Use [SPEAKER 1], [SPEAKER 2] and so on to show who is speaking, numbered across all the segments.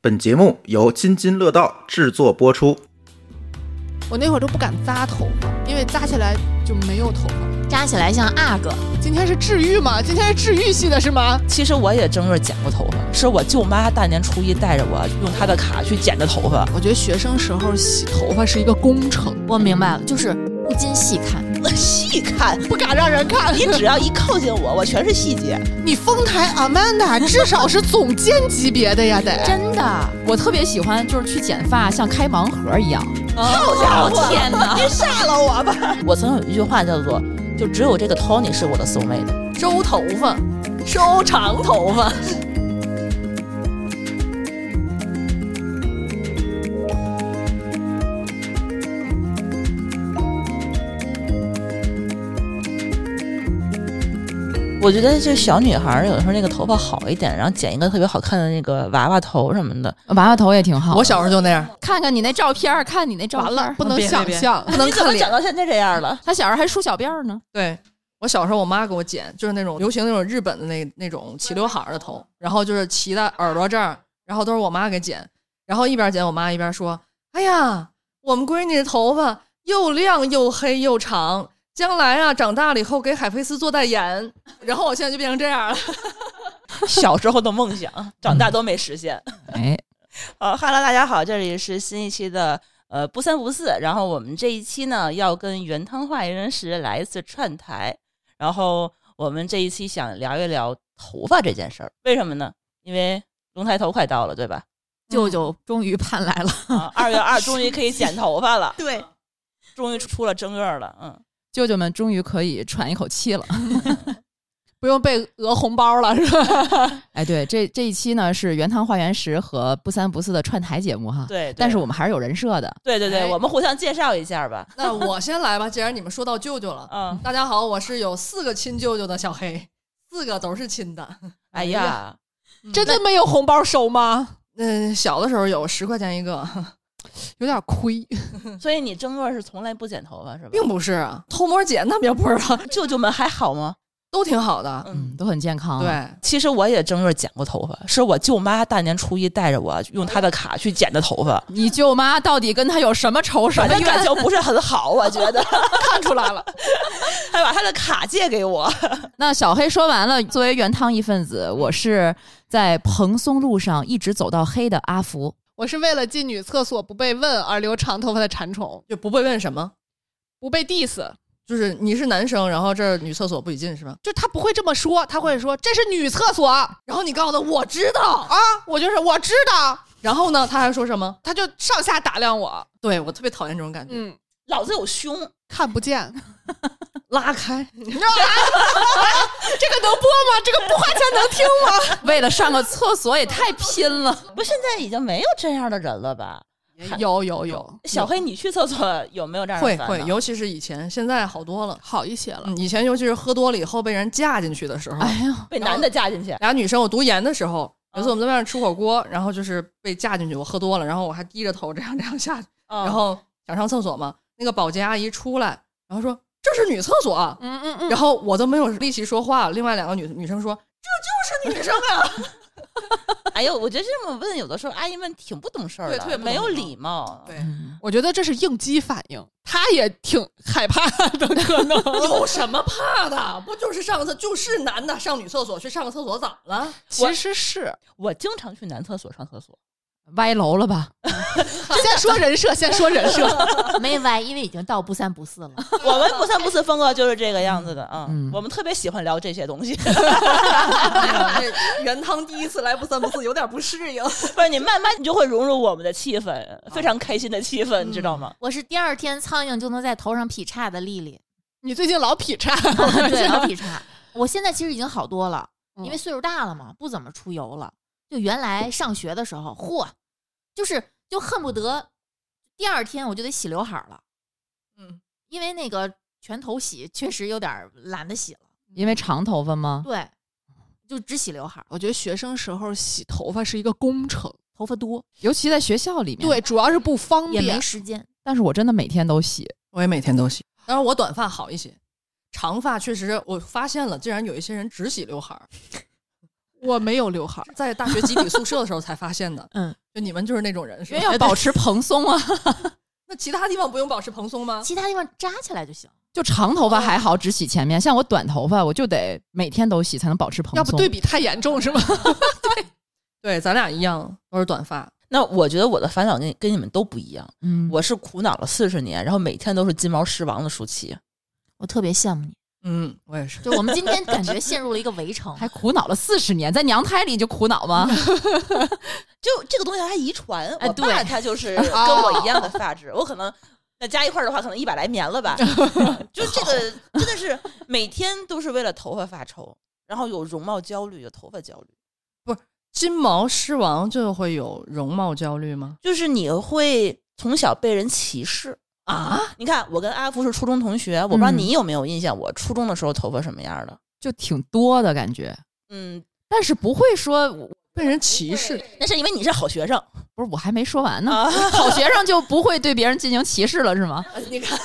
[SPEAKER 1] 本节目由津津乐道制作播出。
[SPEAKER 2] 我那会儿都不敢扎头发，因为扎起来就没有头发。
[SPEAKER 3] 扎起来像阿哥。
[SPEAKER 2] 今天是治愈吗？今天是治愈系的是吗？
[SPEAKER 4] 其实我也正式剪过头发，是我舅妈大年初一带着我用她的卡去剪的头发。
[SPEAKER 2] 我觉得学生时候洗头发是一个工程，
[SPEAKER 3] 我明白了，就是不禁细看。
[SPEAKER 4] 细看，
[SPEAKER 2] 不 敢让人看。
[SPEAKER 4] 你只要一靠近我，我全是细 节。
[SPEAKER 2] 你丰台 Amanda 至少是总监级别的呀，得。
[SPEAKER 3] 真的，我特别喜欢，就是去剪发像开盲盒一样。
[SPEAKER 4] 好家伙，
[SPEAKER 3] 天哪
[SPEAKER 4] 你杀了我吧！哦 我曾有一句话叫做“就只有这个 Tony 是我的 soul mate”。
[SPEAKER 3] 收头发，收长头发。
[SPEAKER 4] 我觉得就小女孩儿有时候那个头发好一点，然后剪一个特别好看的那个娃娃头什么的，
[SPEAKER 3] 娃娃头也挺好。
[SPEAKER 2] 我小时候就那样，
[SPEAKER 3] 看看你那照片儿，看你那照
[SPEAKER 2] 完
[SPEAKER 3] 片
[SPEAKER 2] 了
[SPEAKER 3] 儿，
[SPEAKER 2] 不能
[SPEAKER 5] 别别
[SPEAKER 2] 想
[SPEAKER 5] 别
[SPEAKER 2] 象，不能
[SPEAKER 4] 你怎
[SPEAKER 2] 看
[SPEAKER 4] 么长
[SPEAKER 2] 脸。
[SPEAKER 4] 到现在这样了？
[SPEAKER 3] 他小时候还梳小辫儿呢。
[SPEAKER 5] 对我小时候，我妈给我剪，就是那种流行那种日本的那那种齐刘海儿的头，然后就是齐到耳朵这儿，然后都是我妈给剪，然后一边剪我妈一边说：“哎呀，我们闺女的头发又亮又黑又长，将来啊长大了以后给海飞丝做代言。”然后我现在就变成这样了。
[SPEAKER 4] 小时候的梦想，长大都没实现。
[SPEAKER 3] 哎，
[SPEAKER 4] 呃哈喽，大家 好，这里是新一期的呃不三不四。然后我们这一期呢，要跟原汤化原人食来一次串台。然后我们这一期想聊一聊头发这件事儿，为什么呢？因为龙抬头快到了，对吧？
[SPEAKER 3] 舅舅终于盼来了。
[SPEAKER 4] 啊，二月二终于可以剪头发了，对，终于出了正月了，嗯。
[SPEAKER 3] 舅舅们终于可以喘一口气了。
[SPEAKER 2] 不用被讹红包了，是吧？
[SPEAKER 3] 哎，对，这这一期呢是原汤化原食和不三不四的串台节目哈。
[SPEAKER 4] 对对
[SPEAKER 3] 但是我们还是有人设的。
[SPEAKER 4] 对对对，
[SPEAKER 2] 哎
[SPEAKER 4] 我们互相介绍一下吧。
[SPEAKER 5] 那我先来吧，既然你们说到舅舅了，
[SPEAKER 4] 嗯，
[SPEAKER 5] 大家好，我是有四个亲舅舅的小黑，四个都是亲的。
[SPEAKER 4] 哎呀，嗯
[SPEAKER 2] 真的没有红包收吗？
[SPEAKER 5] 嗯，小的时候有十块钱一个，
[SPEAKER 2] 有点亏，
[SPEAKER 4] 所以你正月是从来不剪头发是吧？
[SPEAKER 5] 并不是啊，偷摸剪他们也不知道，
[SPEAKER 4] 舅舅们还好吗？
[SPEAKER 5] 都挺好的。
[SPEAKER 4] 嗯
[SPEAKER 3] 嗯，都很健康。，
[SPEAKER 5] 对，
[SPEAKER 4] 其实我也正月剪过头发，是我舅妈大年初一带着我用她的卡去剪的头发，
[SPEAKER 3] 你舅妈到底跟他有什么仇什
[SPEAKER 4] 反
[SPEAKER 3] 么
[SPEAKER 4] 正感
[SPEAKER 3] 怨？
[SPEAKER 4] 情不是很好，我觉得
[SPEAKER 5] 看出来了，
[SPEAKER 4] 还把她的卡借给我。
[SPEAKER 3] 那小黑说完了，作为原汤一份子，我是在蓬松路上一直走到黑的阿福。
[SPEAKER 2] 我是为了进女厕所不被问而留长头发的馋虫，
[SPEAKER 5] 就不会问什么，
[SPEAKER 2] 不被 diss，
[SPEAKER 5] 就是你是男生，然后这儿女厕所不许进是吧？
[SPEAKER 2] 就他不会这么说，他会说这是女厕所啊，
[SPEAKER 5] 然后你告诉他我知道啊，
[SPEAKER 2] 我就是我知道，
[SPEAKER 5] 然后呢，他还说什么？
[SPEAKER 2] 他就上下打量我，
[SPEAKER 5] 对我特别讨厌这种感觉，
[SPEAKER 2] 嗯，
[SPEAKER 4] 老子有胸，
[SPEAKER 2] 看不见，
[SPEAKER 5] 拉开，
[SPEAKER 2] 这个能播吗？这个不花钱能听吗？
[SPEAKER 3] 为了上个厕所也太拼了。
[SPEAKER 4] 不，现在已经没有这样的人了吧？
[SPEAKER 2] 有有有，
[SPEAKER 4] 小黑，你去厕所有没有这样的
[SPEAKER 5] 会
[SPEAKER 4] 烦恼
[SPEAKER 5] 会，尤其是以前，现在好多了。
[SPEAKER 2] 好一些了。
[SPEAKER 5] 嗯，以前尤其是喝多了以后被人架进去的时候，
[SPEAKER 3] 哎呦，
[SPEAKER 4] 被男的嫁进去，
[SPEAKER 5] 俩女生我读研的时候，有一次我们在外面吃火锅，然后就是被架进去，我喝多了，然后我还低着头这样这样下去，然
[SPEAKER 4] 然
[SPEAKER 5] 后想上厕所嘛，那个保洁阿姨出来，然后说这是女厕所啊，
[SPEAKER 2] 嗯嗯嗯，
[SPEAKER 5] 然后我都没有力气说话，另外两个女女生说这就是女生啊，
[SPEAKER 4] 哎呦，我觉得这么问，有的时候阿姨们挺不懂事儿的，
[SPEAKER 5] 对特别不懂
[SPEAKER 4] 没有
[SPEAKER 5] 事儿
[SPEAKER 4] 礼貌。
[SPEAKER 5] 对
[SPEAKER 2] 我觉得这是应激反应，他也挺害怕的， 可能
[SPEAKER 5] 有什么怕 的？不就是上个厕就是男的上女厕所去上个厕所咋 了？
[SPEAKER 2] 其实是
[SPEAKER 4] 我经常去男厕所上厕所，
[SPEAKER 3] 歪楼了吧？
[SPEAKER 2] 先说人 设，先说人设，
[SPEAKER 6] 没歪，因为已经到不三不四了。
[SPEAKER 4] 我们不三不四风格就是这个样子的啊。
[SPEAKER 3] 嗯
[SPEAKER 4] 我们特别喜欢聊这些东西。
[SPEAKER 5] 哎原汤第一次来不三不四，有点不适应。
[SPEAKER 4] 不是你慢慢你就会融入我们的气氛，非常开心的气氛，你知道吗？
[SPEAKER 6] 我是第二天苍蝇就能在头上劈叉的丽 丽，
[SPEAKER 2] 你最近老劈叉，
[SPEAKER 6] 对，
[SPEAKER 3] 啊
[SPEAKER 6] 老劈叉。我现在其实已经好多了，
[SPEAKER 2] 嗯
[SPEAKER 6] 因为岁数大了嘛，不怎么出游了。就原来上学的时候，嚯，就是就恨不得第二天我就得洗刘海了，
[SPEAKER 5] 嗯，
[SPEAKER 6] 因为那个全头洗确实有点儿懒得洗了，
[SPEAKER 3] 因为长头发吗？
[SPEAKER 6] 对，就只洗刘海，
[SPEAKER 2] 我觉得学生时候洗头发是一个工程，
[SPEAKER 6] 头发多
[SPEAKER 3] 尤其在学校里面。
[SPEAKER 2] 对，，主要是不方
[SPEAKER 6] 也没
[SPEAKER 2] 便。
[SPEAKER 6] 时间。
[SPEAKER 3] 但是我真的每天都洗。
[SPEAKER 5] 我也每天都洗，当然我短发好一些，长发确实我发现了，竟然有一些人只洗刘海儿，
[SPEAKER 2] 我没有刘海儿，
[SPEAKER 5] 在大学集体宿舍的时候才发现的。
[SPEAKER 6] 嗯，
[SPEAKER 5] 就你们就是那种人是
[SPEAKER 3] 因为
[SPEAKER 5] 吧？哎
[SPEAKER 3] 要保持蓬松啊。
[SPEAKER 5] 那其他地方不用保持蓬松吗？
[SPEAKER 6] 其他地方扎起来就行。
[SPEAKER 3] 就长头发还好，只洗前面，像我短头发，我就得每天都洗才能保持蓬松。
[SPEAKER 5] 要不对比太严重是吗？对对，咱俩一样都是短发，
[SPEAKER 4] 那我觉得我的烦恼跟跟你们都不一样，
[SPEAKER 3] 嗯，
[SPEAKER 4] 我是苦恼了四十年，然后每天都是金毛狮王的舒淇。
[SPEAKER 6] 我特别羡慕你，
[SPEAKER 5] 嗯，我也是。
[SPEAKER 6] 就我们今天感 觉陷入了一个围城
[SPEAKER 3] 还。苦恼了四十年，在娘胎里就苦恼吗？
[SPEAKER 4] 就这个东西它遗传，
[SPEAKER 6] 哎
[SPEAKER 4] 我
[SPEAKER 6] 对
[SPEAKER 4] 爸他 就是跟我一样的发质，我可能那加一块儿的话，可能一百来年 了吧。就这个真的是每天都是为了头发发愁，然后有容貌焦虑，有头发焦虑，
[SPEAKER 5] 金毛狮王就会有容貌焦虑吗？
[SPEAKER 4] 就是你会从小被人歧视。
[SPEAKER 5] 啊，
[SPEAKER 4] 你看，我跟阿福是初中同学，我不知道你有没有印象，我初中的时候头发什么样的？
[SPEAKER 3] 就挺多的感觉，
[SPEAKER 4] 嗯，
[SPEAKER 3] 但是不会说，我
[SPEAKER 5] 被人歧视，
[SPEAKER 4] 那是因为你是好学生
[SPEAKER 3] 不是我还没说完 呢。
[SPEAKER 4] 啊。
[SPEAKER 3] 好学生就不会对别人进行歧视了，是吗？
[SPEAKER 4] 你看，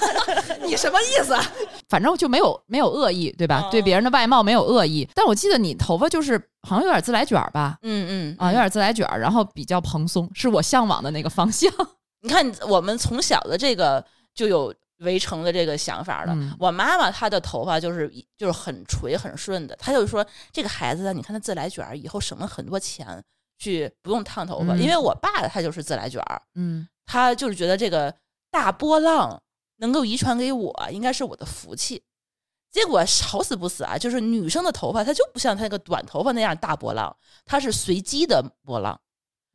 [SPEAKER 5] 你什么意思？
[SPEAKER 4] 啊
[SPEAKER 3] 反正就没有没有恶意，对吧？
[SPEAKER 4] 嗯
[SPEAKER 3] 对别人的外貌没有恶意。但我记得你头发就是好像有点自来卷儿吧？
[SPEAKER 4] 嗯嗯
[SPEAKER 3] 啊，有点自来卷儿，然后比较蓬松，是我向往的那个方向。
[SPEAKER 4] 你看，我们从小的这个就有围城的这个想法了。
[SPEAKER 3] 嗯
[SPEAKER 4] 我妈妈她的头发就是一就是很垂很顺的，她就说这个孩子啊，你看他自来卷儿，以后省了很多钱去不用烫头发。
[SPEAKER 3] 嗯
[SPEAKER 4] 因为我爸他就是自来卷儿，
[SPEAKER 3] 嗯，
[SPEAKER 4] 他就是觉得这个大波浪能够遗传给我，应该是我的福气。结果好死不死啊，就是女生的头发，它就不像她那个短头发那样大波浪，它是随机的波浪，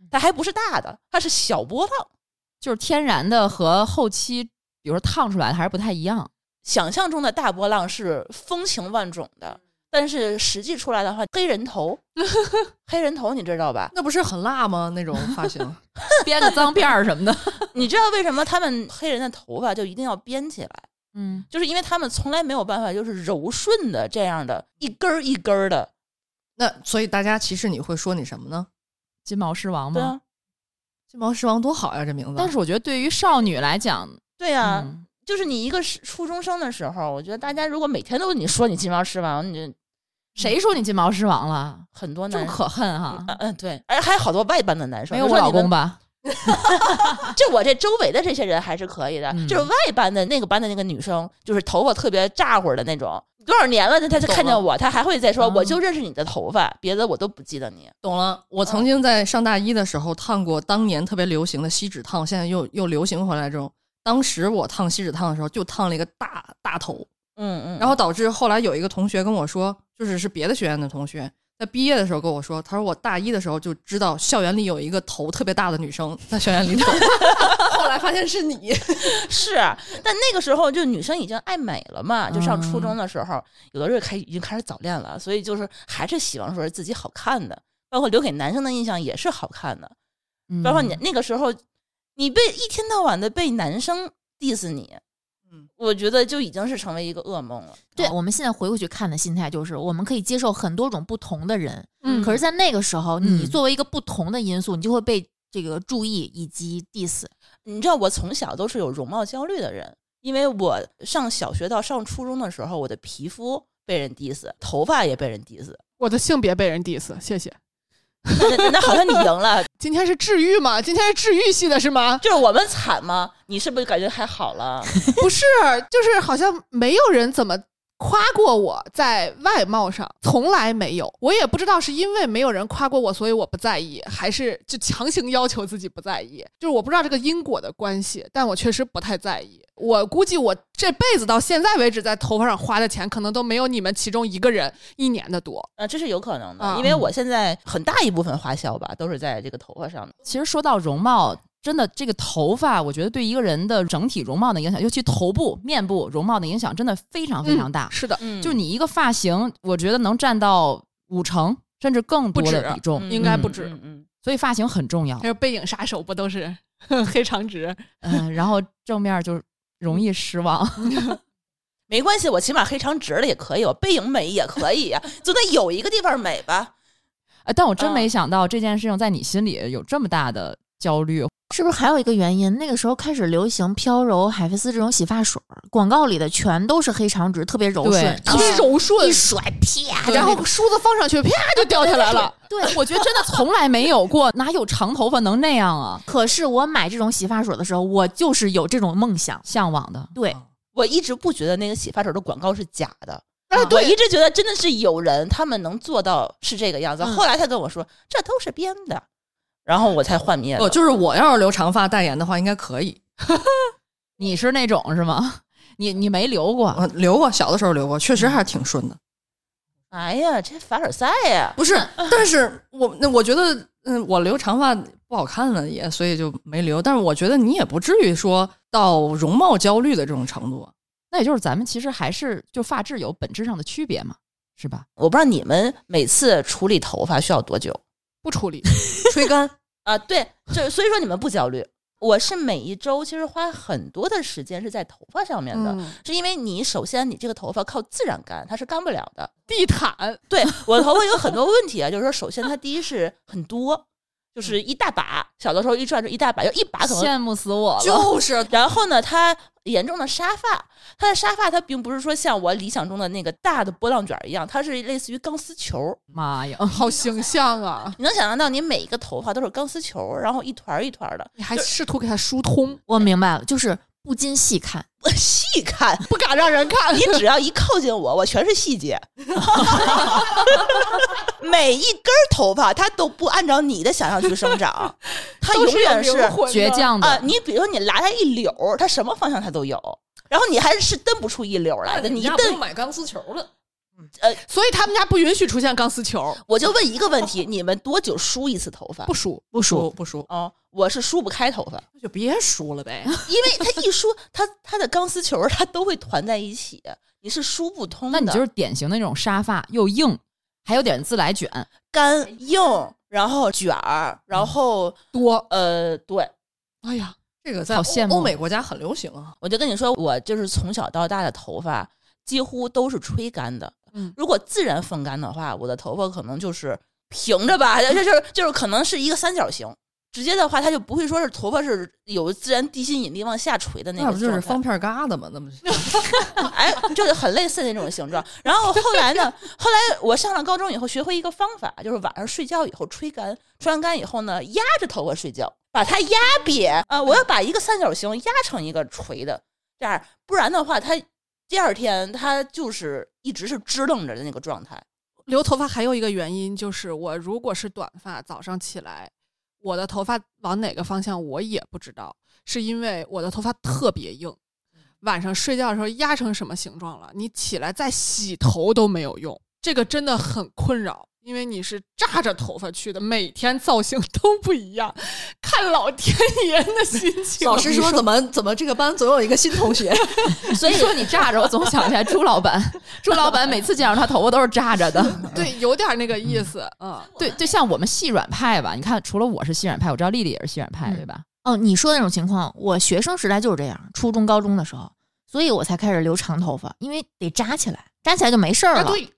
[SPEAKER 3] 嗯
[SPEAKER 4] 它还不是大的，它是小波浪。
[SPEAKER 3] 就是天然的和后期，比如说烫出来的还是不太一样。
[SPEAKER 4] 想象中的大波浪是风情万种
[SPEAKER 3] 嗯
[SPEAKER 4] 的，但是实际出来的话，黑人 头，黑人头你知道吧？
[SPEAKER 5] 那不是很辣吗？那种发型，
[SPEAKER 3] 编个脏辫儿什么的。
[SPEAKER 4] 你知道为什么他们黑人的头发就一定要编起来？
[SPEAKER 3] 嗯，
[SPEAKER 4] 就是因为他们从来没有办法就是柔顺的这样的一根儿一根儿的，
[SPEAKER 5] 那所以大家歧视你会说你什么呢？
[SPEAKER 3] 金毛狮王
[SPEAKER 4] 对
[SPEAKER 3] 吗？
[SPEAKER 4] 啊，
[SPEAKER 5] 金毛狮王多好呀，这名字。
[SPEAKER 3] 但是我觉得对于少女来讲，
[SPEAKER 4] 对啊，
[SPEAKER 3] 嗯
[SPEAKER 4] 就是你一个是初中生的时候，我觉得大家如果每天都你说你金毛狮王，你
[SPEAKER 3] 谁说你金毛狮王了？
[SPEAKER 4] 很多
[SPEAKER 3] 这
[SPEAKER 4] 男
[SPEAKER 3] 么可恨哈！
[SPEAKER 4] 嗯嗯对，而且还有好多外班的男生，
[SPEAKER 3] 没有
[SPEAKER 4] 就
[SPEAKER 3] 我
[SPEAKER 4] 说
[SPEAKER 3] 老
[SPEAKER 4] 你们
[SPEAKER 3] 公吧？
[SPEAKER 4] 就我这周围的这些人还是可以的，
[SPEAKER 3] 嗯
[SPEAKER 4] 就是外班的那个班的那个女生，就是头发特别炸乎的那种，多少年了，她就
[SPEAKER 5] 懂了
[SPEAKER 4] 看见我，她还会再说，
[SPEAKER 3] 嗯
[SPEAKER 4] 我就认识你的头发，别的我都不记得你。
[SPEAKER 5] 懂了，
[SPEAKER 3] 嗯
[SPEAKER 5] 我曾经在上大一的时候烫过当年特别流行的锡纸烫，现在又又流行回来这种。当时我烫锡纸烫的时候，就烫了一个大大头，
[SPEAKER 4] 嗯嗯，
[SPEAKER 5] 然后导致后来有一个同学跟我说，就是是别的学院的同学，在毕业的时候跟我说，他说我大一的时候就知道校园里有一个头特别大的女生在校园里走，后来发现是你，
[SPEAKER 4] 是，啊但那个时候就女生已经爱美了嘛，就上初中的时候，有的人开已经开始早恋了，所以就是还是希望说是自己好看的，包括留给男生的印象也是好看的，
[SPEAKER 3] 嗯
[SPEAKER 4] 包括你那个时候，你被一天到晚的被男生 diss 你，
[SPEAKER 5] 嗯，
[SPEAKER 4] 我觉得就已经是成为一个噩梦了。
[SPEAKER 6] 对，啊我们现在回过去看的心态就是，我们可以接受很多种不同的人，
[SPEAKER 5] 嗯
[SPEAKER 6] 可是，在那个时候，你
[SPEAKER 3] 嗯
[SPEAKER 6] 作为一个不同的因素，你就会被这个注意以及 diss。
[SPEAKER 4] 你知道我从小都是有容貌焦虑的人，因为我上小学到上初中的时候，我的皮肤被人 diss，头发也被人 diss。
[SPEAKER 2] 我的性别被人 diss，谢谢。
[SPEAKER 4] 那那那好像你赢了，
[SPEAKER 2] 今天是治愈吗？今天是治愈系的是 吗？
[SPEAKER 4] 就是我们惨吗？你是不是感觉还好了？
[SPEAKER 2] 不是，就是好像没有人怎么夸过我在外貌上，从来没有。我也不知道是因为没有人夸过我，所以我不在意，还是就强行要求自己不在意。就是我不知道这个因果的关系，但我确实不太在意。我估计我这辈子到现在为止，在头发上花的钱，可能都没有你们其中一个人一年的多。
[SPEAKER 4] 啊，这是有可能的，
[SPEAKER 2] 啊
[SPEAKER 4] 因为我现在很大一部分花销吧，都是在这个头发上的。
[SPEAKER 3] 其实说到容貌，真的这个头发，我觉得对一个人的整体容貌的影响，尤其头部、面部容貌的影响，真的非常非常大
[SPEAKER 2] 嗯。是的，
[SPEAKER 4] 嗯
[SPEAKER 3] 就你一个发型，我觉得能占到五成甚至更
[SPEAKER 2] 不
[SPEAKER 3] 多
[SPEAKER 2] 止
[SPEAKER 3] 的比重，
[SPEAKER 2] 应该不
[SPEAKER 3] 嗯
[SPEAKER 2] 止
[SPEAKER 4] 嗯嗯
[SPEAKER 3] 所以发型很 重要
[SPEAKER 2] 还。有背影杀手不都是 黑长直？
[SPEAKER 3] 嗯，然后正面就容易失望。
[SPEAKER 4] 没关系，我起码黑长直了也可以，啊我背影美也可以呀，总得有一个地方美吧。
[SPEAKER 3] 呃，但我真
[SPEAKER 4] 嗯
[SPEAKER 3] 没想到这件事情在你心里有这么大的焦虑。
[SPEAKER 6] 是不是还有一个原因？那个时候开始流行飘柔、海飞丝这种洗发水儿，广告里的全都是黑长直，特别柔
[SPEAKER 3] 对
[SPEAKER 6] 顺，啊
[SPEAKER 2] 特别柔顺
[SPEAKER 6] 一，甩啪，
[SPEAKER 5] 对
[SPEAKER 3] 哦
[SPEAKER 2] 然后梳子放上去，啪就掉下来了。
[SPEAKER 6] 对，
[SPEAKER 3] 我觉得真的从来没有过，哪有长头发能那样啊？
[SPEAKER 6] 可是我买这种洗发水的时候，我就是有这种梦想。
[SPEAKER 3] 向往的，
[SPEAKER 6] 对，
[SPEAKER 4] 我一直不觉得那个洗发水的广告是假的，啊
[SPEAKER 2] 哎，
[SPEAKER 4] 我
[SPEAKER 2] 对，
[SPEAKER 4] 一直觉得真的是有人他们能做到是这个样子。
[SPEAKER 6] 嗯
[SPEAKER 4] 后来他跟我说这都是编的，然后我才幻灭了。
[SPEAKER 5] 哦，就是我要是留长发代言的话，应该可以。
[SPEAKER 3] 你是那种是吗？你你没留过，
[SPEAKER 5] 我呃留过，小的时候留过，确实还是挺顺的。
[SPEAKER 4] 哎呀，这凡尔赛呀、
[SPEAKER 5] 不是，但是我那我觉得，嗯，我留长发不好看了也，所以就没留。但是我觉得你也不至于说到容貌焦虑的这种程度。啊
[SPEAKER 3] 那也就是咱们其实还是就发质有本质上的区别嘛，是吧？
[SPEAKER 4] 我不知道你们每次处理头发需要多久
[SPEAKER 2] 不处理，
[SPEAKER 5] 吹干，
[SPEAKER 4] 啊？对，这所以说你们不焦虑。我是每一周其实花很多的时间是在头发上面的，
[SPEAKER 2] 嗯
[SPEAKER 4] 是因为你首先你这个头发靠自然干，它是干不了的。
[SPEAKER 2] 地毯
[SPEAKER 4] 对我的头发有很多问题啊，就是说，首先它第一是很多，就是一大把，小的时候一转就一大把，就一把可能。
[SPEAKER 3] 羡慕死我了！
[SPEAKER 5] 就是
[SPEAKER 4] 然后呢，它严重的沙发，它的沙发它并不是说像我理想中的那个大的波浪卷一样，它是类似于钢丝球。
[SPEAKER 3] 妈呀，
[SPEAKER 2] 好形象 啊！
[SPEAKER 4] 你能想象到你每一个头发都是钢丝球，然后一团儿一团儿的。
[SPEAKER 2] 你还试图给它疏通，
[SPEAKER 6] 我明白了，就是不禁细看，
[SPEAKER 4] 我细看，
[SPEAKER 2] 不敢让人看
[SPEAKER 4] 你。只要一靠近我，我全是细节， 每一根儿头发它都不按照你的想象去生长，它
[SPEAKER 2] 都
[SPEAKER 4] 永
[SPEAKER 2] 是有
[SPEAKER 4] 远是
[SPEAKER 2] 灵魂的
[SPEAKER 3] 倔强
[SPEAKER 4] 啊，
[SPEAKER 3] 的，
[SPEAKER 4] 你比如说你拉它一绺儿，它什么方向它都有，然后你还是蹬不出一绺儿来
[SPEAKER 2] 哎
[SPEAKER 4] 的。你一蹬，
[SPEAKER 5] 买钢丝球了。
[SPEAKER 3] 呃
[SPEAKER 2] 所以他们家不允许出现钢丝球，
[SPEAKER 4] 我就问一个问题：你们多久梳一次头发
[SPEAKER 2] 不？梳。
[SPEAKER 5] 不梳不梳，
[SPEAKER 4] 哦，我是梳不开头发，
[SPEAKER 5] 那就别梳了 呗。
[SPEAKER 4] 因为它一梳，它它的钢丝球儿它都会团在一起，你是梳不通的。
[SPEAKER 3] 那你就是典型的那种沙发又硬，还有点自来卷，
[SPEAKER 4] 干硬，然后卷儿，然后
[SPEAKER 2] 多，
[SPEAKER 4] 呃，对。
[SPEAKER 2] 哎呀，
[SPEAKER 5] 这个在
[SPEAKER 3] 好
[SPEAKER 5] 欧
[SPEAKER 3] 羡慕
[SPEAKER 5] 欧美国家很流行啊。
[SPEAKER 4] 我就跟你说，我就是从小到大的头发几乎都是吹干的。
[SPEAKER 2] 嗯
[SPEAKER 4] 如果自然风干的话，我的头发可能就是平着吧，就就是就是可能是一个三角形。直接的话，它就不会说是头发是有自然地心引力往下垂的那
[SPEAKER 5] 那
[SPEAKER 4] 个
[SPEAKER 5] 不就是
[SPEAKER 4] 状
[SPEAKER 5] 方
[SPEAKER 4] 态
[SPEAKER 5] 片疙瘩吗？那 不是
[SPEAKER 4] 哎，就是很类似那种形状。然后后来呢，后来我上了高中以后，学会一个方法，就是晚上睡觉以后吹干，吹完干以后呢，压着头发睡觉，把它压瘪。呃，我要把一个三角形压成一个垂的，这样，不然的话，它第二天它就是一直是支棱着的那个状态。
[SPEAKER 2] 留头发还有一个原因就是，我如果是短发，早上起来我的头发往哪个方向我也不知道，是因为我的头发特别硬，
[SPEAKER 3] 嗯
[SPEAKER 2] 晚上睡觉的时候压成什么形状了，你起来再洗头都没有用，这个真的很困扰。因为你是扎着头发去的，每天造型都不一样，看老天爷的心情。
[SPEAKER 5] 老师说
[SPEAKER 2] 么？
[SPEAKER 5] 怎么怎么这个班总有一个新同学，
[SPEAKER 4] 所以
[SPEAKER 3] 说你炸着，我总想起来朱老板。朱老板每次见着他头发都是炸着的。
[SPEAKER 2] 对，有点那个意思。嗯，
[SPEAKER 3] 对，就像我们细软派吧，你看，除了我是细软派，我知道丽丽也是细软派，
[SPEAKER 6] 嗯
[SPEAKER 3] 对吧？
[SPEAKER 6] 哦，你说的那种情况，我学生时代就是这样，初中、高中的时候，所以我才开始留长头发，因为得扎起来，扎起来就没事儿了。
[SPEAKER 2] 啊，对，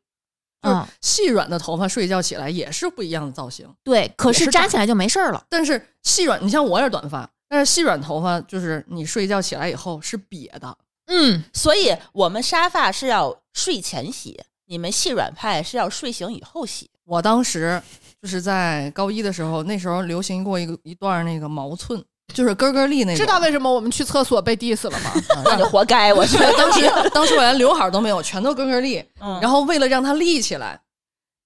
[SPEAKER 6] 嗯，
[SPEAKER 5] 细软的头发睡觉起来也是不一样的造型。
[SPEAKER 6] 对，可
[SPEAKER 5] 也
[SPEAKER 6] 是
[SPEAKER 5] 是扎
[SPEAKER 6] 扎起来就没事儿了。
[SPEAKER 5] 但是细软，你像我也是短发，但是细软头发就是你睡觉起来以后是瘪的，
[SPEAKER 3] 嗯，
[SPEAKER 4] 所以我们沙发是要睡前洗，你们细软派是要睡醒以后洗。
[SPEAKER 5] 我当时就是在高一的时候，那时候流行过一个一段那个毛寸，就是根根立那种。
[SPEAKER 2] 知道为什么我们去厕所被 diss 了吗？
[SPEAKER 4] 那你活该，我觉得。
[SPEAKER 5] 当时当时我连刘海儿都没有，全都根根立。
[SPEAKER 4] 然
[SPEAKER 5] 然后为了让它立起来，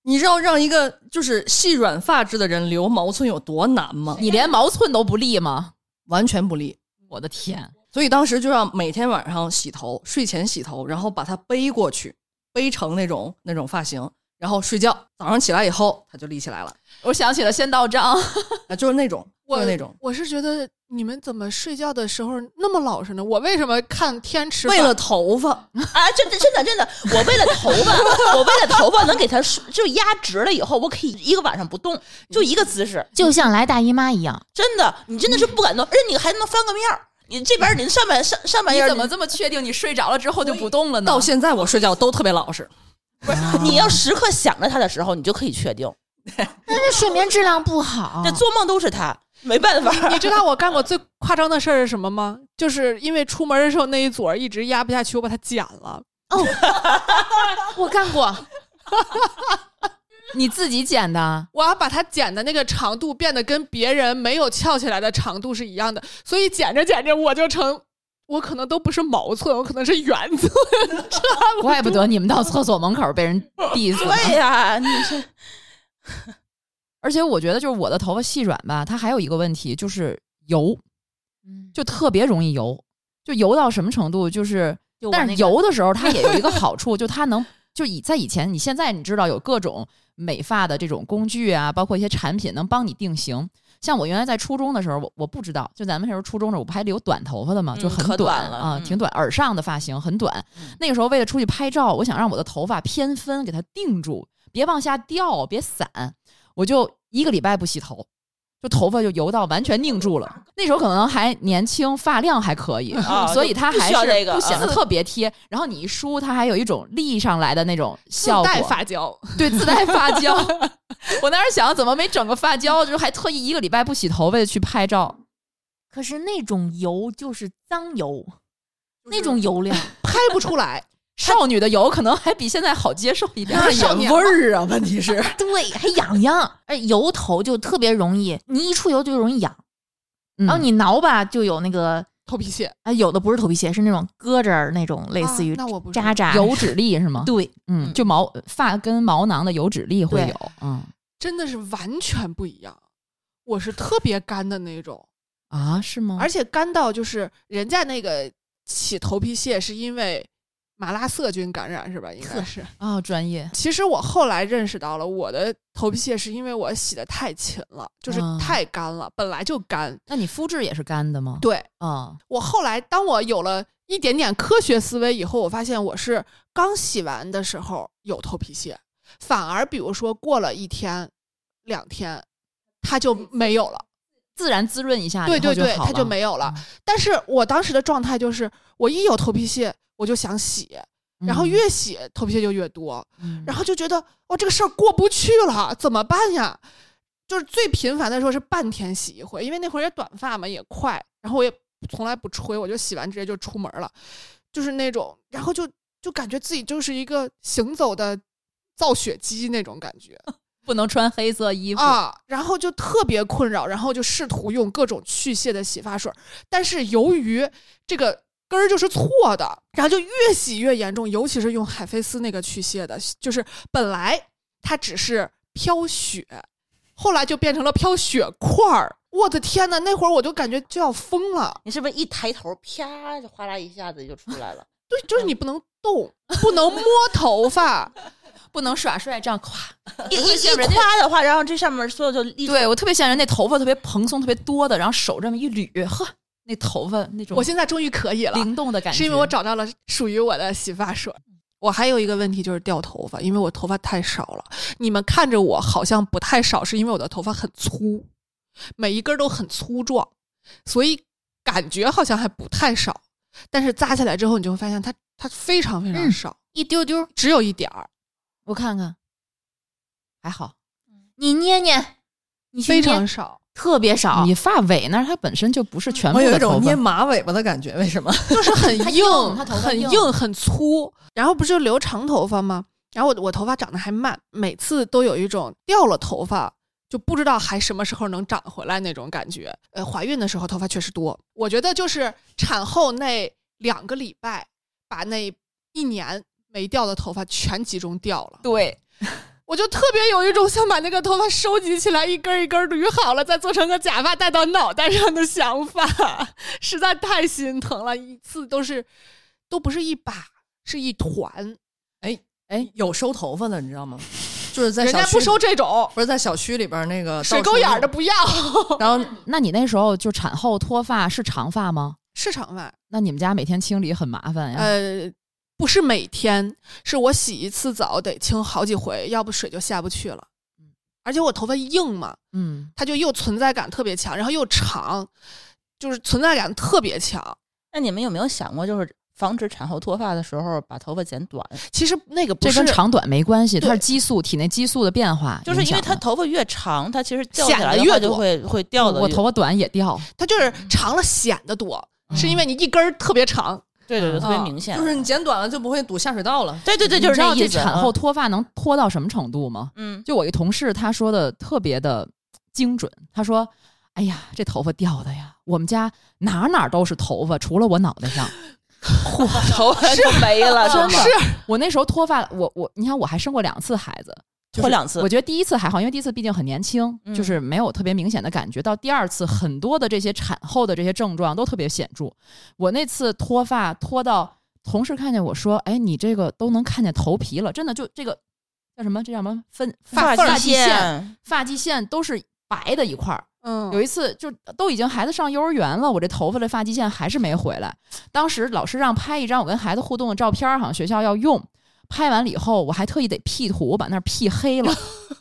[SPEAKER 5] 你知道让一个就是细软发质的人留毛寸有多难吗？
[SPEAKER 3] 你连毛寸都不立吗？
[SPEAKER 5] 完全不立。
[SPEAKER 3] 我的 天，
[SPEAKER 5] 所以当时就要每天晚上洗头，睡前洗头，然后把它背过去，背成那种那种发型，然后睡觉。早上起来以后，它就立起来了，
[SPEAKER 3] 我想起了仙道章，
[SPEAKER 5] 啊，就是那种，就
[SPEAKER 2] 我
[SPEAKER 5] 是那种。
[SPEAKER 2] 我是觉得你们怎么睡觉的时候那么老实呢？我为什么看天吃饭？
[SPEAKER 5] 为了头发，
[SPEAKER 4] 啊，真的真的真的，我为了头发，我 为了头发能给它梳就压直了以后，我可以一个晚上不动，就一个姿
[SPEAKER 3] 嗯
[SPEAKER 4] 势，
[SPEAKER 6] 就像来大姨妈一样，
[SPEAKER 4] 真的，你真的是不敢动，而且你还能翻个面儿，你这边儿你上半上上半
[SPEAKER 3] 你
[SPEAKER 4] 叶儿
[SPEAKER 3] 怎么这么确定你睡着了之后就不动了呢？
[SPEAKER 5] 到现在我睡觉都特别 老实。
[SPEAKER 4] 不是，你要时刻想着它的时候，你就可以确定，
[SPEAKER 6] 但是睡眠质量不好
[SPEAKER 4] 嗯这。做梦都是它。没办法，
[SPEAKER 2] 你知道我干过最夸张的事儿是什么吗？就是因为出门的时候那一撮儿一直压不下去，我把它剪了。
[SPEAKER 6] 我干过，
[SPEAKER 3] 你自己剪的，啊
[SPEAKER 2] 我要把它剪的那个长度变得跟别人没有翘起来的长度是一样的，所以剪着剪着我就成，我可能都不是毛寸，我可能是圆寸。
[SPEAKER 3] 怪不得你们到厕所门口 被人 diss 呢。
[SPEAKER 4] 对呀、你这
[SPEAKER 3] 而且我觉得就是我的头发细软吧，它还有一个问题就是油，
[SPEAKER 4] 嗯
[SPEAKER 3] 就特别容易油，就油到什么程度？就是，
[SPEAKER 6] 就我
[SPEAKER 3] 但是
[SPEAKER 6] 那个
[SPEAKER 3] 油的时候它也 有一个好处，就它能就以在以前，你现在你知道有各种美发的这种工具啊，包括一些产品能帮你定型。像我原来在初中的时候，我我不知道，就咱们那时候初中的时候，我不还留短头发的吗？
[SPEAKER 4] 嗯
[SPEAKER 3] 就很
[SPEAKER 4] 可短了
[SPEAKER 3] 啊，
[SPEAKER 4] 嗯
[SPEAKER 3] 挺短，耳上的发型很短。那个时候为了出去拍照，我想让我的头发偏分，给它定住，别往下掉，别散。我就一个礼拜不洗头，就头发就油到完全拧住了。那时候可能还年轻，发量还可以，
[SPEAKER 4] 啊
[SPEAKER 3] 所以它
[SPEAKER 4] 就不
[SPEAKER 3] 还
[SPEAKER 4] 需要这
[SPEAKER 3] 是
[SPEAKER 4] 个
[SPEAKER 3] 不显得特别贴。然后你一梳，它还有一种立上来的那种
[SPEAKER 2] 自
[SPEAKER 3] 效果，
[SPEAKER 2] 带发胶，
[SPEAKER 3] 对，自带发胶。我当时想，怎么没整个发胶？就还特意一个礼拜不洗头，为了去拍照。
[SPEAKER 6] 可是那种油就是脏油，那种油 量
[SPEAKER 2] 拍不出来。
[SPEAKER 3] 少女的油可能还比现在好接受一点，
[SPEAKER 2] 少年
[SPEAKER 5] 儿啊！问题是，
[SPEAKER 6] 对，还痒痒，哎，油头就特别容易，你一出油就容易痒，
[SPEAKER 3] 嗯
[SPEAKER 6] 然后你挠吧就有那个，
[SPEAKER 2] 头皮屑，
[SPEAKER 6] 哎，有的不是头皮屑，是那种疙瘩儿那种，类似
[SPEAKER 2] 啊
[SPEAKER 6] 于
[SPEAKER 2] 那我不是
[SPEAKER 6] 渣渣。
[SPEAKER 3] 油脂粒是吗？
[SPEAKER 6] 对，
[SPEAKER 3] 嗯，就毛发根毛囊的油脂粒会
[SPEAKER 6] 对
[SPEAKER 3] 有，嗯
[SPEAKER 2] 真的是完全不一样。我是特别干的那种，
[SPEAKER 3] 啊，是吗？
[SPEAKER 2] 而且干到就是人家那个起头皮屑是因为马拉色菌感染是吧？应该是。
[SPEAKER 3] 啊，专业，
[SPEAKER 2] 其实我后来认识到了，我的头皮屑是因为我洗的太勤了，就是
[SPEAKER 3] 啊
[SPEAKER 2] 太干了，本来就干。
[SPEAKER 3] 那你肤质也是干的吗？
[SPEAKER 2] 对
[SPEAKER 3] 啊，
[SPEAKER 2] 我后来，当我有了一点点科学思维以后，我发现我是刚洗完的时候有头皮屑，反而比如说过了一天、两天，它就没有了。
[SPEAKER 3] 自然滋润一下，
[SPEAKER 2] 对
[SPEAKER 3] 以
[SPEAKER 2] 对
[SPEAKER 3] 后
[SPEAKER 2] 对，
[SPEAKER 3] 好
[SPEAKER 2] 它就
[SPEAKER 3] 了
[SPEAKER 2] 没有了
[SPEAKER 3] 嗯。
[SPEAKER 2] 但是我当时的状态就是，我一有头皮屑我就想洗，然后
[SPEAKER 3] 嗯
[SPEAKER 2] 越洗头皮屑就越多。
[SPEAKER 3] 嗯
[SPEAKER 2] 然后就觉得哦，这个事儿过不去了，怎么办呀？就是最频繁的时候是半天洗一回，因为那会儿也短发嘛，也快，然后我也从来不吹，我就洗完直接就出门了，就是那种，然后就就感觉自己就是一个行走的造血机那种感觉
[SPEAKER 3] 不能穿黑色衣服，
[SPEAKER 2] 啊，然后就特别困扰，然后就试图用各种去屑的洗发水儿，但是由于这个。根儿就是错的，然后就越洗越严重，尤其是用海飞丝那个去屑的，就是本来它只是飘雪，后来就变成了飘雪块儿。我的天呐，那会儿我就感觉就要疯了。
[SPEAKER 4] 你是不是一抬头，啪就哗啦一下子就出来了？
[SPEAKER 2] 对，就是你不能动，不能摸头发，
[SPEAKER 3] 不能耍帅，这样咵。
[SPEAKER 4] 一一一夸的话，然后这上面所有就立
[SPEAKER 3] 对我特别像人那头发特别蓬松、特别多的，然后手这么一捋，呵，那头发那种
[SPEAKER 2] 我现在终于可以了，
[SPEAKER 3] 灵动的感觉，
[SPEAKER 2] 是因为我找到了属于我的洗发水。我还有一个问题就是掉头发，因为我头发太少了。你们看着我好像不太少，是因为我的头发很粗，每一根儿都很粗壮，所以感觉好像还不太少。但是扎起来之后，你就会发现它它非常非常
[SPEAKER 6] 嗯
[SPEAKER 2] 少，
[SPEAKER 6] 一丢丢，
[SPEAKER 2] 只有一点儿，
[SPEAKER 3] 我看看，还好，
[SPEAKER 6] 你捏捏，你去
[SPEAKER 2] 非
[SPEAKER 6] 捏
[SPEAKER 2] 常少。
[SPEAKER 6] 特别少，
[SPEAKER 3] 你发尾那儿它本身就不是
[SPEAKER 2] 嗯
[SPEAKER 3] 全部
[SPEAKER 5] 我有
[SPEAKER 3] 的
[SPEAKER 5] 一种
[SPEAKER 3] 头
[SPEAKER 5] 捏
[SPEAKER 3] 发，
[SPEAKER 5] 马尾巴的感觉，为什么？
[SPEAKER 2] 就是很
[SPEAKER 6] 它
[SPEAKER 2] 硬
[SPEAKER 6] 硬它头发
[SPEAKER 2] 很
[SPEAKER 6] 硬
[SPEAKER 2] 很粗。然后不就留长头发吗？然后我我头发长得还慢，每次都有一种掉了头发就不知道还什么时候能长回来那种感觉。呃，怀孕的时候头发确实多，我觉得就是产后那两个礼拜，把那一年没掉的头发全集中掉了。
[SPEAKER 3] 对，
[SPEAKER 2] 我就特别有一种想把那个头发收集起来，一根儿一根儿捋好了，再做成个假发戴到脑袋上的想法，实在太心疼了。一次都是都不是一把，是一团。
[SPEAKER 5] 哎哎，有收头发的，你知道吗？就是在
[SPEAKER 2] 人
[SPEAKER 5] 小
[SPEAKER 2] 家
[SPEAKER 5] 区
[SPEAKER 2] 不收，这种
[SPEAKER 5] 不是在小区里边那个
[SPEAKER 2] 水
[SPEAKER 5] 到处
[SPEAKER 2] 沟眼儿的，不要。
[SPEAKER 5] 然后
[SPEAKER 3] 那你那时候就产后脱发是长发吗？
[SPEAKER 2] 市场外，
[SPEAKER 3] 那你们家每天清理很麻烦呀？
[SPEAKER 2] 呃，不是每天，是我洗一次澡得清好几回，要不水就下不去了。而且我头发硬嘛，
[SPEAKER 3] 嗯，
[SPEAKER 2] 它就又存在感特别强，然后又长，就是存在感特别强。
[SPEAKER 4] 那你们有没有想过，就是防止产后脱发的时候把头发剪短，
[SPEAKER 2] 其实那个不
[SPEAKER 3] 这
[SPEAKER 2] 是
[SPEAKER 3] 跟长短没关系，它
[SPEAKER 4] 对
[SPEAKER 3] 是激素体内激素的变化影响
[SPEAKER 4] 就
[SPEAKER 3] 的，
[SPEAKER 4] 是因为它头发越长，它其实掉
[SPEAKER 2] 显
[SPEAKER 4] 下来
[SPEAKER 2] 得
[SPEAKER 4] 的
[SPEAKER 2] 越
[SPEAKER 4] 话就
[SPEAKER 2] 多
[SPEAKER 4] 会会掉的。
[SPEAKER 3] 嗯我头发短也掉，
[SPEAKER 2] 它就是长了显得多，是因为你一根儿特别长。
[SPEAKER 4] 对对对，特别
[SPEAKER 5] 啊
[SPEAKER 4] 明显。
[SPEAKER 5] 就是你剪短了就不会堵下水道了。
[SPEAKER 4] 对对对，
[SPEAKER 3] 你
[SPEAKER 4] 就是
[SPEAKER 3] 知道
[SPEAKER 4] 这
[SPEAKER 3] 这
[SPEAKER 4] 意思。
[SPEAKER 3] 产后脱发能脱到什么程度吗？
[SPEAKER 4] 嗯，
[SPEAKER 3] 就我一同事，他说的特别的精准。他说：“哎呀，这头发掉的呀，我们家哪哪都是头发，除了我脑袋上。
[SPEAKER 4] 我头发就没了，真的
[SPEAKER 3] 是我那时候脱发，我我你看我还生过两次孩子，就是
[SPEAKER 4] 脱两次
[SPEAKER 3] 我觉得第一次还好，因为第一次毕竟很年轻，
[SPEAKER 4] 嗯
[SPEAKER 3] 就是没有特别明显的感觉。到第二次，很多的这些产后的这些症状都特别显著。我那次脱发脱到同事看见我说：“哎，你这个都能看见头皮了，真的就这个叫什么？这叫什么分
[SPEAKER 4] 发
[SPEAKER 3] 发际
[SPEAKER 4] 际
[SPEAKER 3] 线？发际线都是白的一块儿。
[SPEAKER 2] 嗯
[SPEAKER 3] 有一次就都已经孩子上幼儿园了，我这头发的发际线还是没回来。当时老师让拍一张我跟孩子互动的照片儿，好像学校要用。拍完了以后，我还特意得 P 图，我把那儿 P 黑了，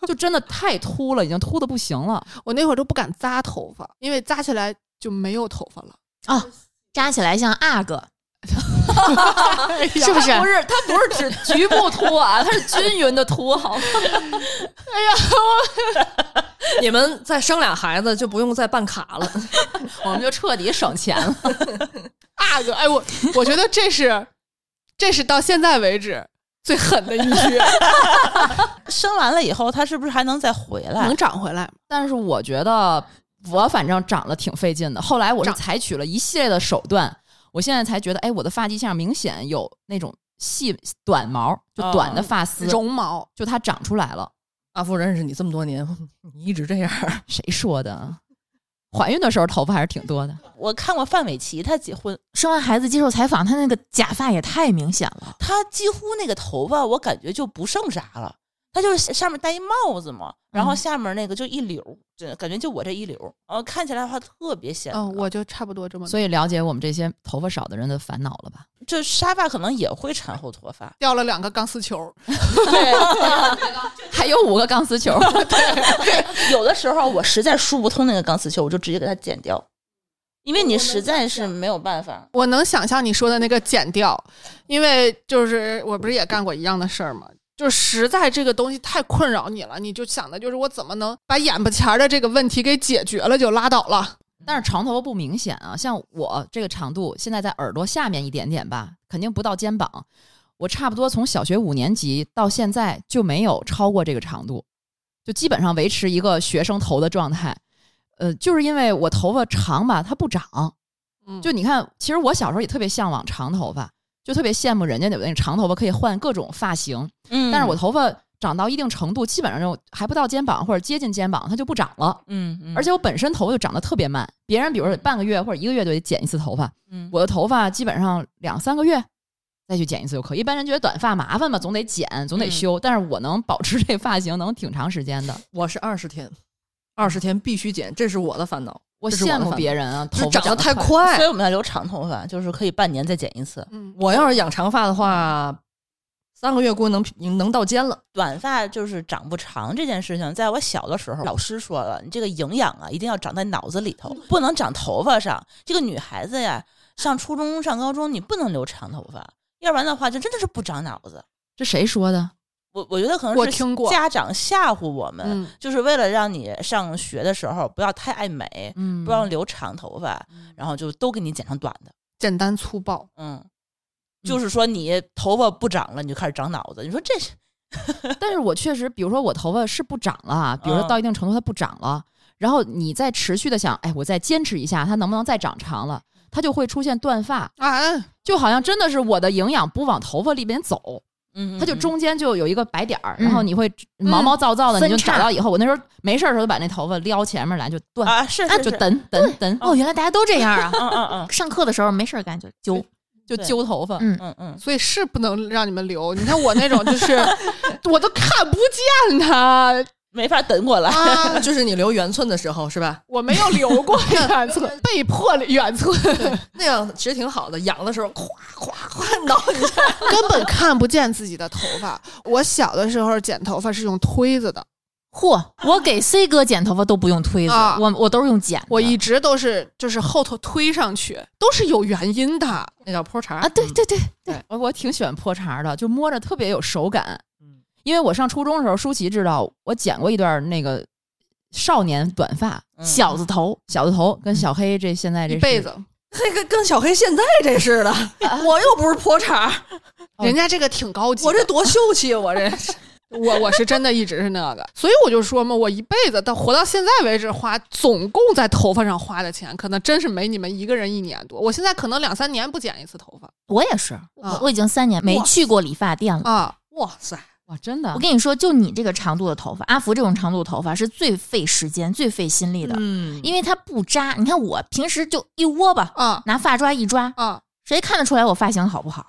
[SPEAKER 3] 就真的太秃了，已经秃的不行了。
[SPEAKER 2] 我那会儿都不敢扎头发，因为扎起来就没有头发了。
[SPEAKER 6] 扎起来像阿哥，
[SPEAKER 3] 是
[SPEAKER 6] 不是
[SPEAKER 3] 不是，它不是指局部秃啊，它是均匀的秃，好吗？
[SPEAKER 5] 你们再生俩孩子就不用再办卡了。
[SPEAKER 3] 我们就彻底省钱了。
[SPEAKER 2] 啊个，哎我我觉得这是这是到现在为止最狠 的一句，
[SPEAKER 4] 生完了以后，它是不是还能再回来
[SPEAKER 2] 能？长回来吗？
[SPEAKER 3] 但是我觉得我反正长得挺费劲的。后来我是
[SPEAKER 2] 长
[SPEAKER 3] 采取了一系列的手段，我现在才觉得，哎，我的发际线明显有那种细短毛，就短的发丝，
[SPEAKER 2] 绒毛
[SPEAKER 3] 就它长出来了。
[SPEAKER 5] 阿福认识你这么多年，你一直这样，
[SPEAKER 3] 谁说的？怀孕的时候头发还是挺多的，
[SPEAKER 4] 我看过范玮琪，她结婚，
[SPEAKER 6] 生完孩子接受采访，他那个假发也太明显了。
[SPEAKER 4] 她几乎那个头发，我感觉就不剩啥了。她就是上面戴一帽子嘛，然后
[SPEAKER 6] 嗯
[SPEAKER 4] 下面那个就一绺，这感觉就我这一绺，然后看起来的话特别显。
[SPEAKER 2] 嗯，我就差不多这么多，
[SPEAKER 3] 所以了解我们这些头发少的人的烦恼了吧？
[SPEAKER 4] 就沙发可能也会产后脱发
[SPEAKER 2] 掉了两个钢丝球，
[SPEAKER 3] 还有五个钢丝球，
[SPEAKER 4] 有的时候我实在梳不通那个钢丝球，我就直接给它剪掉，因为你实在是没有办法。
[SPEAKER 2] 我能想象你说的那个剪掉，因为就是我不是也干过一样的事儿吗？就是实在这个东西太困扰你了，你就想的就是我怎么能把眼巴前儿的这个问题给解决了就拉倒了。
[SPEAKER 3] 但是长头发不明显啊，像我这个长度，现在在耳朵下面一点点吧，肯定不到肩膀。我差不多从小学五年级到现在就没有超过这个长度，就基本上维持一个学生头的状态。呃，就是因为我头发长吧，它不长。
[SPEAKER 2] 嗯
[SPEAKER 3] 就你看，其实我小时候也特别向往长头发，就特别羡慕人家有那个长头发可以换各种发型。
[SPEAKER 4] 嗯
[SPEAKER 3] 但是我头发长到一定程度，基本上就还不到肩膀或者接近肩膀，它就不长了。
[SPEAKER 4] 嗯，嗯
[SPEAKER 3] 而且我本身头发就长得特别慢，别人比如说半个月或者一个月就得剪一次头发，
[SPEAKER 4] 嗯
[SPEAKER 3] 我的头发基本上两三个月再去剪一次就可以。一般人觉得短发麻烦嘛，总得剪，总得修，但是我能保持这发型能挺长时间的。
[SPEAKER 5] 我是二十天，二十天必须剪，这是我的烦恼。
[SPEAKER 3] 我
[SPEAKER 5] 这是我的
[SPEAKER 3] 羡慕
[SPEAKER 5] 烦恼
[SPEAKER 3] 别人啊，头
[SPEAKER 5] 就
[SPEAKER 3] 发
[SPEAKER 5] 长得
[SPEAKER 3] 得
[SPEAKER 5] 太
[SPEAKER 3] 快。
[SPEAKER 5] 快
[SPEAKER 4] 所以。我们要留长头发，就是可以半年再剪一次。
[SPEAKER 2] 嗯，
[SPEAKER 5] 我要是养长发的话，三个月估计能能到肩了。
[SPEAKER 4] 短发就是长不长这件事情，在我小的时候，老师说了，你这个营养啊，一定要长在脑子里头，不能长头发上。这个女孩子呀，上初中、上高中，你不能留长头发，要不然的话，就真的是不长脑子。
[SPEAKER 3] 这谁说的？
[SPEAKER 4] 我我觉得可能
[SPEAKER 2] 我
[SPEAKER 4] 是
[SPEAKER 2] 听过
[SPEAKER 4] 家长吓唬我们，
[SPEAKER 2] 嗯
[SPEAKER 4] 就是为了让你上学的时候不要太爱美，
[SPEAKER 3] 嗯
[SPEAKER 4] 不要留长头发，然后就都给你剪成短的。
[SPEAKER 2] 简单粗暴，
[SPEAKER 4] 嗯，就是说你头发不长了，你就开始长脑子。你说这是
[SPEAKER 3] 但是我确实，比如说我头发是不长了啊，比如说
[SPEAKER 4] 嗯
[SPEAKER 3] 到一定程度它不长了，然后你再持续的想，哎，我再坚持一下，它能不能再长长了？它就会出现断发，
[SPEAKER 2] 啊，
[SPEAKER 3] 就好像真的是我的营养不往头发里边走，
[SPEAKER 4] 嗯
[SPEAKER 3] 它就中间就有一个白点儿，
[SPEAKER 6] 嗯
[SPEAKER 3] 然后你会毛毛躁躁的，
[SPEAKER 6] 分
[SPEAKER 3] 你就
[SPEAKER 6] 叉
[SPEAKER 3] 找到以后，我那时候没事儿的时候就把那头发撩前面来就断，
[SPEAKER 4] 啊，是是
[SPEAKER 3] 嗯就，
[SPEAKER 4] 是
[SPEAKER 3] 掸掸掸，
[SPEAKER 6] 哦，原来大家都这样啊！
[SPEAKER 4] 嗯嗯嗯
[SPEAKER 6] 上课的时候没事儿干就揪，
[SPEAKER 3] 就
[SPEAKER 4] 对
[SPEAKER 3] 揪头发。
[SPEAKER 6] 嗯
[SPEAKER 4] 嗯嗯，
[SPEAKER 2] 所以是不能让你们留。你看我那种就是我都看不见他
[SPEAKER 4] 没法等过来。
[SPEAKER 2] 啊，
[SPEAKER 5] 就是你留圆寸的时候，是吧？
[SPEAKER 2] 我没有留 过远寸，被迫远寸，
[SPEAKER 5] 那样其实挺好的。养的时候，咵咵咵挠你一下，
[SPEAKER 2] 根本看不见自己的头发。我小的时候剪头发是用推子的，
[SPEAKER 6] 嚯，我给 C 哥剪头发都不用推子，
[SPEAKER 2] 啊
[SPEAKER 6] 我我都是用剪的。
[SPEAKER 2] 我一直都是就是后头推上去，都是有原因的。
[SPEAKER 5] 那叫坡茬
[SPEAKER 6] 啊，对对对，
[SPEAKER 3] 我我挺喜欢破茬儿的，就摸着特别有手感。
[SPEAKER 4] 嗯
[SPEAKER 3] 因为我上初中的时候，舒淇知道我剪过一段那个少年短发、
[SPEAKER 4] 嗯
[SPEAKER 6] 小子头，
[SPEAKER 3] 小子头，跟小黑这现在这
[SPEAKER 2] 一
[SPEAKER 3] 是
[SPEAKER 2] 辈子，
[SPEAKER 5] 这个跟小黑现在这似的，我又不是坡茬儿，
[SPEAKER 3] 哦
[SPEAKER 2] 人家这个挺高级的。
[SPEAKER 5] 我这多秀气啊，我这
[SPEAKER 2] 我我是真的一直是那个，所以我就说嘛，我一辈子到活到现在为止花，总共在头发上花的钱，可能真是没你们一个人一年多。我现在可能两三年不剪一次头发
[SPEAKER 6] 我也是，
[SPEAKER 2] 啊
[SPEAKER 6] 我我已经三年没去过理发店了。
[SPEAKER 2] 啊，
[SPEAKER 5] 哇塞，
[SPEAKER 3] 哇，真的
[SPEAKER 6] 我，跟你说，就你这个长度的头发，阿福这种长度的头发是最费时间、最费心力的，
[SPEAKER 5] 嗯
[SPEAKER 6] 因为它不扎。你看我平时就一窝吧，
[SPEAKER 2] 啊
[SPEAKER 6] 拿发抓一抓，
[SPEAKER 2] 啊
[SPEAKER 6] 谁看得出来我发型好不好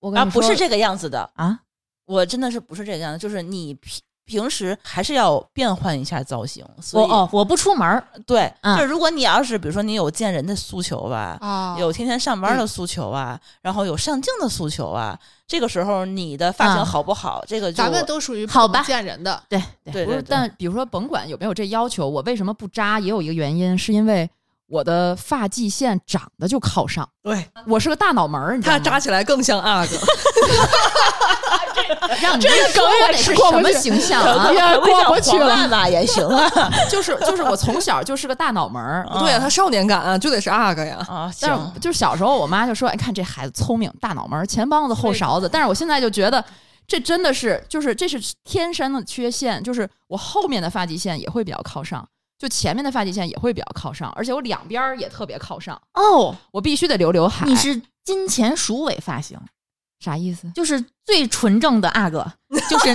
[SPEAKER 3] 我跟
[SPEAKER 4] 啊，
[SPEAKER 3] 你说
[SPEAKER 4] 不是这个样子的，
[SPEAKER 6] 啊？
[SPEAKER 4] 我真的是不是这个样子，就是你平平时还是要变换一下造型，所
[SPEAKER 6] 我
[SPEAKER 4] 以、
[SPEAKER 6] 哦，我不出门儿，
[SPEAKER 4] 对，
[SPEAKER 6] 嗯
[SPEAKER 4] 就是如果你要是比如说你有见人的诉求吧，
[SPEAKER 2] 啊！
[SPEAKER 4] 有天天上班的诉求啊，然后有上镜的诉求啊，这个时候你的发型
[SPEAKER 6] 啊
[SPEAKER 4] 好不好，这个就
[SPEAKER 2] 咱们都属于不
[SPEAKER 6] 好吧
[SPEAKER 2] 见人的，
[SPEAKER 6] 对
[SPEAKER 4] 对
[SPEAKER 3] 不
[SPEAKER 4] 对对
[SPEAKER 3] 是，但比如说，甭管有没有这要求，我为什么不扎，也有一个原因，是因为我的发际线长得就靠上，
[SPEAKER 5] 对
[SPEAKER 3] 我是个大脑门儿，你知道
[SPEAKER 5] 他
[SPEAKER 3] 吗？
[SPEAKER 5] 扎起来更像阿哥，
[SPEAKER 6] 让你这
[SPEAKER 2] 梗
[SPEAKER 6] 说我
[SPEAKER 2] 也
[SPEAKER 6] 得
[SPEAKER 2] 吃
[SPEAKER 6] 是
[SPEAKER 2] 过不
[SPEAKER 6] 什么
[SPEAKER 2] 去
[SPEAKER 6] 形象
[SPEAKER 4] 可
[SPEAKER 6] 啊？
[SPEAKER 4] 以
[SPEAKER 2] 也过不去了。
[SPEAKER 4] 爸爸也行啊，
[SPEAKER 3] 就是就是我从小就是个大脑门儿
[SPEAKER 5] 对呀，他少年感啊，就得是阿哥呀，
[SPEAKER 4] 嗯啊，行
[SPEAKER 3] 但是就是小时候我妈就说：“哎，看这孩子聪明，大脑门儿，前梆子后勺子。”但是我现在就觉得。这真的是，就是这是天生的缺陷，就是我后面的发际线也会比较靠上，就前面的发际线也会比较靠上，而且我两边儿也特别靠上，
[SPEAKER 6] 哦，
[SPEAKER 3] 我必须得留刘海。
[SPEAKER 6] 你是金钱鼠尾发型，
[SPEAKER 3] 啥意思？
[SPEAKER 6] 就是最纯正的阿哥，就是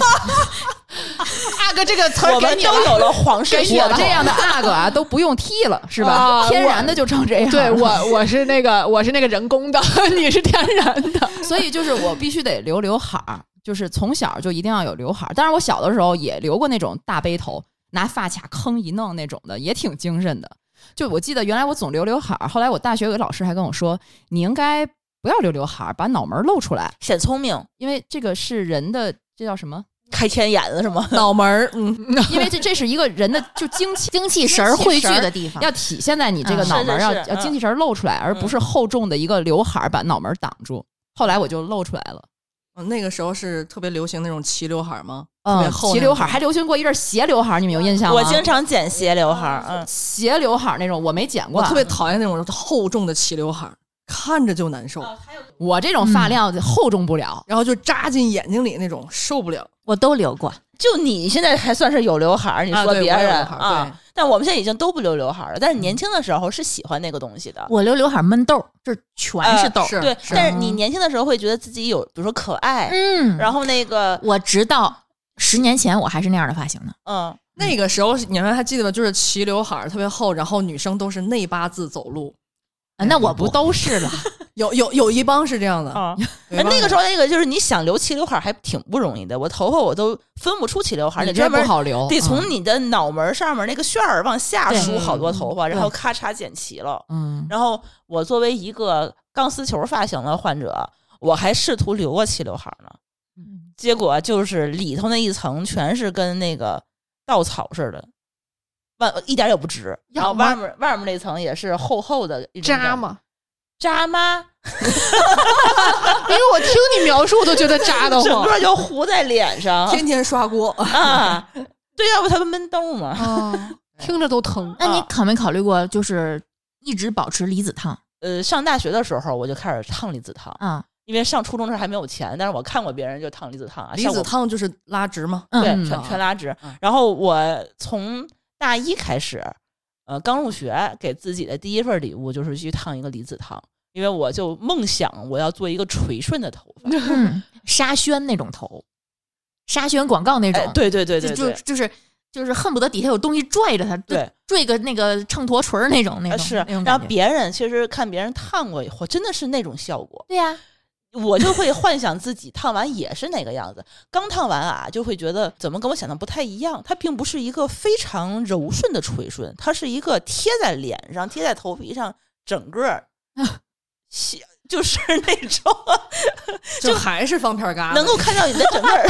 [SPEAKER 2] 阿哥这个词
[SPEAKER 4] 我
[SPEAKER 2] 儿给
[SPEAKER 4] 们
[SPEAKER 2] 你
[SPEAKER 4] 都
[SPEAKER 2] 了。
[SPEAKER 4] 有了皇室
[SPEAKER 3] 给
[SPEAKER 4] 血
[SPEAKER 3] 我
[SPEAKER 4] 统
[SPEAKER 3] 这样的阿哥啊都不用剃了，是吧？
[SPEAKER 2] 啊
[SPEAKER 3] 天然的就成这样。
[SPEAKER 2] 对，我，我是那个我是那个人工的，你是天然的。
[SPEAKER 3] 所以就是我必须得留刘海儿，就是从小就一定要有刘海儿。当然，我小的时候也留过那种大背头，拿发卡吭一弄那种的，也挺精神的。就我记得原来我总留刘海儿，后来我大学有个老师还跟我说，你应该不要留刘海儿，把脑门儿露出来，
[SPEAKER 4] 显聪明，
[SPEAKER 3] 因为这个是人的。 这叫什么？
[SPEAKER 4] 开天眼了是吗？
[SPEAKER 5] 脑门儿，嗯，
[SPEAKER 3] 因为这这是一个人的就精气
[SPEAKER 6] 精 气神儿汇聚的地方。
[SPEAKER 3] 要体现在你这个
[SPEAKER 6] 嗯
[SPEAKER 3] 脑门儿
[SPEAKER 4] 是
[SPEAKER 3] 要
[SPEAKER 4] 是是
[SPEAKER 3] 要
[SPEAKER 4] 嗯
[SPEAKER 3] 精气神儿露出来，而不是厚重的一个刘海儿把脑门儿挡住。后来我就露出来了，
[SPEAKER 5] 那个时候是特别流行那种齐刘海吗？特别
[SPEAKER 3] 嗯，
[SPEAKER 5] 厚那种
[SPEAKER 3] 齐刘海儿还流行过一阵儿斜刘海儿，你们有印象吗？
[SPEAKER 4] 我经常剪斜刘海儿，嗯，
[SPEAKER 3] 斜刘海儿那种，我没剪过。
[SPEAKER 5] 我特别讨厌那种厚重的齐刘海儿，看着就难受，
[SPEAKER 3] 我这种发量厚重不 了，
[SPEAKER 5] 然后就扎进眼睛里那种，受不了。
[SPEAKER 6] 我都留过，
[SPEAKER 4] 就你现在还算是有刘海儿，你
[SPEAKER 5] 啊
[SPEAKER 4] 说
[SPEAKER 5] 对
[SPEAKER 4] 别
[SPEAKER 5] 我有
[SPEAKER 4] 人
[SPEAKER 5] 刘海儿对
[SPEAKER 4] 啊，但我们现在已经都不留刘海儿了。但是年轻的时候是喜欢那个东西的，
[SPEAKER 6] 我留刘海闷痘儿，这全是痘儿。
[SPEAKER 5] 是
[SPEAKER 4] 对。但是你
[SPEAKER 6] 嗯
[SPEAKER 4] 年轻的时候会觉得自己有，比如说可爱，
[SPEAKER 6] 嗯，
[SPEAKER 4] 然后那个
[SPEAKER 6] 我直到十年前我还是那样的发型呢。
[SPEAKER 4] 嗯，
[SPEAKER 5] 那个时候你们还记得吧？就是齐刘海儿特别厚，然后女生都是内八字走路，
[SPEAKER 6] 啊那我
[SPEAKER 3] 不
[SPEAKER 6] 不
[SPEAKER 3] 都是了。
[SPEAKER 5] 有有有一帮是这样的。
[SPEAKER 4] 啊，
[SPEAKER 5] 有一帮
[SPEAKER 4] 那个
[SPEAKER 5] 是
[SPEAKER 4] 时候那个就是你想留齐刘海儿还挺不容易的，我头发我都分不出齐刘海儿，
[SPEAKER 3] 你
[SPEAKER 4] 得
[SPEAKER 3] 这
[SPEAKER 4] 专
[SPEAKER 3] 不
[SPEAKER 4] 门
[SPEAKER 3] 好留，
[SPEAKER 4] 得
[SPEAKER 3] 嗯
[SPEAKER 4] 从你的脑门儿上面那个旋儿往下
[SPEAKER 6] 对
[SPEAKER 4] 梳好多头发，
[SPEAKER 3] 嗯
[SPEAKER 4] 然后
[SPEAKER 3] 对
[SPEAKER 4] 咔嚓剪齐了。
[SPEAKER 3] 嗯
[SPEAKER 4] 然后我作为一个钢丝球发型的患者，我还试图留过齐刘海儿呢，结果就是里头那一层全是跟那个稻草似的，外一点儿也不直，然后
[SPEAKER 2] 要吗
[SPEAKER 4] 外面外面那层也是厚厚的一种
[SPEAKER 2] 渣
[SPEAKER 4] 感觉，
[SPEAKER 2] 嘛，
[SPEAKER 4] 扎吗？
[SPEAKER 2] 因为我听你描述我都觉得渣 的
[SPEAKER 4] 整
[SPEAKER 2] 慌
[SPEAKER 4] 个就糊在脸上
[SPEAKER 5] 天天刷锅，
[SPEAKER 4] 哦啊！对，要不他们闷痘嘛。
[SPEAKER 2] 啊，听着都疼。
[SPEAKER 3] 哎
[SPEAKER 6] 那
[SPEAKER 4] 啊
[SPEAKER 6] 你考没考虑过，就是一直保持离子烫
[SPEAKER 4] 呃，上大学的时候我就开始烫离子烫，
[SPEAKER 6] 啊？
[SPEAKER 4] 因为上初中的时候还没有钱，但是我看过别人就烫离子烫啊，
[SPEAKER 5] 离
[SPEAKER 4] 像
[SPEAKER 5] 子
[SPEAKER 4] 我
[SPEAKER 5] 烫就是拉直嘛。
[SPEAKER 6] 嗯
[SPEAKER 4] 对，
[SPEAKER 3] 嗯
[SPEAKER 4] 全全拉直
[SPEAKER 5] 嗯。
[SPEAKER 4] 然后我从大一开始，呃，刚入学给自己的第一份礼物就是去烫一个离子烫，因为我就梦想我要做一个垂顺的头发。
[SPEAKER 6] 嗯，沙宣那种头，沙宣广告那种，
[SPEAKER 4] 哎，对对对对
[SPEAKER 6] 就
[SPEAKER 4] 对
[SPEAKER 6] 就，就是就是恨不得底下有东西拽着它，就
[SPEAKER 4] 对
[SPEAKER 6] 拽个那个秤砣锤儿那种那
[SPEAKER 4] 呃
[SPEAKER 6] 种，
[SPEAKER 4] 是
[SPEAKER 6] 那种。
[SPEAKER 4] 然
[SPEAKER 6] 感
[SPEAKER 4] 后
[SPEAKER 6] 觉。
[SPEAKER 4] 别人其实看别人烫过以后，真的是那种效果。
[SPEAKER 6] 对呀、
[SPEAKER 4] 我就会幻想自己烫完也是那个样子。刚烫完啊，就会觉得怎么跟我想的不太一样。它并不是一个非常柔顺的垂顺，它是一个贴在脸上、贴在头皮上，整个细就是那种
[SPEAKER 5] 就还是方片儿疙瘩。
[SPEAKER 4] 能够看到你的整个儿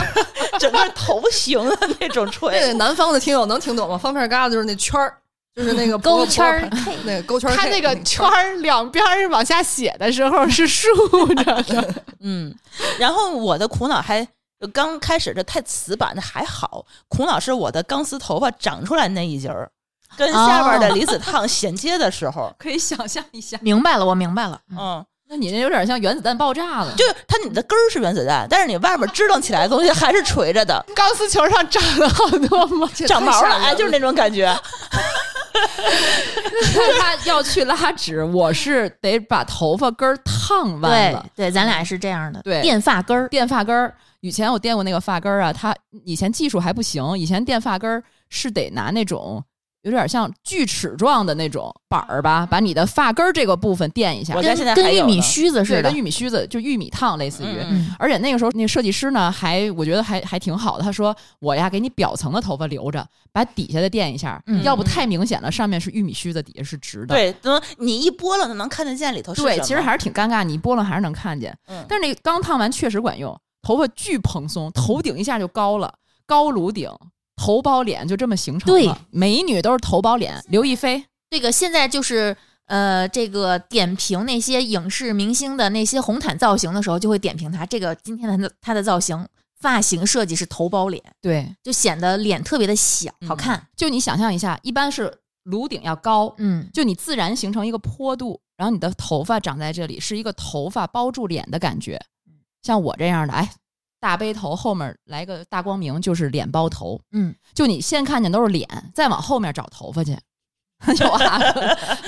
[SPEAKER 4] 整个儿头型的那种
[SPEAKER 5] 这
[SPEAKER 4] 锤
[SPEAKER 5] 个。南方的听友能听懂吗？方片儿疙瘩就是那圈儿，就是那个
[SPEAKER 6] 勾圈儿
[SPEAKER 5] 拨拨开那个勾圈儿 K，
[SPEAKER 2] 它那个圈儿两边儿往下写的时候是竖着的，
[SPEAKER 4] 嗯，然后我的苦恼还刚开始这太死板，那还好。苦恼是我的钢丝头发长出来那一截儿，跟下边的离子烫衔接的时候，
[SPEAKER 5] 可以想象一下，
[SPEAKER 6] 明白了，我明白了。嗯
[SPEAKER 4] 嗯，
[SPEAKER 3] 那你那有点像原子弹爆炸了，
[SPEAKER 4] 就是它你的根儿是原子弹，但是你外面支棱起来的东西还是垂着 的，
[SPEAKER 2] 钢丝球上长了好多毛。
[SPEAKER 5] 这也
[SPEAKER 4] 长
[SPEAKER 5] 太
[SPEAKER 4] 毛
[SPEAKER 5] 吓
[SPEAKER 4] 了，
[SPEAKER 5] 人
[SPEAKER 4] 哎，就是那种 感觉。
[SPEAKER 3] 你看他要去拉直，我是得把头发根儿烫弯
[SPEAKER 6] 对
[SPEAKER 3] 了，
[SPEAKER 6] 对，咱俩是这样的，
[SPEAKER 3] 对
[SPEAKER 6] 电发根儿，
[SPEAKER 3] 垫发根儿。以前我垫过那个发根儿啊，它以前技术还不行，以前垫发根儿是得拿那种有点像锯齿状的那种板儿吧，把你的发根儿这个部分垫一下
[SPEAKER 4] 我，
[SPEAKER 6] 跟
[SPEAKER 4] 家现在还
[SPEAKER 6] 跟玉
[SPEAKER 4] 有
[SPEAKER 6] 米
[SPEAKER 4] 呢
[SPEAKER 6] 须子
[SPEAKER 3] 对，
[SPEAKER 6] 似的
[SPEAKER 3] 跟，玉米须子就玉米烫类似于。
[SPEAKER 4] 嗯
[SPEAKER 6] 嗯，
[SPEAKER 3] 而且那个时候，那个设计师呢，还我觉得还还挺好的。他说：“我呀，给你表层的头发留着，把底下的垫一下，
[SPEAKER 6] 嗯
[SPEAKER 3] 要不太明显了，上面是玉米须子，底下是直的。
[SPEAKER 4] 对，等你一拨了，能看得见里头是
[SPEAKER 3] 对
[SPEAKER 4] 什么
[SPEAKER 3] 其实还是挺尴尬，你拨楞还是能看见。
[SPEAKER 4] 嗯
[SPEAKER 3] 但是那个刚烫完确实管用，头发巨蓬松，头顶一下就高了，高颅顶，头包脸就这么形成了。
[SPEAKER 6] 对，
[SPEAKER 3] 美女都是头包脸，刘亦菲
[SPEAKER 6] 这个现在就是呃，这个点评那些影视明星的那些红毯造型的时候，就会点评他这个今天的他的造型发型设计是头包脸，
[SPEAKER 3] 对，
[SPEAKER 6] 就显得脸特别的小，
[SPEAKER 3] 嗯
[SPEAKER 6] 好看。
[SPEAKER 3] 就你想象一下，一般是颅顶要高，
[SPEAKER 6] 嗯，
[SPEAKER 3] 就你自然形成一个坡度，然后你的头发长在这里，是一个头发包住脸的感觉。
[SPEAKER 4] 嗯
[SPEAKER 3] 像我这样的，哎，大背头后面来个大光明，就是脸包头。
[SPEAKER 6] 嗯，
[SPEAKER 3] 就你先看见都是脸，再往后面找 头发去。 有啊，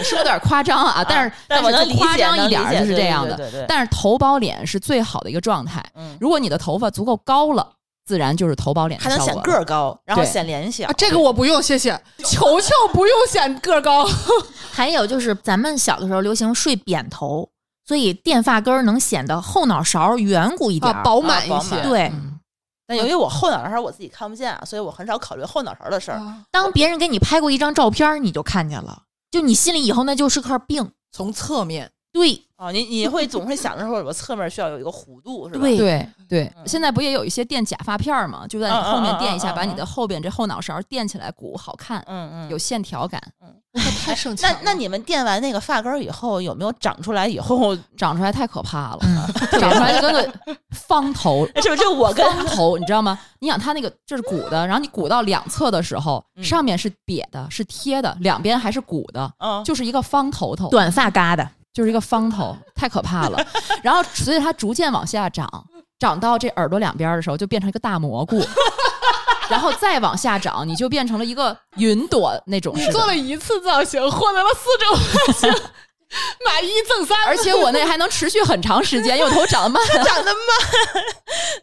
[SPEAKER 3] 说的有点夸张啊，但是、
[SPEAKER 4] 但我
[SPEAKER 3] 是
[SPEAKER 4] 能
[SPEAKER 3] 就
[SPEAKER 4] 理解
[SPEAKER 3] 夸张一点儿
[SPEAKER 4] 能理解
[SPEAKER 3] 就是这样的。
[SPEAKER 4] 对对对对
[SPEAKER 3] 但是头包脸是最好的一个状态。
[SPEAKER 4] 嗯
[SPEAKER 3] 如果你的头发足够高了，自然就是头包脸的
[SPEAKER 4] 还能
[SPEAKER 3] 效
[SPEAKER 4] 显
[SPEAKER 3] 果
[SPEAKER 4] 个
[SPEAKER 3] 了
[SPEAKER 4] 儿高，然后
[SPEAKER 3] 对
[SPEAKER 4] 显脸小
[SPEAKER 2] 啊，这个我不用，谢谢。球球不用显个儿高，
[SPEAKER 6] 还有就是咱们小的时候流行睡扁头，所以垫发根儿能显得后脑勺圆鼓一
[SPEAKER 3] 哦
[SPEAKER 6] 点儿、
[SPEAKER 2] 啊，饱满
[SPEAKER 4] 啊
[SPEAKER 2] 一
[SPEAKER 4] 饱
[SPEAKER 2] 些。
[SPEAKER 4] 满
[SPEAKER 6] 对，
[SPEAKER 3] 嗯
[SPEAKER 4] 但由于我后脑勺我自己看不见啊，所以我很少考虑后脑勺的事儿。
[SPEAKER 2] 啊
[SPEAKER 6] 当别人给你拍过一张照片儿，你就看见了，就你心里以后那就是块病。
[SPEAKER 5] 从侧面
[SPEAKER 6] 对，
[SPEAKER 4] 啊，你你会总会想着说，我侧面需要有一个弧度，是吧？
[SPEAKER 6] 对
[SPEAKER 3] 对对
[SPEAKER 4] 嗯，
[SPEAKER 3] 现在不也有一些垫假发片儿吗？就在你
[SPEAKER 4] 嗯嗯
[SPEAKER 3] 后面
[SPEAKER 4] 嗯
[SPEAKER 3] 垫一下，
[SPEAKER 4] 嗯
[SPEAKER 3] 把你
[SPEAKER 4] 嗯
[SPEAKER 3] 的后边这后脑勺垫起来鼓，好看，
[SPEAKER 4] 嗯嗯，
[SPEAKER 3] 有啊线条感，
[SPEAKER 2] 太盛情
[SPEAKER 4] 那
[SPEAKER 2] 了。
[SPEAKER 4] 那你们垫完那个发根儿以后，有没有长出来以 后？
[SPEAKER 3] 长出来太可怕了，
[SPEAKER 6] 嗯，
[SPEAKER 4] 。
[SPEAKER 3] 长出来就跟个方头
[SPEAKER 4] 是不是就我跟
[SPEAKER 3] 方头，你知道吗？你想它那个这是鼓的，然后你鼓到两侧的时候，
[SPEAKER 4] 嗯
[SPEAKER 3] 上面是瘪的，是贴的，两边还是鼓的，
[SPEAKER 4] 嗯
[SPEAKER 3] 就是一个方头头，
[SPEAKER 6] 哦短发疙瘩。
[SPEAKER 3] 就是一个 方头，太可怕了。然后随着它逐渐往下长，长到这耳朵两边的时候，就变成一个大蘑菇，然后再往下长，你就变成了一个云朵那种
[SPEAKER 2] 你
[SPEAKER 3] 似的
[SPEAKER 2] 做了一次造型，获得了四种发型，买一赠三。
[SPEAKER 3] 而且我那还能持续很长时间，因为我头长得慢。
[SPEAKER 4] 长得慢，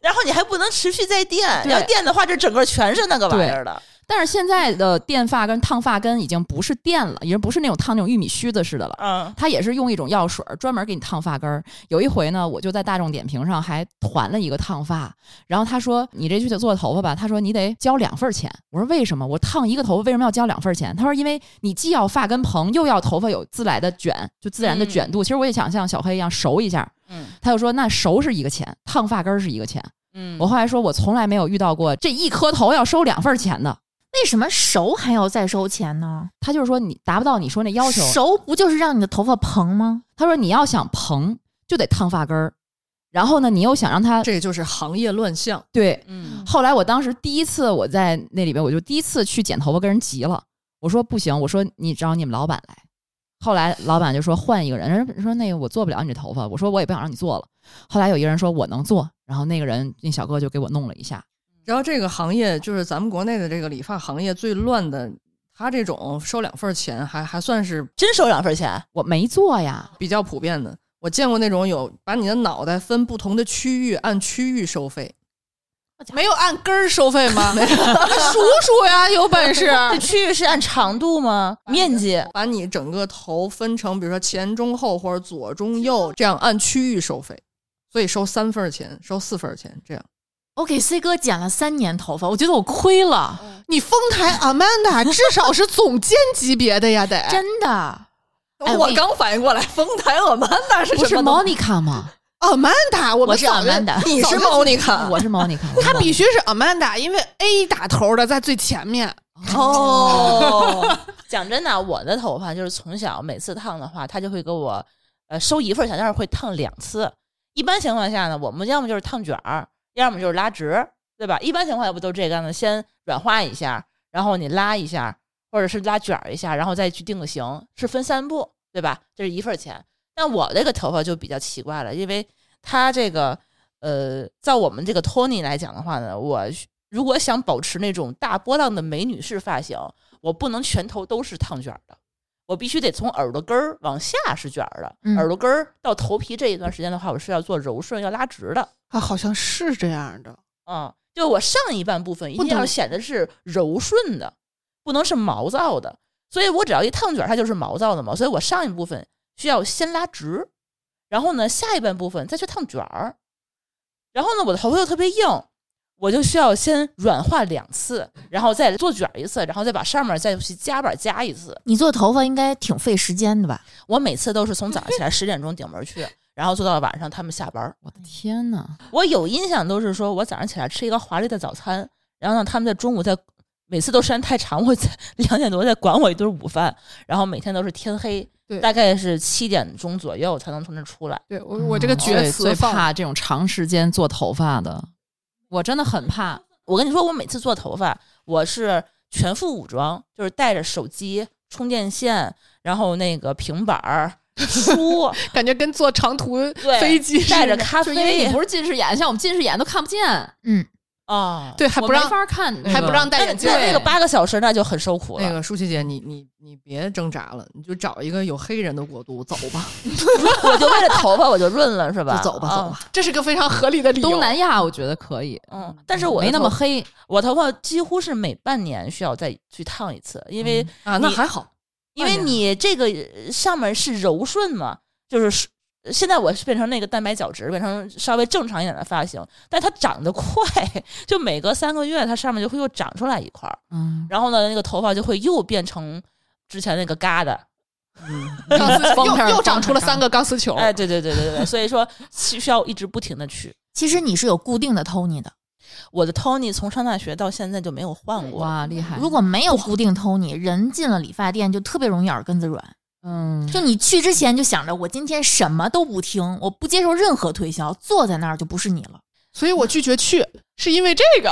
[SPEAKER 4] 然后你还不能持续在垫，你要
[SPEAKER 3] 对
[SPEAKER 4] 垫的话，这整个全是那个玩意儿的。
[SPEAKER 3] 但是现在的垫发跟烫发根已经不是垫了，已经不是那种烫那种玉米须子似的了。
[SPEAKER 4] 嗯
[SPEAKER 3] 它也是用一种药水儿专门给你烫发根儿。有一回呢，我就在大众点评上还团了一个烫发，然后他说：“你这去做头发吧。”他说：“你得交两份儿钱。”我说：“为什么？我烫一个头发为什么要交两份儿钱？”他说：“因为你既要发根蓬，又要头发有自来的卷，就自然的卷度。其实我也想像小黑一样熟一下。
[SPEAKER 4] 嗯
[SPEAKER 3] 他就说：“那熟是一个钱，烫发根儿是一个钱。”
[SPEAKER 4] 嗯
[SPEAKER 3] 我后来说，我从来没有遇到过这一颗头要收两份儿钱的。
[SPEAKER 6] 为什么熟还要再收钱呢？
[SPEAKER 3] 他就是说你达不到你说那要求，
[SPEAKER 6] 熟不就是让你的头发蓬吗？
[SPEAKER 3] 他说你要想蓬就得烫发根儿，然后呢，你又想让它
[SPEAKER 5] 这就是行业乱象。
[SPEAKER 3] 对。
[SPEAKER 4] 嗯
[SPEAKER 3] 后来我当时第一次我在那里边，我就第一次去剪头发跟人急了，我说不行，我说你找你们老板来。后来老板就说换一个人，人说那个我做不了你这头发，我说我也不想让你做了。后来有一个人说我能做，然后那个人那小哥就给我弄了一下，
[SPEAKER 5] 然后这个行业就是咱们国内的这个理发行业最乱的，他这种收两份儿钱还还算是
[SPEAKER 4] 真收两份钱，
[SPEAKER 3] 我没做呀，
[SPEAKER 5] 比较普遍的。我见过那种有把你的脑袋分不同的区域，按区域收费，
[SPEAKER 2] 没有按根儿收费 吗？数数呀，有本事。
[SPEAKER 4] 这区域是按长度吗？
[SPEAKER 5] 啊
[SPEAKER 4] 面积？
[SPEAKER 5] 把你整个头分成，比如说前中后或者左中右，这样按区域收费，所以收三份儿钱，收四份儿钱，这样
[SPEAKER 6] 我给 C 哥剪了三年头发，我觉得我亏了，
[SPEAKER 2] 你丰台 Amanda 至少是总监级别的呀，得。
[SPEAKER 6] 真的。哎我
[SPEAKER 5] 我刚反应过来，丰台尔曼达是
[SPEAKER 3] 不是
[SPEAKER 5] 什么东西？
[SPEAKER 3] Monica 吗？
[SPEAKER 2] 奥曼达，我
[SPEAKER 6] 我
[SPEAKER 2] 们
[SPEAKER 6] 是
[SPEAKER 2] 早就
[SPEAKER 6] Amanda
[SPEAKER 5] 你
[SPEAKER 2] 早
[SPEAKER 5] 是
[SPEAKER 2] 就
[SPEAKER 5] Monica，
[SPEAKER 3] 我是 Monica，
[SPEAKER 2] 他必须是 Amanda，因为 A 打头的在最前面。
[SPEAKER 4] 哦， 讲真的，我的头发就是从小每次烫的话，他就会给我呃收一份小件会烫两次。一般情况下呢，我们要么就是烫卷儿，要么就是拉直，对吧？一般情况下不都这个样子？先软化一下，然后你拉一下，或者是拉卷儿一下，然后再去定个型，是分三步，对吧？这是一份钱。但我这个头发就比较奇怪了，因为它这个呃，在我们这个 Tony 来讲的话呢，我如果想保持那种大波浪的美女式发型，我不能全头都是烫卷儿的，我必须得从耳朵根儿往下是卷儿的，
[SPEAKER 6] 嗯
[SPEAKER 4] 耳朵根儿到头皮这一段时间的话，我是要做柔顺，要拉直的。
[SPEAKER 2] 啊，好像是这样的。
[SPEAKER 4] 啊，就我上一半部分一
[SPEAKER 2] 不
[SPEAKER 4] 定要
[SPEAKER 2] 能
[SPEAKER 4] 显得是柔顺的，不能是毛躁的。所以我只要一烫卷儿，它就是毛躁的嘛。所以我上一部分需要先拉直，然后呢，下一半部分再去烫卷儿。然后呢，我的头发又特别硬，我就需要先软化两次，然后再做卷儿一次，然后再把上面再去夹板夹一次。
[SPEAKER 6] 你做头发应该挺费时间的吧？
[SPEAKER 4] 我每次都是从早上起来十点钟顶门儿去，然后做到晚上他们下班儿。
[SPEAKER 3] 我的天哪！
[SPEAKER 4] 我有印象都是说我早上起来吃一个华丽的早餐，然后呢，他们在中午在每次都时间太长，会在两点多再管我一顿午饭，然后每天都是天黑
[SPEAKER 2] 对，
[SPEAKER 4] 大概是七点钟左右才能从这出来。
[SPEAKER 2] 对我我
[SPEAKER 5] 嗯
[SPEAKER 2] 这个
[SPEAKER 3] 最
[SPEAKER 2] 厥词
[SPEAKER 3] 最
[SPEAKER 2] 放
[SPEAKER 3] 怕这种长时间做头发的，我真的很怕。
[SPEAKER 4] 我跟你说，我每次做头发，我是全副武装，就是带着手机、充电线，然后那个平板儿、书，
[SPEAKER 2] 感觉跟坐长途
[SPEAKER 4] 对
[SPEAKER 2] 飞机似
[SPEAKER 4] 带着
[SPEAKER 2] 的。
[SPEAKER 4] 咖
[SPEAKER 3] 就因为
[SPEAKER 4] 啡
[SPEAKER 3] 你不是近视眼，像我们近视眼都看不见，
[SPEAKER 4] 啊。
[SPEAKER 2] 对，还
[SPEAKER 3] 我
[SPEAKER 2] 不让
[SPEAKER 3] 没法看那个，
[SPEAKER 2] 还不让戴
[SPEAKER 4] 那
[SPEAKER 2] 眼
[SPEAKER 4] 你
[SPEAKER 2] 镜
[SPEAKER 4] 那
[SPEAKER 2] 儿。
[SPEAKER 4] 那个八个小时那就很受苦了。
[SPEAKER 5] 那个舒淇姐，你你你别挣扎了，你就找一个有黑人的国度走吧，
[SPEAKER 4] 我就为了头发我就润了是吧？啊
[SPEAKER 5] 就走吧走吧。
[SPEAKER 2] 这是个非常合理的理由。
[SPEAKER 3] 东南亚，我觉得可以，
[SPEAKER 4] 嗯。嗯，但是我的
[SPEAKER 3] 没那么
[SPEAKER 4] 头
[SPEAKER 3] 黑。
[SPEAKER 4] 我头发几乎是每半年需要再去烫一次，因
[SPEAKER 3] 嗯
[SPEAKER 4] 为、
[SPEAKER 5] 啊，那
[SPEAKER 4] 你
[SPEAKER 5] 还好，
[SPEAKER 4] 因为你这个呃上面是柔顺嘛，就是是现在我是变成那个蛋白角质，变成稍微正常一点的发型，但它长得快， 就每隔三个月它上面就会又长出来一块儿，
[SPEAKER 3] 嗯，
[SPEAKER 4] 然后呢，那个头发就会又变成之前那个疙瘩。
[SPEAKER 2] 钢丝
[SPEAKER 3] 方片
[SPEAKER 2] 又
[SPEAKER 3] 儿
[SPEAKER 2] 又长出了三个钢丝
[SPEAKER 3] 哦
[SPEAKER 2] 球。
[SPEAKER 4] 哎，对对对对对，所以说需需要一直不停的去。
[SPEAKER 6] 其实你是有固定的 Tony 的，
[SPEAKER 4] 我的 Tony 从上大学到现在就没有换过，
[SPEAKER 3] 哇，厉害！
[SPEAKER 6] 如果没有固定 Tony，人进了理发店就特别容易耳根子软。
[SPEAKER 3] 嗯，
[SPEAKER 6] 就你去之前就想着我今天什么都不听，我不接受任何推销，坐在那儿就不是你了。
[SPEAKER 2] 所以我拒绝去，是因为这个。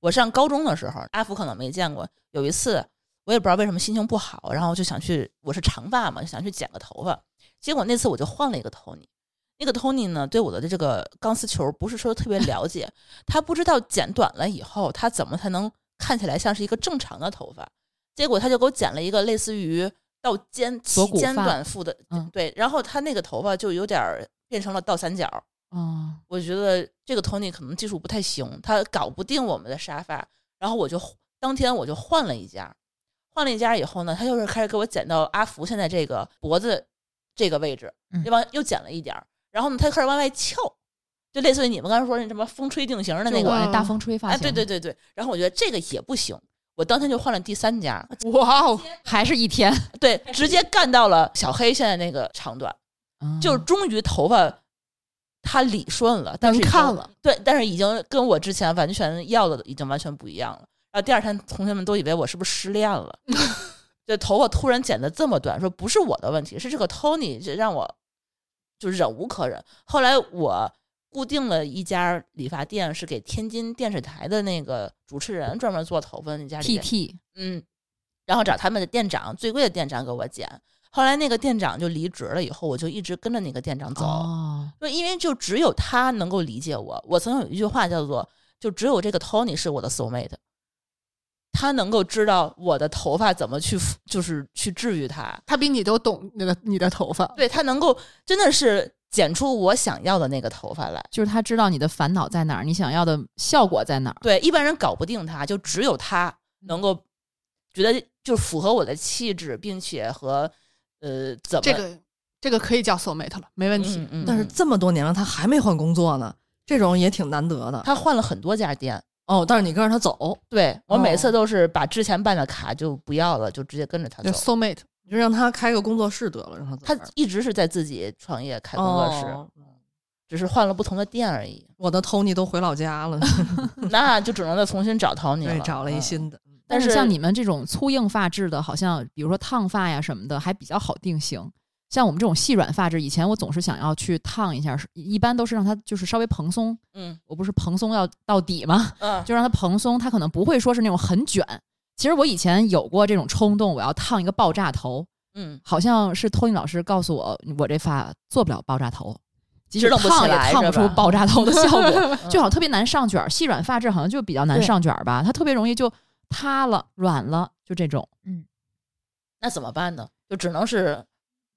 [SPEAKER 4] 我上高中的时候，阿福可能没见过。有一次，我也不知道为什么心情不好，然后就想去，我是长发嘛，就想去剪个头发。结果那次我就换了一个 Tony，那个 Tony 呢，对我的这个钢丝球不是说特别了解，他不知道剪短了以后，他怎么才能看起来像是一个正常的头发。结果他就给我剪了一个类似于到肩齐
[SPEAKER 3] 锁骨
[SPEAKER 4] 肩
[SPEAKER 3] 发
[SPEAKER 4] 短发的，
[SPEAKER 3] 嗯
[SPEAKER 4] 对，然后他那个头发就有点儿变成了倒三角，
[SPEAKER 3] 哦，
[SPEAKER 4] 我觉得这个 Tony 可能技术不太行，他搞不定我们的沙发。然后我就当天我就换了一家，换了一家以后呢，他又是开始给我剪到阿福现在这个脖子这个位置
[SPEAKER 6] 嗯，
[SPEAKER 4] 对吧？又剪了一点儿，然后呢，他就开始往外翘，就类似于你们刚才说那什么风吹定型的那
[SPEAKER 3] 那
[SPEAKER 4] 个
[SPEAKER 3] 个
[SPEAKER 2] 就我，
[SPEAKER 3] 大风吹发
[SPEAKER 4] 哎，
[SPEAKER 3] 型，
[SPEAKER 4] 对对，对对。然后我觉得这个也不行，我当天就换了第三家，
[SPEAKER 2] 哇哦，
[SPEAKER 3] 还是一天，
[SPEAKER 4] 对，直接干到了小黑现在那个长短，就
[SPEAKER 3] 嗯
[SPEAKER 4] 终于头发它理顺了，但
[SPEAKER 2] 能
[SPEAKER 4] 是已经
[SPEAKER 2] 看了。
[SPEAKER 4] 对，但是已经跟我之前完全要的已经完全不一样了。然后第二天，同学们都以为我是不是失恋了，这头发突然剪得这么短，说不是我的问题，是这个 Tony 这让我就忍无可忍。后来我固定了一家理发店，是给天津电视台的那个主持人专门做头发的那家理发店
[SPEAKER 3] PT
[SPEAKER 4] 嗯，然后找他们的店长，最贵的店长给我剪。后来那个店长就离职了，以后我就一直跟着那个店长走。
[SPEAKER 3] 哦，
[SPEAKER 4] 对，因为就只有他能够理解我。我曾有一句话叫做“就只有这个 Tony 是我的 soul mate”，他能够知道我的头发怎么去抚，就是去治愈它。
[SPEAKER 2] 他比你都懂你的你的头发。
[SPEAKER 4] 对他能够真的是剪出我想要的那个头发来。
[SPEAKER 3] 就是他知道你的烦恼在哪儿，你想要的效果在哪儿。
[SPEAKER 4] 对，一般人搞不定他，就只有
[SPEAKER 2] 嗯
[SPEAKER 4] 他能够觉得就符合我的气质，并且和呃怎 么
[SPEAKER 2] 这个这个可以叫 soul mate 了，没问题。
[SPEAKER 4] 嗯嗯，
[SPEAKER 5] 但是
[SPEAKER 4] 嗯
[SPEAKER 5] 这么多年了，他还没换工作呢，这种也挺难得的。
[SPEAKER 4] 他换了很多家店。
[SPEAKER 5] 哦，但是你跟着他走，
[SPEAKER 4] 对我每
[SPEAKER 5] 哦
[SPEAKER 4] 次都是把之前办的卡就不要了，就直接跟着他
[SPEAKER 2] 就嗯
[SPEAKER 4] 走。
[SPEAKER 2] soul mate，
[SPEAKER 5] 你就让他开个工作室得了，让他自
[SPEAKER 4] 他
[SPEAKER 5] 个儿
[SPEAKER 4] 一直是在自己创业开工作室，
[SPEAKER 5] 哦
[SPEAKER 4] 只是换了不同的店而已。
[SPEAKER 5] 我的 Tony 都回老 家了，
[SPEAKER 4] 那就只能再重新找陶你
[SPEAKER 5] 对
[SPEAKER 4] 了，，
[SPEAKER 5] 找了一
[SPEAKER 4] 嗯。
[SPEAKER 5] 新的。
[SPEAKER 3] 但是
[SPEAKER 4] 但是
[SPEAKER 3] 像你们这种粗硬发质的，好像比如说烫发呀什么的，还比较好定型。像我们这种细软发质，以前我总是想要去烫一下，是一般都是让它就是稍微蓬松。
[SPEAKER 4] 嗯
[SPEAKER 3] 我不是蓬松要到底吗？
[SPEAKER 4] 嗯，
[SPEAKER 3] 就让它蓬松，它可能不会说是那种很卷。其实我以前有过这种冲动，我要烫一个爆炸头，
[SPEAKER 4] 嗯，
[SPEAKER 3] 好像是托尼老师告诉我，我这发做不了爆炸头，即使
[SPEAKER 4] 弄不起
[SPEAKER 3] 烫也
[SPEAKER 4] 来
[SPEAKER 3] 烫
[SPEAKER 4] 是
[SPEAKER 3] 不出
[SPEAKER 4] 吧
[SPEAKER 3] 爆炸头的效 果，就好像特别难上卷儿。细软发质好像就比较难
[SPEAKER 4] 对
[SPEAKER 3] 上卷儿吧，它特别容易就塌了、软了，就这种，
[SPEAKER 4] 那怎么办呢？就只能是，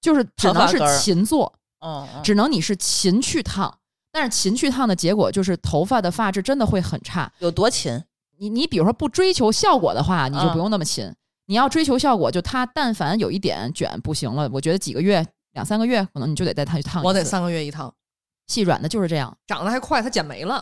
[SPEAKER 3] 就是只
[SPEAKER 4] 长
[SPEAKER 3] 能
[SPEAKER 4] 发
[SPEAKER 3] 是
[SPEAKER 4] 根儿
[SPEAKER 3] 勤做，
[SPEAKER 4] 嗯，嗯
[SPEAKER 3] 只能你是勤去烫。但是勤去烫的结果就是头发的发质真的会很差。
[SPEAKER 4] 有多勤？
[SPEAKER 3] 你你比如说不追求效果的话，你就
[SPEAKER 4] 嗯
[SPEAKER 3] 不用那么勤。你要追求效果，就它但凡有一点卷不行了，我觉得几个月、两三个月，可能你就得带它去烫一次。
[SPEAKER 5] 我得三个月一趟，
[SPEAKER 3] 细软的就是这样，
[SPEAKER 5] 长得还快，他剪没 了，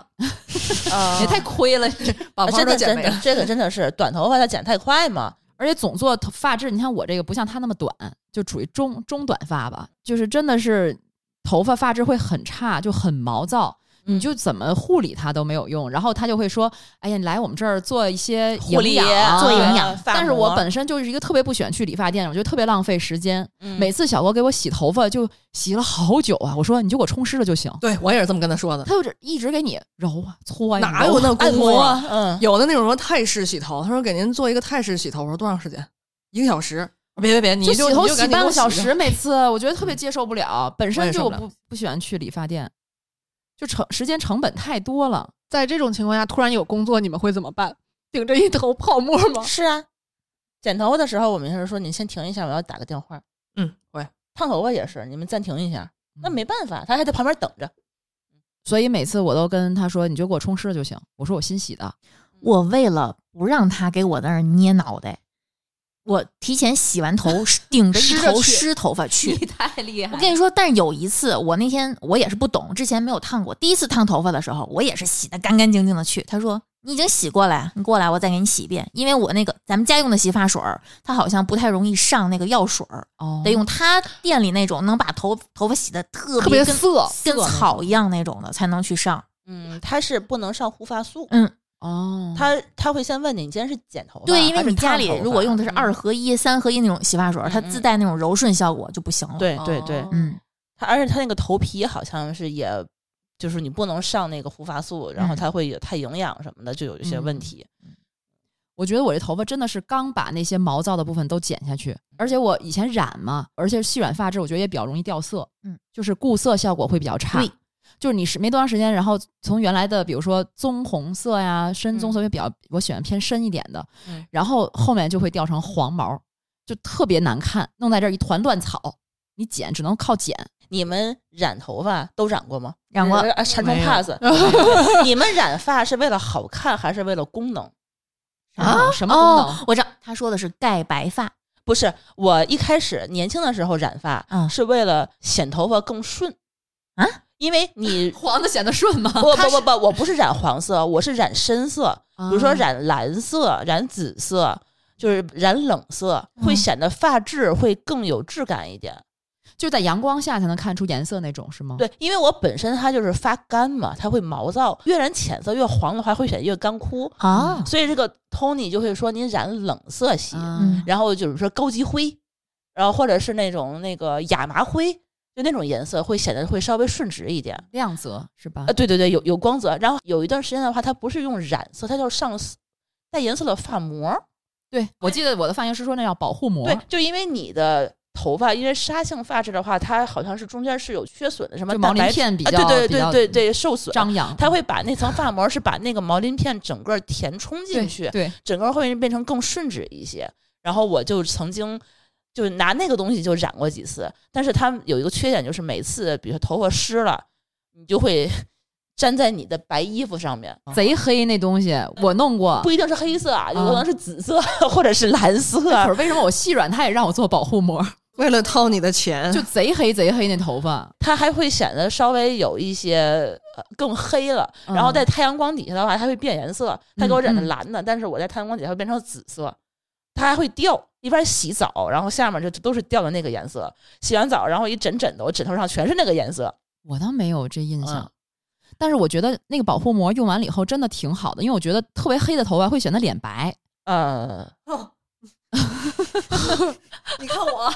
[SPEAKER 4] 啊
[SPEAKER 3] 也太亏了。
[SPEAKER 5] 把
[SPEAKER 4] 啊
[SPEAKER 5] 毛
[SPEAKER 4] 真
[SPEAKER 5] 都
[SPEAKER 4] 的
[SPEAKER 5] 剪
[SPEAKER 4] 真
[SPEAKER 5] 没
[SPEAKER 4] 的
[SPEAKER 5] 了。，
[SPEAKER 4] 这个真的是短头发它剪太快嘛。
[SPEAKER 3] 而且总做头发质，你看我这个不像他那么短，就处于中中短发吧，就是真的是头发发质会很差，就很毛躁。你就怎么护理它都没有用，然后他就会说：“哎呀，你来我们这儿做一些
[SPEAKER 4] 护理
[SPEAKER 3] 营养啊
[SPEAKER 6] 做营养
[SPEAKER 4] 发膜
[SPEAKER 3] 但是我本身就是一个特别不喜欢去理发店，我觉得特别浪费时间。
[SPEAKER 4] 嗯
[SPEAKER 3] 每次小郭给我洗头发就洗了好久啊，我说你就给我冲湿了就行，
[SPEAKER 5] 对我也是这么跟他 说的，
[SPEAKER 3] 他就一直给你揉啊搓呀，
[SPEAKER 5] 哪有
[SPEAKER 3] 揉啊
[SPEAKER 5] 那
[SPEAKER 4] 按
[SPEAKER 5] 功夫
[SPEAKER 4] 摩
[SPEAKER 5] 啊？
[SPEAKER 4] 啊，嗯，
[SPEAKER 5] 有的那种什么泰式洗头，他说给您做一个泰式洗头，我说多长时间？一个小时？别别别，你
[SPEAKER 3] 就洗头
[SPEAKER 5] 你赶
[SPEAKER 3] 洗
[SPEAKER 5] 紧
[SPEAKER 3] 半
[SPEAKER 5] 给我
[SPEAKER 3] 个小
[SPEAKER 5] 洗嗯
[SPEAKER 3] 时，每次我觉得特别接受不了，本
[SPEAKER 5] 我
[SPEAKER 3] 身
[SPEAKER 5] 也受
[SPEAKER 3] 就
[SPEAKER 5] 不了
[SPEAKER 3] 不不喜欢去理发店，就成时间成本太多了。
[SPEAKER 2] 在这种情况下，突然有工作，你们会怎么办？顶着一头泡沫吗？
[SPEAKER 4] 是啊。剪头发的时候，我们是说你先停一下，我要打个电话。
[SPEAKER 5] 嗯，会。
[SPEAKER 4] 烫头发也是，你们暂停一下。那没办法，他还在旁边等着。
[SPEAKER 3] 所以每次我都跟他说，你就给我冲湿了就行。我说我新洗的，
[SPEAKER 2] 嗯
[SPEAKER 6] 我为了不让他给我在那儿捏脑袋，我提前洗 完头，顶着一
[SPEAKER 2] 湿着
[SPEAKER 6] 头
[SPEAKER 2] 去
[SPEAKER 6] 湿头发 去。
[SPEAKER 3] 太厉害
[SPEAKER 6] 我跟你说，但是有一次，我那天我也是不懂，之前没有烫过。第一次烫头发的时候，我也是洗的干干净净的去。他说：“你已经洗过来，你过来，我再给你洗一遍。”因为我那个咱们家用的洗发水儿，它好像不太容易上那个药水儿，
[SPEAKER 3] 哦，
[SPEAKER 6] 得用他店里那种能把头头发洗的特
[SPEAKER 2] 特别
[SPEAKER 6] 跟
[SPEAKER 2] 涩，
[SPEAKER 6] 跟
[SPEAKER 3] 那种
[SPEAKER 6] 草一样那种的才能去上。
[SPEAKER 4] 嗯，他是不能上护发素，
[SPEAKER 6] 嗯，
[SPEAKER 3] 哦，
[SPEAKER 4] 他他会先问你，你今天是剪头发，
[SPEAKER 6] 对，因为
[SPEAKER 4] 啊还是
[SPEAKER 6] 你家
[SPEAKER 4] 烫
[SPEAKER 6] 里
[SPEAKER 4] 头发
[SPEAKER 6] 如果用的是
[SPEAKER 4] 嗯
[SPEAKER 6] 二合一、三合一那种洗发水儿，它
[SPEAKER 4] 嗯嗯
[SPEAKER 6] 自带那种柔顺效果就不行了。，
[SPEAKER 4] 对对对
[SPEAKER 5] 哦，
[SPEAKER 6] 嗯，
[SPEAKER 4] 他而且他那个头皮好像是也，就是你不能上那个护发素，然后
[SPEAKER 6] 嗯
[SPEAKER 4] 它会有太营养什么的，就有一些问题。
[SPEAKER 3] 我觉得我这头发真的是刚把那些毛躁的部分都剪下去，而且我以前染嘛，而且细软发质，我觉得也比较容易掉色，
[SPEAKER 6] 嗯，
[SPEAKER 3] 就是固色效果会比较差。
[SPEAKER 6] 对，
[SPEAKER 3] 就是你是没多长时间，然后从原来的比如说棕红色呀、深棕色，因为比较我喜欢偏深一点的，
[SPEAKER 4] 嗯
[SPEAKER 3] 然后后面就会掉成黄毛，就特别难看，弄在这儿一团乱草，你剪只能靠剪。
[SPEAKER 4] 你们染头发都染过吗？
[SPEAKER 6] 染过
[SPEAKER 4] 啊，缠成
[SPEAKER 5] 没有
[SPEAKER 4] pass。你们染发是为了好看还是为了功能？
[SPEAKER 3] 啊，什么功能？
[SPEAKER 6] 哦，我知道他说的是盖白发，
[SPEAKER 4] 不是，我一开始年轻的时候染发、
[SPEAKER 6] 嗯
[SPEAKER 4] 是为了显头发更顺
[SPEAKER 6] 啊，
[SPEAKER 4] 因为你
[SPEAKER 3] 黄的显得顺 吗？
[SPEAKER 4] 不不不不，我不是染黄色，我是染深色，比如说
[SPEAKER 3] 啊
[SPEAKER 4] 染蓝色、染紫色，就是染冷色，
[SPEAKER 3] 嗯
[SPEAKER 4] 会显得发质会更有质感一点。
[SPEAKER 3] 就在阳光下才能看出颜色那种是吗？，
[SPEAKER 4] 对，因为我本身它就是发干嘛，它会毛躁，越染浅色越黄的话会显得越干枯。
[SPEAKER 6] 啊，
[SPEAKER 4] 所以这个 Tony 就会说你染冷色系，
[SPEAKER 3] 嗯，
[SPEAKER 4] 然后就是说高级灰，然后或者是那种那个亚麻灰，就那种颜色会显得会稍微顺直一点。
[SPEAKER 3] 亮泽是吧
[SPEAKER 4] 啊，？对对对，有有光泽。然后有一段时间的话，它不是用染色，它就是上色带颜色的发膜。
[SPEAKER 3] 对，我记得我的发型师说那叫保护膜。
[SPEAKER 4] 哎对，就因为你的头发，因为沙性发质的话，它好像是中间是有缺损的，什么
[SPEAKER 3] 就毛
[SPEAKER 4] 蛋白
[SPEAKER 3] 鳞片比
[SPEAKER 4] 啊，
[SPEAKER 3] 较、
[SPEAKER 4] 对对
[SPEAKER 3] 比较
[SPEAKER 4] 对对对，受损。
[SPEAKER 3] 张扬，
[SPEAKER 4] 它会把那层发膜是把那个毛鳞片整个填充进
[SPEAKER 3] 对
[SPEAKER 4] 去，
[SPEAKER 3] 对，
[SPEAKER 4] 整个会变成更顺直一些。然后我就曾经就拿那个东西就染过几次，但是它有一个缺点，就是每次比如说头发湿了，你就会 粘在你的白衣服上面，
[SPEAKER 3] 贼黑那东西我弄过
[SPEAKER 4] 嗯不。一定是黑色啊，有可
[SPEAKER 3] 啊
[SPEAKER 4] 能是紫色或者是蓝
[SPEAKER 3] 可
[SPEAKER 4] 色。
[SPEAKER 3] 是为什么我细软，它也让我做保护膜，
[SPEAKER 5] 为了掏你的钱，
[SPEAKER 3] 就贼黑贼黑那头发，
[SPEAKER 4] 它还会显得稍微有一些呃更黑了，
[SPEAKER 3] 嗯
[SPEAKER 4] 然后在太阳光底下的话，它会变颜色。它给我染的
[SPEAKER 3] 嗯嗯
[SPEAKER 4] 蓝的，但是我在太阳光底下会变成紫色。它还会掉。一般洗澡，然后下面就都是掉的那个颜色。洗完澡，然后一枕枕头，枕头上全是那个颜色。
[SPEAKER 3] 我倒没有这印象
[SPEAKER 4] 嗯，
[SPEAKER 3] 但是我觉得那个保护膜用完了以后真的挺好的，因为我觉得特别黑的头发会显得脸白，
[SPEAKER 4] 呃，
[SPEAKER 5] 你看我，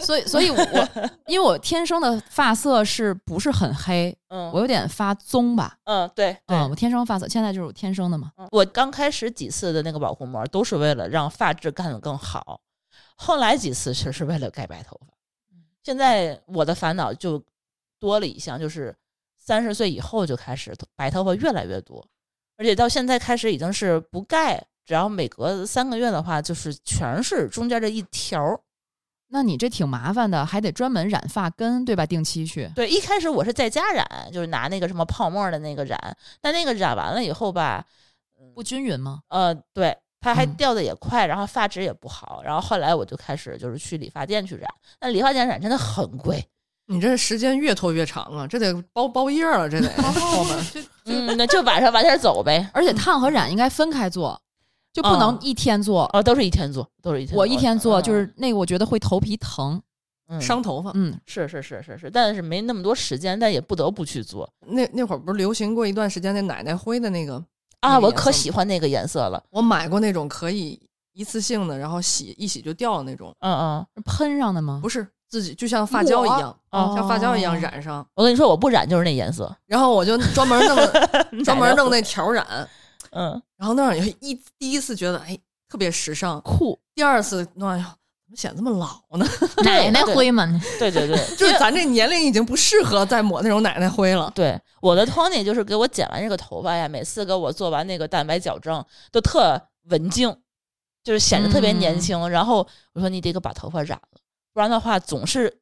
[SPEAKER 3] 所以所以 我，我因为我天生的发色是不是很黑，
[SPEAKER 4] 嗯，
[SPEAKER 3] 我有点发棕吧，
[SPEAKER 4] 嗯，对对，
[SPEAKER 3] 嗯，我天生发色，现在就是天生的嘛，
[SPEAKER 4] 嗯我刚开始几次的那个保护膜都是为了让发质干得更好，后来几次是是为了盖白头发。现在我的烦恼就多了一项，就是三十岁以后就开始白头发越来越多，而且到现在开始已经是不盖，只要每隔三个月的话，就是全是中间这一条儿。
[SPEAKER 3] 那你这挺麻烦的，还得专门染发根，对吧？定期去，
[SPEAKER 4] 对，一开始我是在家染，就是拿那个什么泡沫的那个染，但那个染完了以后吧，嗯
[SPEAKER 3] 不均匀吗？
[SPEAKER 4] 呃，对，它还
[SPEAKER 3] 嗯
[SPEAKER 4] 掉的也快，然后发质也不好，然后后来我就开始就是去理发店去染，那理发店染真的很贵，
[SPEAKER 5] 你这时间越拖越长啊，这得包 包夜了，这得我们
[SPEAKER 4] 嗯，那就晚上晚点走呗，
[SPEAKER 3] 而且烫和染应该分开做，就不能
[SPEAKER 4] 嗯
[SPEAKER 3] 一天做。
[SPEAKER 4] 哦，都是一天做，都是一天，
[SPEAKER 3] 我一天做
[SPEAKER 4] 嗯
[SPEAKER 3] 就是那个，我觉得会头皮疼。
[SPEAKER 4] 嗯
[SPEAKER 5] 伤头发。
[SPEAKER 3] 嗯，
[SPEAKER 4] 是是是是是，但是没那么多时间，但也不得不去做
[SPEAKER 5] 那那会儿不是流行过一段时间那奶奶灰的那个，
[SPEAKER 4] 啊，
[SPEAKER 5] 那个
[SPEAKER 4] 我
[SPEAKER 5] 颜
[SPEAKER 4] 可
[SPEAKER 5] 色
[SPEAKER 4] 喜欢那个颜色了，
[SPEAKER 5] 我买过那种可以一次性的，然后洗一洗就掉的那种，
[SPEAKER 4] 嗯嗯，
[SPEAKER 3] 喷上的吗？
[SPEAKER 5] 不是自己就像发胶一样，
[SPEAKER 4] 哦
[SPEAKER 5] 像发胶一样染上。
[SPEAKER 4] 我跟你说，我不染就是那颜色，
[SPEAKER 5] 然后我就专门弄专门弄
[SPEAKER 4] 那，
[SPEAKER 5] 那条染，
[SPEAKER 4] 嗯，
[SPEAKER 5] 然后那样以后一第一次觉得哎特别时尚，
[SPEAKER 3] 酷，
[SPEAKER 5] 第二次那哎呦怎么显得这么老呢？
[SPEAKER 6] 嗯奶奶
[SPEAKER 4] 对
[SPEAKER 6] 灰嘛，
[SPEAKER 4] 对对 对，
[SPEAKER 5] 就是咱这年龄已经不适合再抹那种奶奶灰了。
[SPEAKER 4] 对，我的 Tony 就是给我剪完这个头发呀，每次给我做完那个蛋白矫正，都特文静，就是显得特别年轻。然后我说你得给我把头发染了，不然的话总是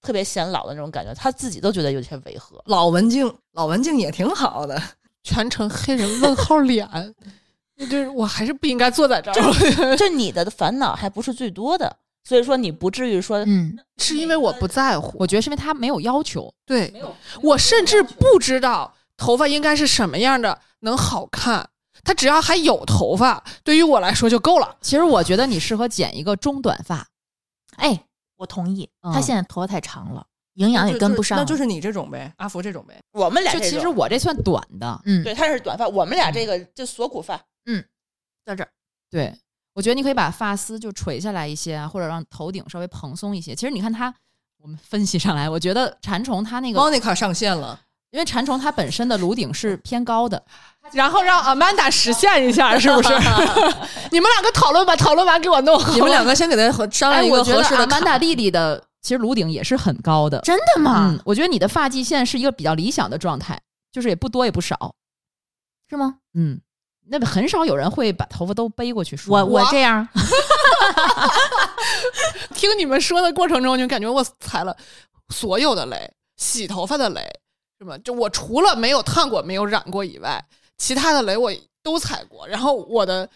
[SPEAKER 4] 特别显老的那种感觉，他自己都觉得有些违 和。
[SPEAKER 5] 老文静，老文静也挺好的。
[SPEAKER 2] 全程黑人问号脸， 那就是我还是不应该坐在这 儿，
[SPEAKER 4] 这你的烦恼还不是最多的，所以说你不至于说，
[SPEAKER 6] 嗯，
[SPEAKER 2] 是因为我不在乎。
[SPEAKER 3] 我觉得是因为他没有要求。
[SPEAKER 2] 对，我甚至不知道头发应该是什么样的能好看，它只要还有头发，对于我来说就够了。
[SPEAKER 3] 其实我觉得你适合剪一个中短 发，
[SPEAKER 6] 哎，我同意，
[SPEAKER 3] 嗯
[SPEAKER 6] 他现在头发太长了，营养也
[SPEAKER 5] 就
[SPEAKER 6] 跟不上
[SPEAKER 5] 那
[SPEAKER 6] 了，
[SPEAKER 5] 就是你这种呗，阿福这种呗。
[SPEAKER 4] 我们俩
[SPEAKER 3] 就
[SPEAKER 4] 这
[SPEAKER 3] 其实
[SPEAKER 4] 种
[SPEAKER 3] 我这算短的。
[SPEAKER 6] 嗯，
[SPEAKER 4] 对他是短发，我们俩这个就锁骨发，
[SPEAKER 6] 到这儿，
[SPEAKER 3] 对，我觉得你可以把发丝就垂下来一些啊，或者让头顶稍微蓬松一些。其实你看他，我们分析上来，我觉得馋虫它那个，
[SPEAKER 5] Monica 上线了，
[SPEAKER 3] 因为馋虫它本身的颅顶是偏高的，
[SPEAKER 2] 然后让 Amanda 实现一下，是不是？你们两个讨论吧，讨论完给我弄好。
[SPEAKER 5] 你们两个先给他合商量
[SPEAKER 3] 哎，
[SPEAKER 5] 一
[SPEAKER 3] 我
[SPEAKER 5] 个
[SPEAKER 3] 觉
[SPEAKER 5] 合
[SPEAKER 3] 得
[SPEAKER 5] 适
[SPEAKER 3] 阿
[SPEAKER 5] 的卡。
[SPEAKER 3] 曼达丽丽的其实颅顶也是很高的。
[SPEAKER 6] 真的吗？
[SPEAKER 3] 嗯，我觉得你的发际线是一个比较理想的状态，就是也不多也不少。
[SPEAKER 6] 是吗？
[SPEAKER 3] 嗯，那很少有人会把头发都背过去梳。
[SPEAKER 6] 我我这样，
[SPEAKER 2] 听你们说的过程中，就感觉我踩了所有的雷，洗头发的雷，是吗？就我除了没有烫过、没有染过以外，其他的雷我都踩过。然后我的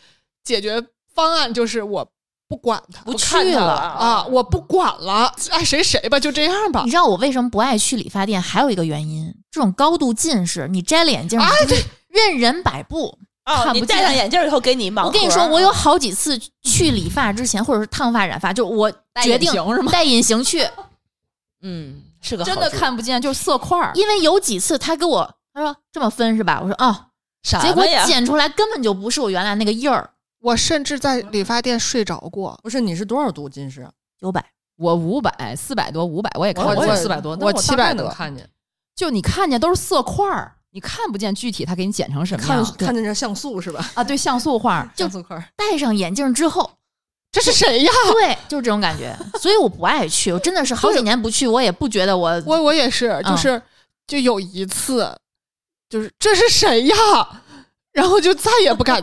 [SPEAKER 2] 解决方案就是我不管它，
[SPEAKER 4] 不
[SPEAKER 2] 看
[SPEAKER 4] 去
[SPEAKER 2] 它
[SPEAKER 4] 了
[SPEAKER 2] 啊，我不管了，爱谁谁吧，就这样吧
[SPEAKER 6] 你。知道我为什么不爱去理发店？还有一个原因，这种高度近视，你摘了眼镜，
[SPEAKER 2] 哎
[SPEAKER 6] 你就是任人摆布。
[SPEAKER 4] 哦，
[SPEAKER 6] 看
[SPEAKER 4] 你
[SPEAKER 6] 不
[SPEAKER 4] 戴
[SPEAKER 6] 见
[SPEAKER 4] 上眼镜以后给你盲盒。
[SPEAKER 6] 我跟你说，
[SPEAKER 3] 啊
[SPEAKER 6] 我有好几次去理发之前，或者是烫发、染发，就我决定
[SPEAKER 3] 戴隐形是吗
[SPEAKER 6] 戴隐形 去，
[SPEAKER 4] 嗯是个
[SPEAKER 3] 真
[SPEAKER 4] 好
[SPEAKER 3] 的
[SPEAKER 4] 主意
[SPEAKER 3] 看不见，就是色块儿。
[SPEAKER 6] 因为有几次他给我他说这么分是吧？我说哦，
[SPEAKER 4] 啥
[SPEAKER 6] 结果
[SPEAKER 4] 呀？
[SPEAKER 6] 剪出来根本就不是我原来那个印儿，
[SPEAKER 2] 我甚至在理发店睡着过。
[SPEAKER 5] 不是你是多少度近视啊？
[SPEAKER 6] 九百。
[SPEAKER 3] 我五百、四百多、五百，我也看，
[SPEAKER 5] 我
[SPEAKER 3] 也
[SPEAKER 5] 四
[SPEAKER 3] 400
[SPEAKER 5] 百多，但
[SPEAKER 2] 我
[SPEAKER 5] 大
[SPEAKER 2] 700
[SPEAKER 5] 概能
[SPEAKER 2] 多
[SPEAKER 5] 看见，
[SPEAKER 3] 就你看见都是色块儿，你看不见具体它给你剪成什么
[SPEAKER 5] 看
[SPEAKER 3] 样
[SPEAKER 5] 看见这像素是 吧？
[SPEAKER 3] 啊？对，像素画 儿。
[SPEAKER 5] 像素块儿。
[SPEAKER 6] 戴上眼镜之后，
[SPEAKER 2] 这是谁呀？
[SPEAKER 6] 对，就是这种感觉，所以我不爱去，我真的是好几年不去，我也不觉得我
[SPEAKER 2] 我我也是，就是、就有一次，就是这是谁呀？然后就再也不 敢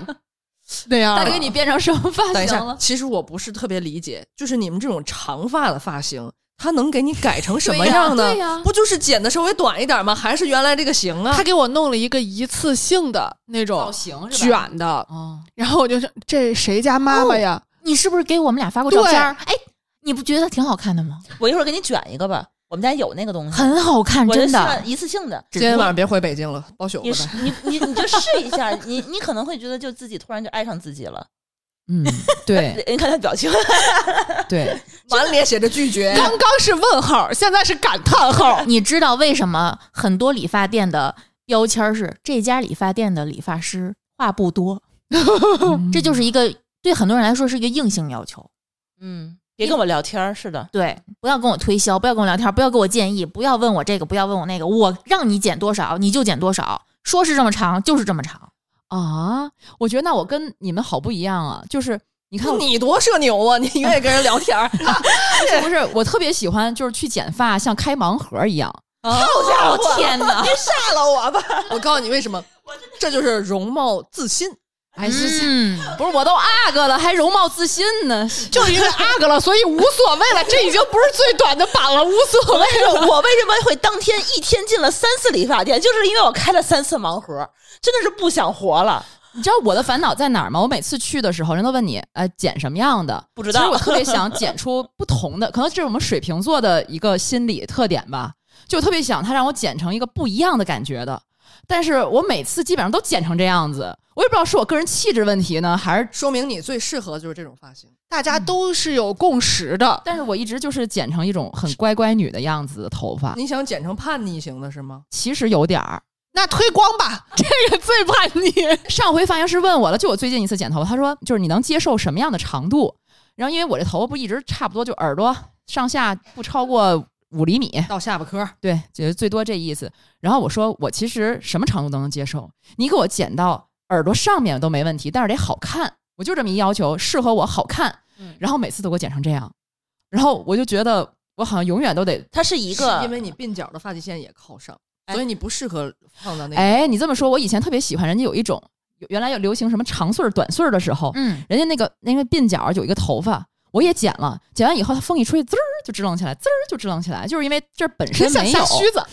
[SPEAKER 2] 那样了。
[SPEAKER 3] 大哥，你变成什么发
[SPEAKER 5] 等一
[SPEAKER 3] 型
[SPEAKER 5] 下，
[SPEAKER 3] 了？
[SPEAKER 5] 其实我不是特别理解，就是你们这种长发的发型，它能给你改成什么
[SPEAKER 3] 对呀
[SPEAKER 5] 样呢？
[SPEAKER 3] 对呀
[SPEAKER 5] 不就是剪的稍微短一点吗？还是原来这个型啊
[SPEAKER 2] 他？给我弄了一个一次性的那种
[SPEAKER 3] 型
[SPEAKER 2] 卷的，
[SPEAKER 3] 哦，
[SPEAKER 2] 然后我就说这谁家妈妈呀？
[SPEAKER 6] 你是不是给我们俩发过照片儿？哎，你不觉得挺好看的吗？
[SPEAKER 4] 我一会儿给你卷一个吧，我们家有那个东西，
[SPEAKER 6] 很好看，
[SPEAKER 4] 我就
[SPEAKER 6] 真
[SPEAKER 4] 希
[SPEAKER 6] 的
[SPEAKER 4] 望。一次性的。
[SPEAKER 5] 今天晚上别回北京了，包宿
[SPEAKER 4] 你
[SPEAKER 5] 吧。
[SPEAKER 4] 是你你你就试一下，你你可能会觉得就自己突然就爱上自己了。
[SPEAKER 3] 嗯，对
[SPEAKER 4] 你看他表情，
[SPEAKER 3] 对，
[SPEAKER 5] 满脸写着拒绝，
[SPEAKER 2] 刚刚是问号，现在是感叹号。
[SPEAKER 6] 你知道为什么很多理发店的标签儿是这家理发店的理发师话不多？ 这就是一个对很多人来说是一个硬性要求。
[SPEAKER 4] 嗯，别跟我聊天儿似的，
[SPEAKER 6] 对，不要跟我推销，不要跟我聊天，不要给我建议，不要问我这个，不要问我那个，我让你减多少你就减多少，说是这么长就是这么长。
[SPEAKER 3] 啊，我觉得那我跟你们好不一样啊，就是你看我
[SPEAKER 5] 你多社牛啊！你愿意跟人聊 天儿，
[SPEAKER 3] 是不是？我特别喜欢就是去剪发，像开盲盒一样。
[SPEAKER 5] 好家
[SPEAKER 3] 啊
[SPEAKER 6] 哦天哪！
[SPEAKER 5] 杀了 我吧！我告诉你为什么，这就是容貌自信。
[SPEAKER 3] 哎， 是是
[SPEAKER 6] 嗯，
[SPEAKER 3] 不是我都阿哥了，还容貌自信呢？
[SPEAKER 2] 就是因为阿哥了，所以无所谓了。这已经不是最短的版了，无所谓。
[SPEAKER 4] 我为什么会当天一天进了三次理发店，就是因为我开了三次盲盒，真的是不想活了。
[SPEAKER 3] 你知道我的烦恼在哪儿吗？我每次去的时候，人都问你，呃，剪什么样的？
[SPEAKER 4] 不知道
[SPEAKER 3] 其实我特别想剪出不同的，可能这是我们水瓶座的一个心理特点吧。就我特别想他让我剪成一个不一样的感觉的，但是我每次基本上都剪成这样子，我也不知道是我个人气质问题呢，还是……
[SPEAKER 5] 说明你最适合就是这种发型。
[SPEAKER 2] 大家都是有共识的，
[SPEAKER 3] 但是我一直就是剪成一种很乖乖女的样子的头发，
[SPEAKER 5] 你想剪成叛逆型的是吗？
[SPEAKER 3] 其实有点儿。
[SPEAKER 2] 那推光吧，这个 最叛逆。
[SPEAKER 3] 上回发型师问我了，就我最近一次剪头发，他说就是你能接受什么样的长度？然后因为我这头发不一直差不多，就耳朵上下不超过五厘米，
[SPEAKER 5] 到下巴颏儿，
[SPEAKER 3] 对，就是最多这意思。然后我说我其实什么长度都能接受，你给我剪到耳朵上面都没问题，但是得好看，我就这么一要求，适合我好看。
[SPEAKER 2] 嗯
[SPEAKER 3] 然后每次都给我剪成这样，然后我就觉得我好像永远都得。
[SPEAKER 4] 它是一个，
[SPEAKER 5] 是因为你鬓角的发际线也靠上，
[SPEAKER 4] 哎
[SPEAKER 5] 所以你不适合放到那个。
[SPEAKER 3] 哎，你这么说，我以前特别喜欢人家有一种，原来有流行什么长穗儿、短穗儿的时候，
[SPEAKER 6] 嗯，
[SPEAKER 3] 人家那个那个鬓角有一个头发，我也剪了，剪完以后它风一吹，滋儿就支棱起来，滋儿就支棱起来，就是因为这本身
[SPEAKER 2] 想
[SPEAKER 3] 没
[SPEAKER 2] 下
[SPEAKER 3] 有，
[SPEAKER 2] 须子，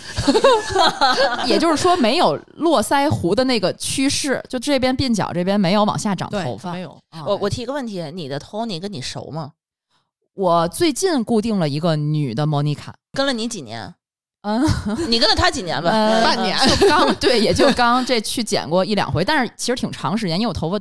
[SPEAKER 3] 也就是说没有络腮胡的那个趋势，就这边鬓角这边没有往下长
[SPEAKER 5] 对，
[SPEAKER 3] 头发
[SPEAKER 5] 没。有。哎
[SPEAKER 3] 啊
[SPEAKER 4] 我我提个问题，你的 Tony 跟你熟吗？
[SPEAKER 3] 我最近固定了一个女的莫妮卡，
[SPEAKER 4] 跟了你几年？
[SPEAKER 3] 嗯，
[SPEAKER 4] 你跟了他几年吧？
[SPEAKER 3] 呃
[SPEAKER 2] 半年。
[SPEAKER 3] 就刚对，也就刚这去剪过一两回，但是其实挺长时间，因为我头发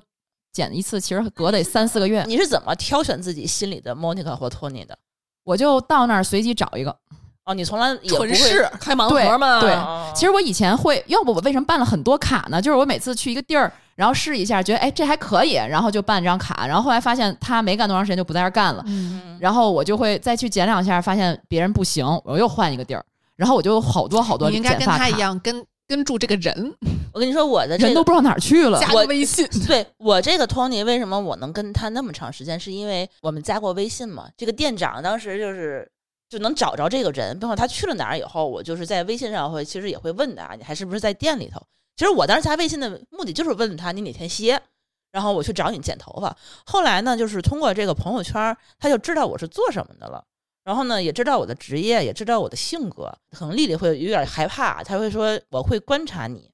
[SPEAKER 3] 剪一次其实隔得三四个月，
[SPEAKER 4] 你是怎么挑选自己心里的 Monica 或 Tony 的？
[SPEAKER 3] 我就到那儿随机找一个。
[SPEAKER 4] 哦，你从来也不会
[SPEAKER 5] 纯是开盲
[SPEAKER 3] 对
[SPEAKER 5] 盒嘛？
[SPEAKER 3] 对
[SPEAKER 4] 哦
[SPEAKER 3] 其实我以前会，要不我为什么办了很多卡呢？就是我每次去一个地儿，然后试一下，觉得哎这还可以，然后就办一张卡，然后后来发现他没干多长时间就不在这儿干了，
[SPEAKER 2] 嗯
[SPEAKER 3] 然后我就会再去剪两下，发现别人不行，我又换一个地儿，然后我就有好多好多
[SPEAKER 2] 你应该
[SPEAKER 3] 剪
[SPEAKER 2] 跟
[SPEAKER 3] 发卡
[SPEAKER 2] 他，一样，跟跟住这个人，
[SPEAKER 4] 我跟你说，我的这
[SPEAKER 3] 人都
[SPEAKER 4] 个
[SPEAKER 3] 不知道哪儿去了
[SPEAKER 2] 加。
[SPEAKER 4] 我
[SPEAKER 2] 个微信。
[SPEAKER 4] 对我这个 Tony 为什么我能跟他那么长时间，是因为我们加过微信嘛。这个店长当时就是就能找着这个人，包括他去了哪儿以后，我就是在微信上会其实也会问他，你还是不是在店里头？其实我当时加微信的目的就是问他你哪天歇，然后我去找你剪头发。后来呢，就是通过这个朋友圈儿，他就知道我是做什么的了。然后呢，也知道我的职业，也知道我的性格。可能丽丽会有点害怕，她会说我会观察你，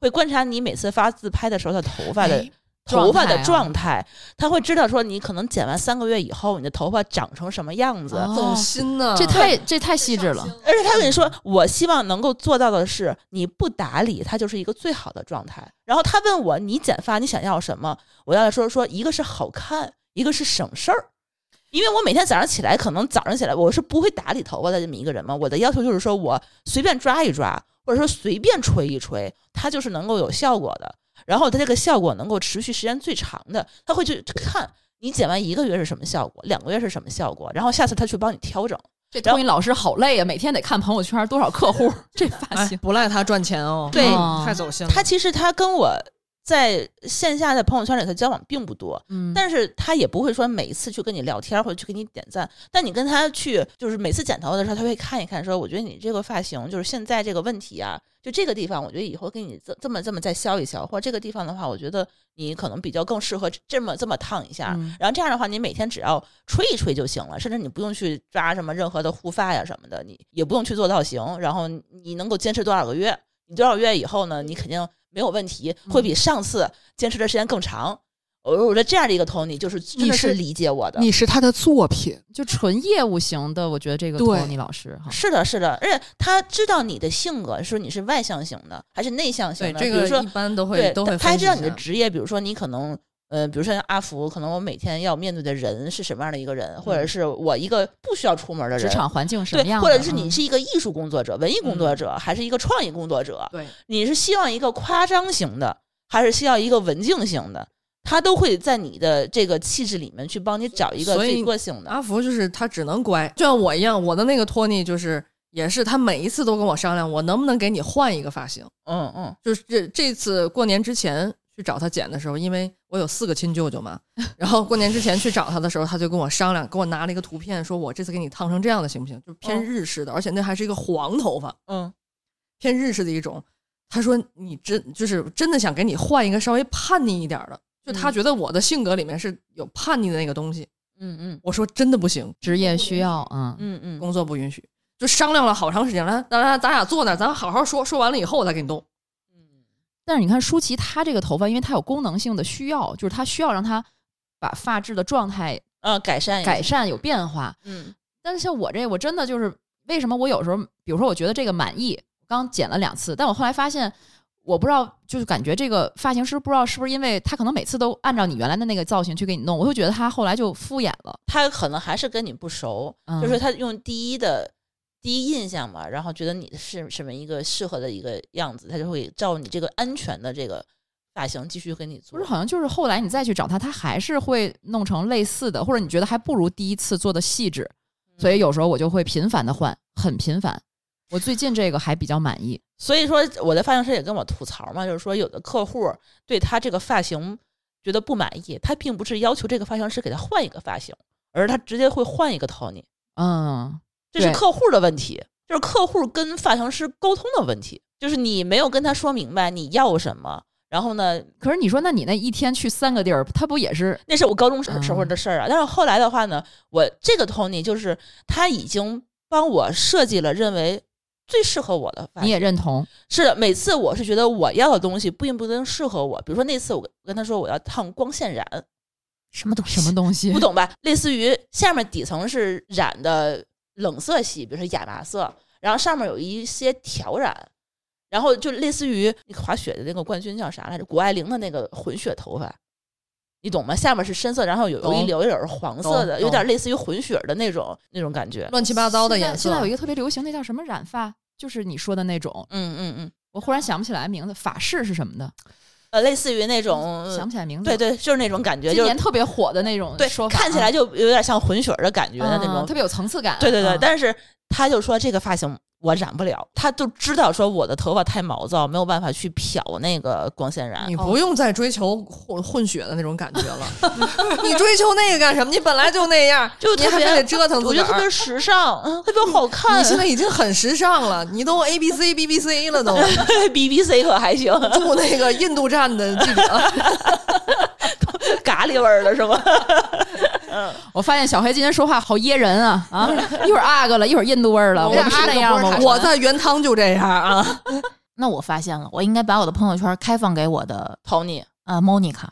[SPEAKER 4] 会观察你每次发自拍的时候的头发的、
[SPEAKER 2] 哎
[SPEAKER 4] 头发的
[SPEAKER 3] 状
[SPEAKER 4] 状态，她会知道说你可能剪完三个月以后，你的头发长成什么样子。
[SPEAKER 3] 哦
[SPEAKER 5] 走心呢。
[SPEAKER 3] 这太这太细致了，
[SPEAKER 4] 而且她跟你说，我希望能够做到的是，你不打理它就是一个最好的状态。然后她问我，你剪发你想要什么？我要说说，一个是好看，一个是省事儿。因为我每天早上起来，可能早上起来我是不会打理头发的这么一个人嘛。我的要求就是说我随便抓一抓，或者说随便吹一吹，它就是能够有效果的。然后它这个效果能够持续时间最长的，他会去看你剪完一个月是什么效果，两个月是什么效果，然后下次他去帮你调整。
[SPEAKER 3] 这托尼老师好累啊，每天得看朋友圈多少 客户，这发
[SPEAKER 5] 哎
[SPEAKER 3] 型。
[SPEAKER 5] 不赖他赚钱哦。
[SPEAKER 4] 对
[SPEAKER 5] 嗯太走心了。
[SPEAKER 4] 他其实他跟我在线下的朋友圈里头交往并不多，
[SPEAKER 3] 嗯
[SPEAKER 4] 但是他也不会说每一次去跟你聊天或者去给你点赞，但你跟他去就是每次剪头发的时候，他会看一看说，我觉得你这个发型就是现在这个问题啊，就这个地方，我觉得以后给你这这么这么再削一削，或者这个地方的话，我觉得你可能比较更适合这么这么烫一下，
[SPEAKER 3] 嗯
[SPEAKER 4] 然后这样的话，你每天只要吹一吹就行了，甚至你不用去抓什么任何的护发呀什么的，你也不用去做造型，然后你能够坚持多少个月，你多少月以后呢，你肯定没有问题，会
[SPEAKER 2] 嗯
[SPEAKER 4] 比上次坚持的时间更长。我我觉得这样的一个 Tony 就是真的
[SPEAKER 2] 是
[SPEAKER 4] 是理解我的，
[SPEAKER 2] 你是他的作品，
[SPEAKER 3] 就纯业务型的，我觉得这个
[SPEAKER 2] 对
[SPEAKER 3] 托尼老师哈，
[SPEAKER 4] 是的，是的，而且他知道你的性格，说你是外向型的还是内向型
[SPEAKER 5] 对
[SPEAKER 4] 的，
[SPEAKER 5] 这
[SPEAKER 4] 比如
[SPEAKER 5] 个
[SPEAKER 4] 说
[SPEAKER 5] 一般都
[SPEAKER 4] 对
[SPEAKER 5] 会，都
[SPEAKER 4] 他
[SPEAKER 5] 会分析
[SPEAKER 4] 他还
[SPEAKER 5] 一下。
[SPEAKER 4] 知道你的职业，比如说你可能呃，比如说像阿福，可能我每天要面对的人是什么样的一个人，或者是我一个不需要出门的人，
[SPEAKER 3] 职场环境什么
[SPEAKER 4] 对，
[SPEAKER 3] 样的，
[SPEAKER 4] 或者是你
[SPEAKER 3] 嗯
[SPEAKER 4] 是一个艺术工作者、文艺工作者，还是一个创意工作者，
[SPEAKER 5] 对，
[SPEAKER 4] 你是希望一个夸张型的，还是需要一个文静型的？他都会在你的这个气质里面去帮你找一个
[SPEAKER 5] 所以
[SPEAKER 4] 最个性的。
[SPEAKER 5] 阿福就是他只能乖，就像我一样，我的那个托尼就是也是他每一次都跟我商量，我能不能给你换一个发型。
[SPEAKER 4] 嗯嗯，
[SPEAKER 5] 就是这这次过年之前去找他剪的时候，因为我有四个亲舅舅 嘛，然后过年之前去找他的时候，他就跟我商量，给我拿了一个图片，说我这次给你烫成这样的行不行？就是
[SPEAKER 3] 哦
[SPEAKER 5] 偏日式的，而且那还是一个黄头发，
[SPEAKER 4] 嗯，
[SPEAKER 5] 偏日式的一种。他说你真就是真的想给你换一个稍微叛逆一点的，就
[SPEAKER 3] 嗯
[SPEAKER 5] 他觉得我的性格里面是有叛逆的那个东西。
[SPEAKER 4] 嗯嗯
[SPEAKER 5] 我说真的不行，
[SPEAKER 3] 职业需要，嗯，
[SPEAKER 4] 嗯嗯，
[SPEAKER 5] 工作不允许，就商量了好长时间。来，咱咱咱俩坐那儿，咱好好说，说完了以后我再给你动。
[SPEAKER 3] 但是你看舒淇，她这个头发，因为她有功能性的需要，就是她需要让她把发质的状态
[SPEAKER 4] 呃，改善一下
[SPEAKER 3] 改，善有变化。
[SPEAKER 4] 嗯
[SPEAKER 3] 但是像我这，我真的就是为什么我有时候，比如说我觉得这个满意，我刚剪了两次，但我后来发现，我不知道，就是感觉这个发型师不知道是不是因为他可能每次都按照你原来的那个造型去给你弄，我就觉得他后来就敷衍了。
[SPEAKER 4] 他可能还是跟你不熟，
[SPEAKER 3] 嗯
[SPEAKER 4] 就是他用第一的第一印象嘛，然后觉得你是什么一个适合的一个样子，他就会照你这个安全的这个发型继续给你
[SPEAKER 3] 不
[SPEAKER 4] 做
[SPEAKER 3] 是，。好像就是后来你再去找他，他还是会弄成类似的，或者你觉得还不如第一次做的细致，
[SPEAKER 4] 嗯
[SPEAKER 3] 所以有时候我就会频繁的换，很频繁。我最近这个还比较满意，
[SPEAKER 4] 所以说，我的发型师也跟我吐槽嘛，就是说有的客户对他这个发型觉得不满意，他并不是要求这个发型师给他换一个发型，而是他直接会换一个 Tony，
[SPEAKER 3] 嗯，
[SPEAKER 4] 这是
[SPEAKER 3] 对
[SPEAKER 4] 客户的问题，就是客户跟发型师沟通的问题，就是你没有跟他说明白你要什么。然后呢，
[SPEAKER 3] 可是你说，那你那一天去三个地儿，他不也是
[SPEAKER 4] 那是我高中时
[SPEAKER 3] 嗯
[SPEAKER 4] 时候的事儿啊。但是后来的话呢，我这个 Tony 就是他已经帮我设计了，认为最适合我的发型
[SPEAKER 3] 你。也 认同？
[SPEAKER 4] 是的，每次我是觉得我要的东西并不一定适合我。比如说那次我跟他说我要烫光线染，
[SPEAKER 6] 什么东西？
[SPEAKER 3] 什么东西？
[SPEAKER 4] 不懂吧？类似于下面底层是染的冷色系，比如说亚麻色，然后上面有一些调染，然后就类似于那个滑雪的那个冠军叫啥来着？谷爱凌的那个混血头发，你懂吗？下面是深色，然后有有一
[SPEAKER 5] 懂
[SPEAKER 4] 绺一绺是黄色的，
[SPEAKER 5] 懂
[SPEAKER 4] 有点类似于混血的那种那种感觉。
[SPEAKER 5] 乱七八糟的颜
[SPEAKER 3] 现在现在有
[SPEAKER 5] 色
[SPEAKER 3] 一，个特别流行，那叫什么染发？就是你说的那种，
[SPEAKER 4] 嗯嗯嗯，
[SPEAKER 3] 我忽然想不起来名字，法式是什么的？
[SPEAKER 4] 呃，类似于那种，
[SPEAKER 3] 想不起来名
[SPEAKER 4] 嗯
[SPEAKER 3] 字。
[SPEAKER 4] 对，对，就是那种感觉，
[SPEAKER 3] 今
[SPEAKER 4] 就是
[SPEAKER 3] 年特别火的那种
[SPEAKER 4] 对，
[SPEAKER 3] 说法啊，
[SPEAKER 4] 看起来就有点像混血儿的感觉的那
[SPEAKER 3] 嗯
[SPEAKER 4] 种。
[SPEAKER 3] 特别有层次感。
[SPEAKER 4] 对对对，
[SPEAKER 3] 嗯
[SPEAKER 4] 但是他就说这个发型我染不了，他就知道说我的头发太毛躁，没有办法去漂那个光线染
[SPEAKER 5] 你。不用再追求混混血的那种感觉了。 你追求那个干什么？你本来就那样，
[SPEAKER 4] 就
[SPEAKER 5] 你
[SPEAKER 4] 特
[SPEAKER 5] 还
[SPEAKER 4] 别
[SPEAKER 5] 非得折腾自
[SPEAKER 4] 我
[SPEAKER 5] 己
[SPEAKER 4] 觉得特别
[SPEAKER 5] 儿。
[SPEAKER 4] 时尚， 嗯特别好看。
[SPEAKER 5] 你现在已经很时尚了，你都 A B C B B C 了都，
[SPEAKER 4] B B C 可还行，
[SPEAKER 5] 住那个印度站的记者，
[SPEAKER 4] 咖喱味儿的是吗？
[SPEAKER 3] 我发现小黑今天说话好噎人啊啊！ 一会儿阿哥了，一会儿印度味儿了，我
[SPEAKER 5] 俩
[SPEAKER 3] 们是那样吗？
[SPEAKER 5] 我在原汤就这样啊。
[SPEAKER 6] 那我发现了，我应该把我的朋友圈开放给我的
[SPEAKER 4] Tony
[SPEAKER 6] 呃 Monica。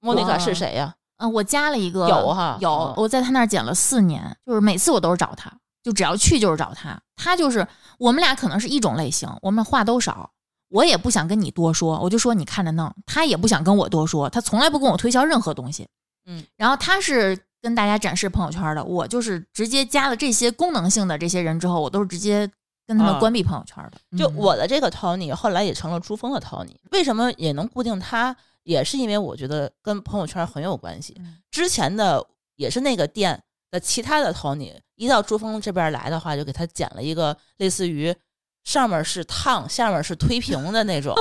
[SPEAKER 4] 莫妮卡
[SPEAKER 3] 哇
[SPEAKER 4] 是谁呀？
[SPEAKER 6] 嗯，我加了一个
[SPEAKER 4] 有哈
[SPEAKER 6] 有
[SPEAKER 4] 嗯，
[SPEAKER 6] 我在他那儿剪了四年，就是每次我都是找他，就只要去就是找他。他就是我们俩可能是一种类型，我们话都少，我也不想跟你多说，我就说你看着弄。他也不想跟我多说，他从来不跟我推销任何东西。
[SPEAKER 4] 嗯，
[SPEAKER 6] 然后他是跟大家展示朋友圈的，我就是直接加了这些功能性的这些人之后，我都是直接跟他
[SPEAKER 4] 啊
[SPEAKER 6] 们关闭朋友圈的。
[SPEAKER 4] 就
[SPEAKER 6] 嗯
[SPEAKER 4] 我的这个 Tony 后来也成了珠峰的 Tony，为什么也能固定他？也是因为我觉得跟朋友圈很有关系
[SPEAKER 6] 嗯。
[SPEAKER 4] 之前的也是那个店的其他的 Tony，一到珠峰这边来的话，就给他剪了一个类似于上面是烫，下面是推平的那 种，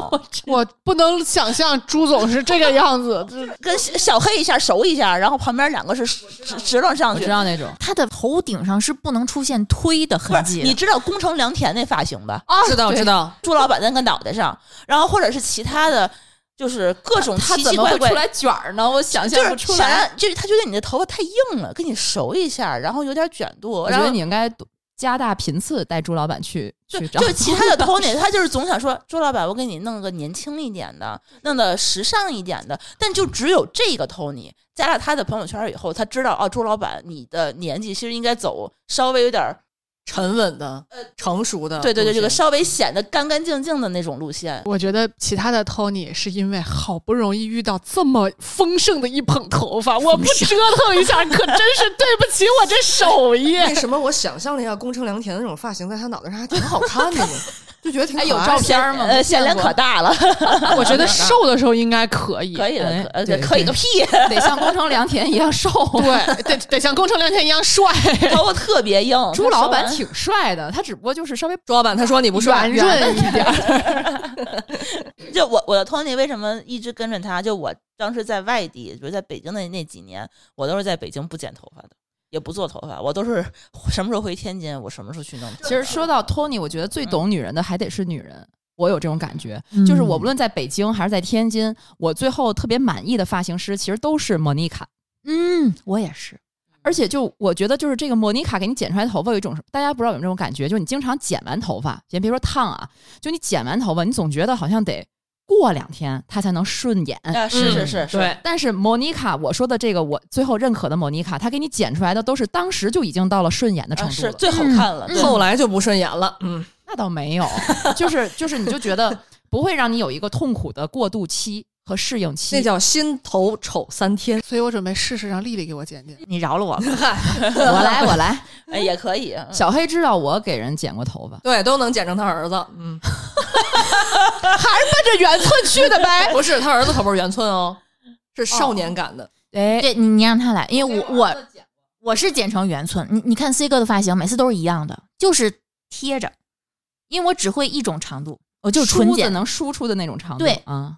[SPEAKER 2] 我不能想象朱总是这个样子，就是
[SPEAKER 4] 跟小小黑一下熟一下，然后旁边两个是直直愣上
[SPEAKER 3] 我
[SPEAKER 4] 去
[SPEAKER 3] 知。道那种。
[SPEAKER 6] 他的头顶上是不能出现推的
[SPEAKER 4] 不
[SPEAKER 6] 痕迹
[SPEAKER 4] 是，
[SPEAKER 6] 的
[SPEAKER 4] 你知道宫城良田那发型吧？
[SPEAKER 5] 知道知道，
[SPEAKER 4] 朱老板那个脑袋上，然后或者是其他的，就是各种
[SPEAKER 3] 他
[SPEAKER 4] 奇
[SPEAKER 3] 怎
[SPEAKER 4] 奇
[SPEAKER 3] 么
[SPEAKER 4] 怪
[SPEAKER 3] 会
[SPEAKER 4] 怪
[SPEAKER 3] 出。来卷儿呢？我想
[SPEAKER 4] 就
[SPEAKER 3] 象不
[SPEAKER 4] 是
[SPEAKER 3] 出来。
[SPEAKER 4] 想，就是他觉得你的头发太硬了，跟你熟一下，然后有点卷度，
[SPEAKER 3] 我
[SPEAKER 4] 然
[SPEAKER 3] 觉
[SPEAKER 4] 后
[SPEAKER 3] 得你应该多加大频次带朱老板去
[SPEAKER 4] 就
[SPEAKER 3] 去找。
[SPEAKER 4] 就其 他的 Tony，他就是总想说朱老板，我给你弄个年轻一点的，弄得时尚一点的，但就只有这个 Tony 加了他的朋友圈以后，他知道哦，朱老板你的年纪其实应该走稍微有点
[SPEAKER 5] 沉稳的、成熟
[SPEAKER 3] 啊
[SPEAKER 5] 的路
[SPEAKER 4] 对
[SPEAKER 5] 线。
[SPEAKER 4] 对对，这个稍微显得干干净净的那种路线，
[SPEAKER 2] 我觉得其他的 Tony 是因为好不容易遇到这么丰盛的一捧头发，我不折腾一下，可真是对不起我这手艺。
[SPEAKER 5] 为什么我想象了一下宫城良田的那种发型，在他脑袋上还挺好看的 呢？就觉得挺可
[SPEAKER 3] 哎
[SPEAKER 5] 爱
[SPEAKER 3] 有照片
[SPEAKER 4] 显
[SPEAKER 3] 吗
[SPEAKER 4] 呃，显
[SPEAKER 3] 见
[SPEAKER 4] 脸
[SPEAKER 3] 过
[SPEAKER 4] 可大了，
[SPEAKER 2] 我觉得瘦的时候应该可以，
[SPEAKER 4] 可以的，
[SPEAKER 3] 哎
[SPEAKER 4] 可
[SPEAKER 3] 对
[SPEAKER 4] 呃可以个屁！
[SPEAKER 3] 得像宫城良田一样瘦。啊
[SPEAKER 2] 对，得得像宫城良田一样帅。
[SPEAKER 4] 头发特别 硬，
[SPEAKER 3] 朱老板
[SPEAKER 4] 挺。
[SPEAKER 3] 挺帅的，他只不过就是稍微
[SPEAKER 5] 朱老板他说你不帅，
[SPEAKER 2] 圆润一点儿，
[SPEAKER 4] 就我我的 Tony 为什么一直跟着他？就我当时在外地，比如在北京的那几年，我都是在北京不剪头发的，也不做头发，我都是什么时候回天津，我什么时候去弄头发。
[SPEAKER 3] 其实说到托尼，我觉得
[SPEAKER 4] 嗯
[SPEAKER 3] 最懂女人的还得是女人。我有这种感觉，
[SPEAKER 6] 嗯
[SPEAKER 3] 就是我无论在北京还是在天津，我最后特别满意的发型师其实都是莫妮卡。
[SPEAKER 6] 嗯，我也是，
[SPEAKER 3] 而且就我觉得，就是这个莫妮卡给你剪出来的头发有一种，大家不知道有没有这种感觉，就是你经常剪完头发，先别说烫啊，就你剪完头发，你总觉得好像得过两天它才能顺眼。嗯
[SPEAKER 4] 啊，是是是是，
[SPEAKER 5] 对，
[SPEAKER 3] 但是莫妮卡，我说的这个，我最后认可的莫妮卡，她给你剪出来的都是当时就已经到了顺眼的程
[SPEAKER 4] 啊
[SPEAKER 3] 度了。
[SPEAKER 4] 是最好看了。对
[SPEAKER 5] 后来就不顺眼了。嗯，
[SPEAKER 3] 那倒没有，就是就是，你就觉得不会让你有一个痛苦的过渡期和适应期。
[SPEAKER 5] 那叫心头丑三天。
[SPEAKER 2] 所以我准备试试让丽丽给我剪剪。
[SPEAKER 6] 你饶了 我吧。
[SPEAKER 3] 我来，我来。
[SPEAKER 4] 哎也可以。嗯
[SPEAKER 3] 小黑知道我给人剪过头发，
[SPEAKER 5] 对，都能剪成他儿子。嗯，
[SPEAKER 2] 奔着圆寸去的 呗。
[SPEAKER 5] 不是他儿子可不是圆寸哦，是少
[SPEAKER 2] 哦
[SPEAKER 5] 年感的。
[SPEAKER 3] 哎，
[SPEAKER 6] 对你，你让他来，因为我我我是剪成圆寸。你你看 C 哥的发型，每次都是一样的，就是贴着，因为我只会一种长度，我就纯
[SPEAKER 3] 梳子
[SPEAKER 6] 剪。
[SPEAKER 3] 能梳出的那种长度。
[SPEAKER 6] 对
[SPEAKER 3] 啊，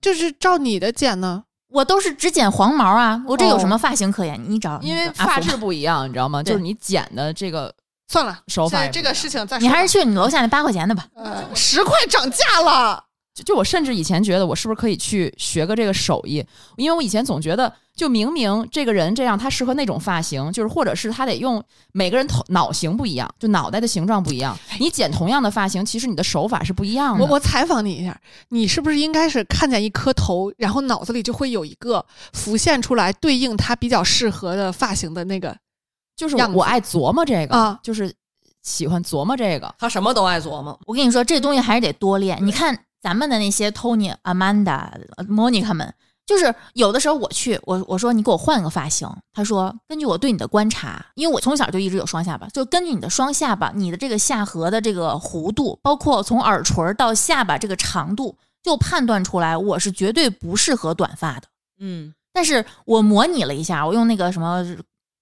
[SPEAKER 2] 就是照你的剪呢，
[SPEAKER 6] 我都是只剪黄毛啊，我这有什么发型可言？你找
[SPEAKER 3] 哦因为
[SPEAKER 6] 阿
[SPEAKER 3] 发
[SPEAKER 6] 福
[SPEAKER 3] 质不一样，你知道吗？
[SPEAKER 6] 对
[SPEAKER 3] 就是你剪的这个
[SPEAKER 2] 算了，
[SPEAKER 3] 手法
[SPEAKER 2] 现在
[SPEAKER 3] 也不
[SPEAKER 2] 这
[SPEAKER 3] 一
[SPEAKER 2] 个
[SPEAKER 3] 样
[SPEAKER 2] 事情再说吧。
[SPEAKER 6] 你还是去你楼下那八块钱的吧。
[SPEAKER 2] 呃十块涨价了，
[SPEAKER 3] 就就我甚至以前觉得我是不是可以去学个这个手艺，因为我以前总觉得，就明明这个人这样，他适合那种发型，就是或者是他得用每个人头脑型不一样，就脑袋的形状不一样，你剪同样的发型，其实你的手法是不一样的。
[SPEAKER 2] 哎我我采访你一下，你是不是应该是看见一颗头，然后脑子里就会有一个浮现出来对应它比较适合的发型的那个？
[SPEAKER 3] 就是
[SPEAKER 2] 样子
[SPEAKER 3] 我爱琢磨这个，
[SPEAKER 2] 啊
[SPEAKER 3] 就是喜欢琢磨这个。
[SPEAKER 5] 他什么都爱琢磨，
[SPEAKER 6] 我跟你说，这东西还是得多练。你看咱们的那些 Tony、Amanda、Monica 们，就是有的时候我去，我我说你给我换个发型，他说根据我对你的观察，因为我从小就一直有双下巴，就根据你的双下巴，你的这个下颌的这个弧度，包括从耳垂到下巴这个长度，就判断出来我是绝对不适合短发的。
[SPEAKER 4] 嗯，
[SPEAKER 6] 但是我模拟了一下，我用那个什么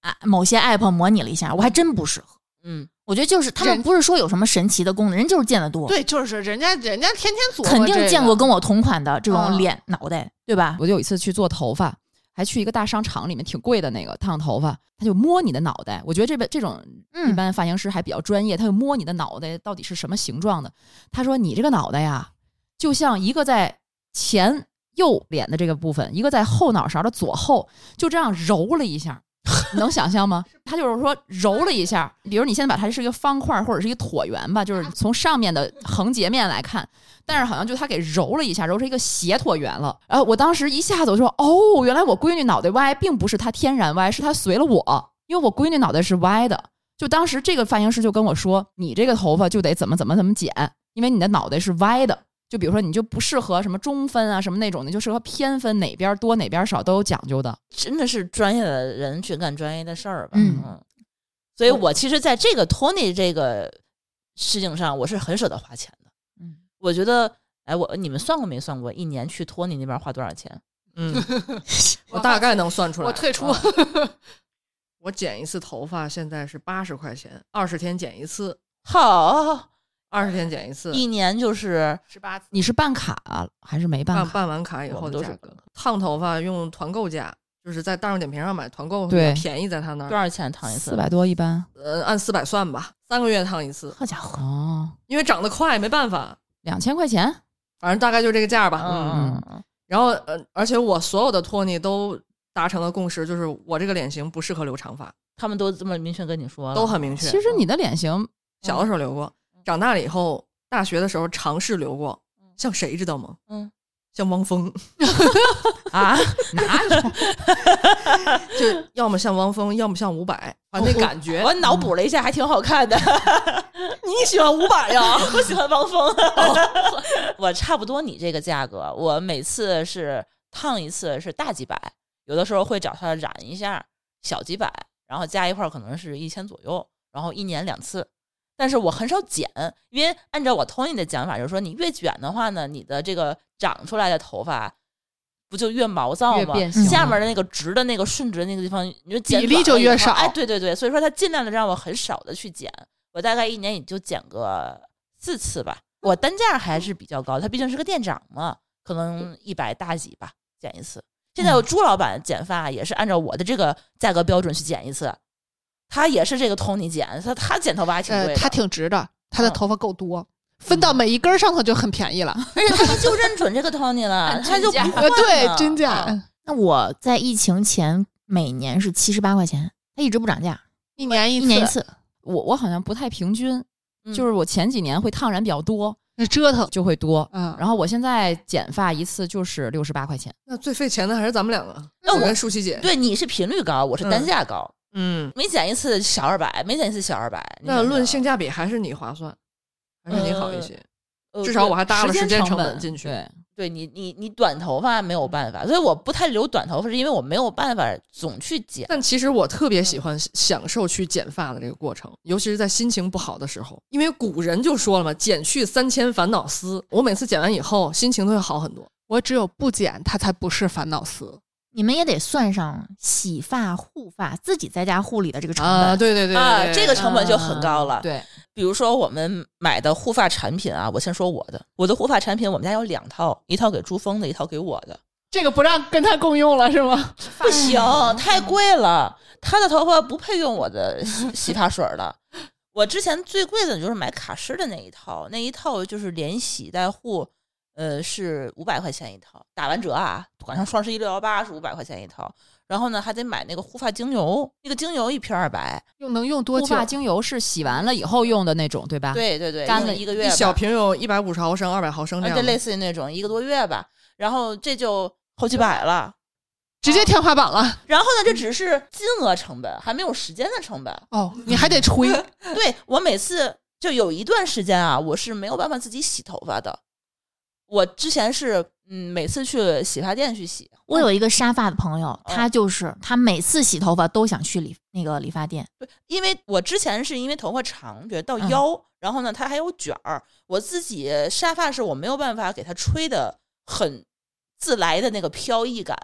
[SPEAKER 6] 啊某些 app 模拟了一下，我还真不适合。
[SPEAKER 4] 嗯，
[SPEAKER 6] 我觉得就是他们
[SPEAKER 2] 人
[SPEAKER 6] 不是说有什么神奇的功能，人就是见得多。
[SPEAKER 2] 对，就是人家人家天天琢磨、
[SPEAKER 6] 肯定见过跟我同款的这种脸、脑袋，对吧？
[SPEAKER 3] 我就有一次去做头发，还去一个大商场里面挺贵的那个烫头发，他就摸你的脑袋。我觉得这边这种
[SPEAKER 6] 嗯
[SPEAKER 3] 一般发型师还比较专业，他就摸你的脑袋到底是什么形状的。他说你这个脑袋呀，就像一个在前右脸的这个部分，一个在后脑勺的左后，就这样揉了一下。你能想象吗？ 他就是说揉了一下，比如你现在把它是一个方块或者是一个椭圆吧，就是从上面的横截面来看，但是好像就他给揉了一下，揉成一个斜椭圆了。然后我当时一下子我说，哦，原来我闺女脑袋歪，并不是她天然歪，是她随了我，因为我闺女脑袋是歪的。就当时这个发型师就跟我说，你这个头发就得怎么怎么怎么剪，因为你的脑袋是歪的。就比如说，你就不适合什么中分啊，什么那种的，就适合偏分，哪边多哪边少都有讲究的。
[SPEAKER 4] 真的是专业的人去干专业的事儿吧。
[SPEAKER 6] 嗯
[SPEAKER 4] 嗯，所以我其实在这个 Tony 这个事情上，我是很舍得花钱的。
[SPEAKER 6] 嗯，
[SPEAKER 4] 我觉得，哎，我你们算过没算过一年去 Tony 那边花多少钱？
[SPEAKER 5] 嗯，我大概能算出来。
[SPEAKER 2] 我退出。
[SPEAKER 5] 啊我剪一次头发现在是八十块钱，二十天剪一次，
[SPEAKER 4] 好，
[SPEAKER 5] 二十天剪一次，
[SPEAKER 4] 一年就是
[SPEAKER 2] 十八次，
[SPEAKER 3] 你是办卡还是没办
[SPEAKER 5] 办
[SPEAKER 3] 卡？
[SPEAKER 5] 办完卡以
[SPEAKER 4] 我
[SPEAKER 5] 后
[SPEAKER 4] 们
[SPEAKER 5] 的
[SPEAKER 4] 都是
[SPEAKER 5] 价格。烫头发用团购价，就是在大众点评上买团购会
[SPEAKER 3] 对
[SPEAKER 5] 比较便宜，在他那
[SPEAKER 4] 多
[SPEAKER 5] 儿，
[SPEAKER 4] 少钱烫一次？
[SPEAKER 3] 四百多一般。
[SPEAKER 5] 呃，按四百算吧，三个月烫一 次，
[SPEAKER 6] 好家伙，
[SPEAKER 3] 哦，
[SPEAKER 5] 因为长得快没办法，
[SPEAKER 3] 两千块钱。
[SPEAKER 5] 反正大概就这个价吧。
[SPEAKER 4] 嗯嗯嗯，
[SPEAKER 5] 然后呃，而且我所有的托尼都达成了共识，就是我这个脸型不适合留长发，
[SPEAKER 4] 他们都这么明确跟你说了，
[SPEAKER 5] 都很明确。
[SPEAKER 3] 其实你的脸型
[SPEAKER 5] 小的时候留过，长大了以后，大学的时候尝试留过，像谁知道吗？
[SPEAKER 4] 嗯，
[SPEAKER 5] 像汪峰，
[SPEAKER 3] 啊，哪有？
[SPEAKER 5] 就要么像汪峰，要么像伍佰，啊，那感觉
[SPEAKER 4] 我脑补了一下，还挺好看的。
[SPEAKER 5] 你喜欢伍佰呀？
[SPEAKER 4] 我喜欢汪峰，哦我差不多你这个价格，我每次是烫一次是大几百，有的时候会找他染一下小几百，然后加一块儿可能是一千左右，然后一年两次。但是我很少剪，因为按照我 Tony 的讲法，就是说你越卷的话呢，你的这个长出来的头发不就越毛躁
[SPEAKER 3] 越
[SPEAKER 4] 吗？
[SPEAKER 3] 变形
[SPEAKER 4] 下面的那个直的那个顺直的那个地方，你就剪
[SPEAKER 2] 比例
[SPEAKER 4] 短了
[SPEAKER 2] 就越
[SPEAKER 4] 以后
[SPEAKER 2] 少
[SPEAKER 4] 哎，对对对，所以说他尽量的让我很少的去剪，我大概一年也就剪个四次吧。我单价还是比较高，他毕竟是个店长嘛，可能一百大几吧，剪一次。现
[SPEAKER 2] 嗯
[SPEAKER 4] 在有朱老板剪发也是按照我的这个价格标准去剪一次，他也是这个 Tony 剪，他他剪头发还挺贵的，
[SPEAKER 2] 呃，他挺直的，他的
[SPEAKER 4] 嗯
[SPEAKER 2] 头发够多，分到每一根儿上头就很便宜了。
[SPEAKER 4] 而且他就认准这个 Tony 了，
[SPEAKER 3] 按
[SPEAKER 4] 他就不
[SPEAKER 3] 真假
[SPEAKER 4] 换
[SPEAKER 2] 呃，
[SPEAKER 4] 了
[SPEAKER 2] 对，真假
[SPEAKER 4] 嗯
[SPEAKER 6] 那我在疫情前每年是七十八块钱，它一直不涨价，
[SPEAKER 2] 一年一
[SPEAKER 6] 一年一
[SPEAKER 2] 次，
[SPEAKER 6] 次。
[SPEAKER 3] 我我好像不太平均，
[SPEAKER 4] 嗯
[SPEAKER 3] 就是我前几年会烫染比较多，
[SPEAKER 2] 那折腾。
[SPEAKER 3] 就会多。
[SPEAKER 2] 嗯，
[SPEAKER 3] 然后我现在剪发一次就是六十八块钱，
[SPEAKER 5] 那最费钱的还是咱们两个，
[SPEAKER 4] 那
[SPEAKER 5] 我
[SPEAKER 4] 我
[SPEAKER 5] 跟舒淇姐。
[SPEAKER 4] 对，你是频率高，我是单价高，
[SPEAKER 5] 嗯，
[SPEAKER 4] 每剪一次小二百，每剪一次小二百。你啊
[SPEAKER 5] 那
[SPEAKER 4] 想想
[SPEAKER 5] 论性价比还是你划算，还是你好一些。
[SPEAKER 4] 呃
[SPEAKER 5] 至少我还搭了时间成
[SPEAKER 3] 成
[SPEAKER 5] 本进去。
[SPEAKER 3] 对，
[SPEAKER 4] 对你，你你短头发没有办法，所以我不太留短头发，是因为我没有办法总去剪。
[SPEAKER 5] 但其实我
[SPEAKER 2] 嗯
[SPEAKER 5] 特别喜欢享受去剪发的这个过程，尤其是在心情不好的时候，因为古人就说了嘛，“剪去三千烦恼丝”。我每次剪完以后，心情都会好很多。
[SPEAKER 2] 我只有不剪，它才不是烦恼丝。
[SPEAKER 6] 你们也得算上洗发、护发，自己在家护理的这个成本。
[SPEAKER 5] 啊，对对对
[SPEAKER 4] 啊
[SPEAKER 5] 对，
[SPEAKER 4] 这个成本就
[SPEAKER 2] 嗯
[SPEAKER 4] 很高了。
[SPEAKER 3] 对，
[SPEAKER 4] 比如说我们买的护发产品啊，我先说我的，我的护发产品我们家有两套，一套给珠峰的，一套给我的。
[SPEAKER 2] 这个不让跟他共用了是吗？
[SPEAKER 4] 不 行，太贵了，他的头发不配用我的洗洗发水了。我之前最贵的就是买卡诗的那一套，那一套就是连洗带护，呃，是五百块钱一套，打完折啊，赶上双十一六幺八是五百块钱一套。然后呢，还得买那个护发精油，那个精油一瓶二百。
[SPEAKER 2] 又能用多
[SPEAKER 3] 护
[SPEAKER 2] 久？
[SPEAKER 3] 发精油是洗完了以后用的那种，对吧？，
[SPEAKER 4] 对对对，
[SPEAKER 3] 干
[SPEAKER 4] 用
[SPEAKER 3] 了
[SPEAKER 4] 一个月
[SPEAKER 5] 一
[SPEAKER 4] 吧
[SPEAKER 5] 小瓶有一百五十毫升、二百毫升这
[SPEAKER 4] 啊，
[SPEAKER 5] 样
[SPEAKER 4] 这
[SPEAKER 5] 的。
[SPEAKER 4] 类似于那种一个多月吧。然后这就好几百了。嗯
[SPEAKER 2] 直接天花板了。
[SPEAKER 4] 然后呢，这只是金额成本，还没有时间的成本。
[SPEAKER 2] 哦，你还得吹，
[SPEAKER 4] 对我每次就有一段时间啊，我是没有办法自己洗头发的。我之前是嗯，每次去洗发店去洗，
[SPEAKER 6] 我有一个沙发的朋友，他就是他每次洗头发都想去理那个理发店，
[SPEAKER 4] 因为我之前是因为头发长，觉得到
[SPEAKER 6] 嗯
[SPEAKER 4] 腰，然后呢它还有卷儿，我自己沙发是我没有办法给它吹的很自来的那个飘逸感。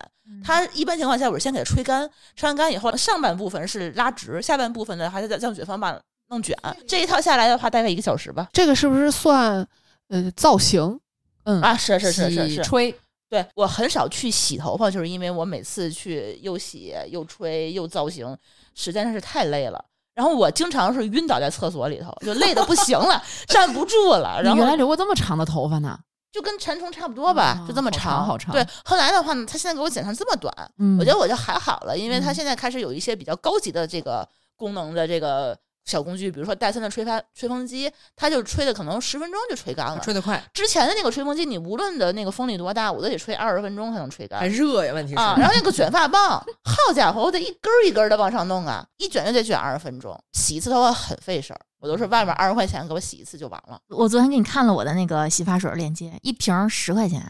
[SPEAKER 4] 它一般情况下我是先给它吹干，吹完干以后上半部分是拉直，下半部分呢还得再用卷方把弄卷。这一套下来的话，大概一个小时吧。
[SPEAKER 2] 这个是不是算呃造型？
[SPEAKER 3] 嗯，
[SPEAKER 4] 啊，是是是是
[SPEAKER 3] 洗
[SPEAKER 4] 是，
[SPEAKER 3] 吹，
[SPEAKER 4] 对我很少去洗头发，就是因为我每次去又洗又吹又造型，实在是太累了。然后我经常是晕倒在厕所里头，就累的不行了， 站不住了。
[SPEAKER 3] 你
[SPEAKER 4] 然
[SPEAKER 3] 原来
[SPEAKER 4] 后
[SPEAKER 3] 留过这么长的头发呢？
[SPEAKER 4] 就跟馋虫差不多吧，
[SPEAKER 3] 啊
[SPEAKER 4] 就这么
[SPEAKER 3] 好长好长
[SPEAKER 4] 对，后来的话呢，他现在给我剪成这么短，
[SPEAKER 3] 嗯，
[SPEAKER 4] 我觉得我就还好了，因为他
[SPEAKER 3] 嗯
[SPEAKER 4] 现在开始有一些比较高级的这个功能的这个小工具，比如说戴森的吹发吹风机，它就吹的可能十分钟就吹干
[SPEAKER 3] 啊
[SPEAKER 4] 了。
[SPEAKER 5] 吹得快，
[SPEAKER 4] 之前的那个吹风机，你无论的那个风力多大，我都得吹二十分钟才能吹干。
[SPEAKER 5] 还热呀？问题是，
[SPEAKER 4] 啊，然后那个卷发棒，好家伙，我得一根儿一根的往上弄啊，一卷就得卷二十分钟，洗一次头发很费事儿，我都是外面二十块钱给我洗一次就完了。
[SPEAKER 6] 我昨天给你看了我的那个洗发水链接，一瓶十块钱，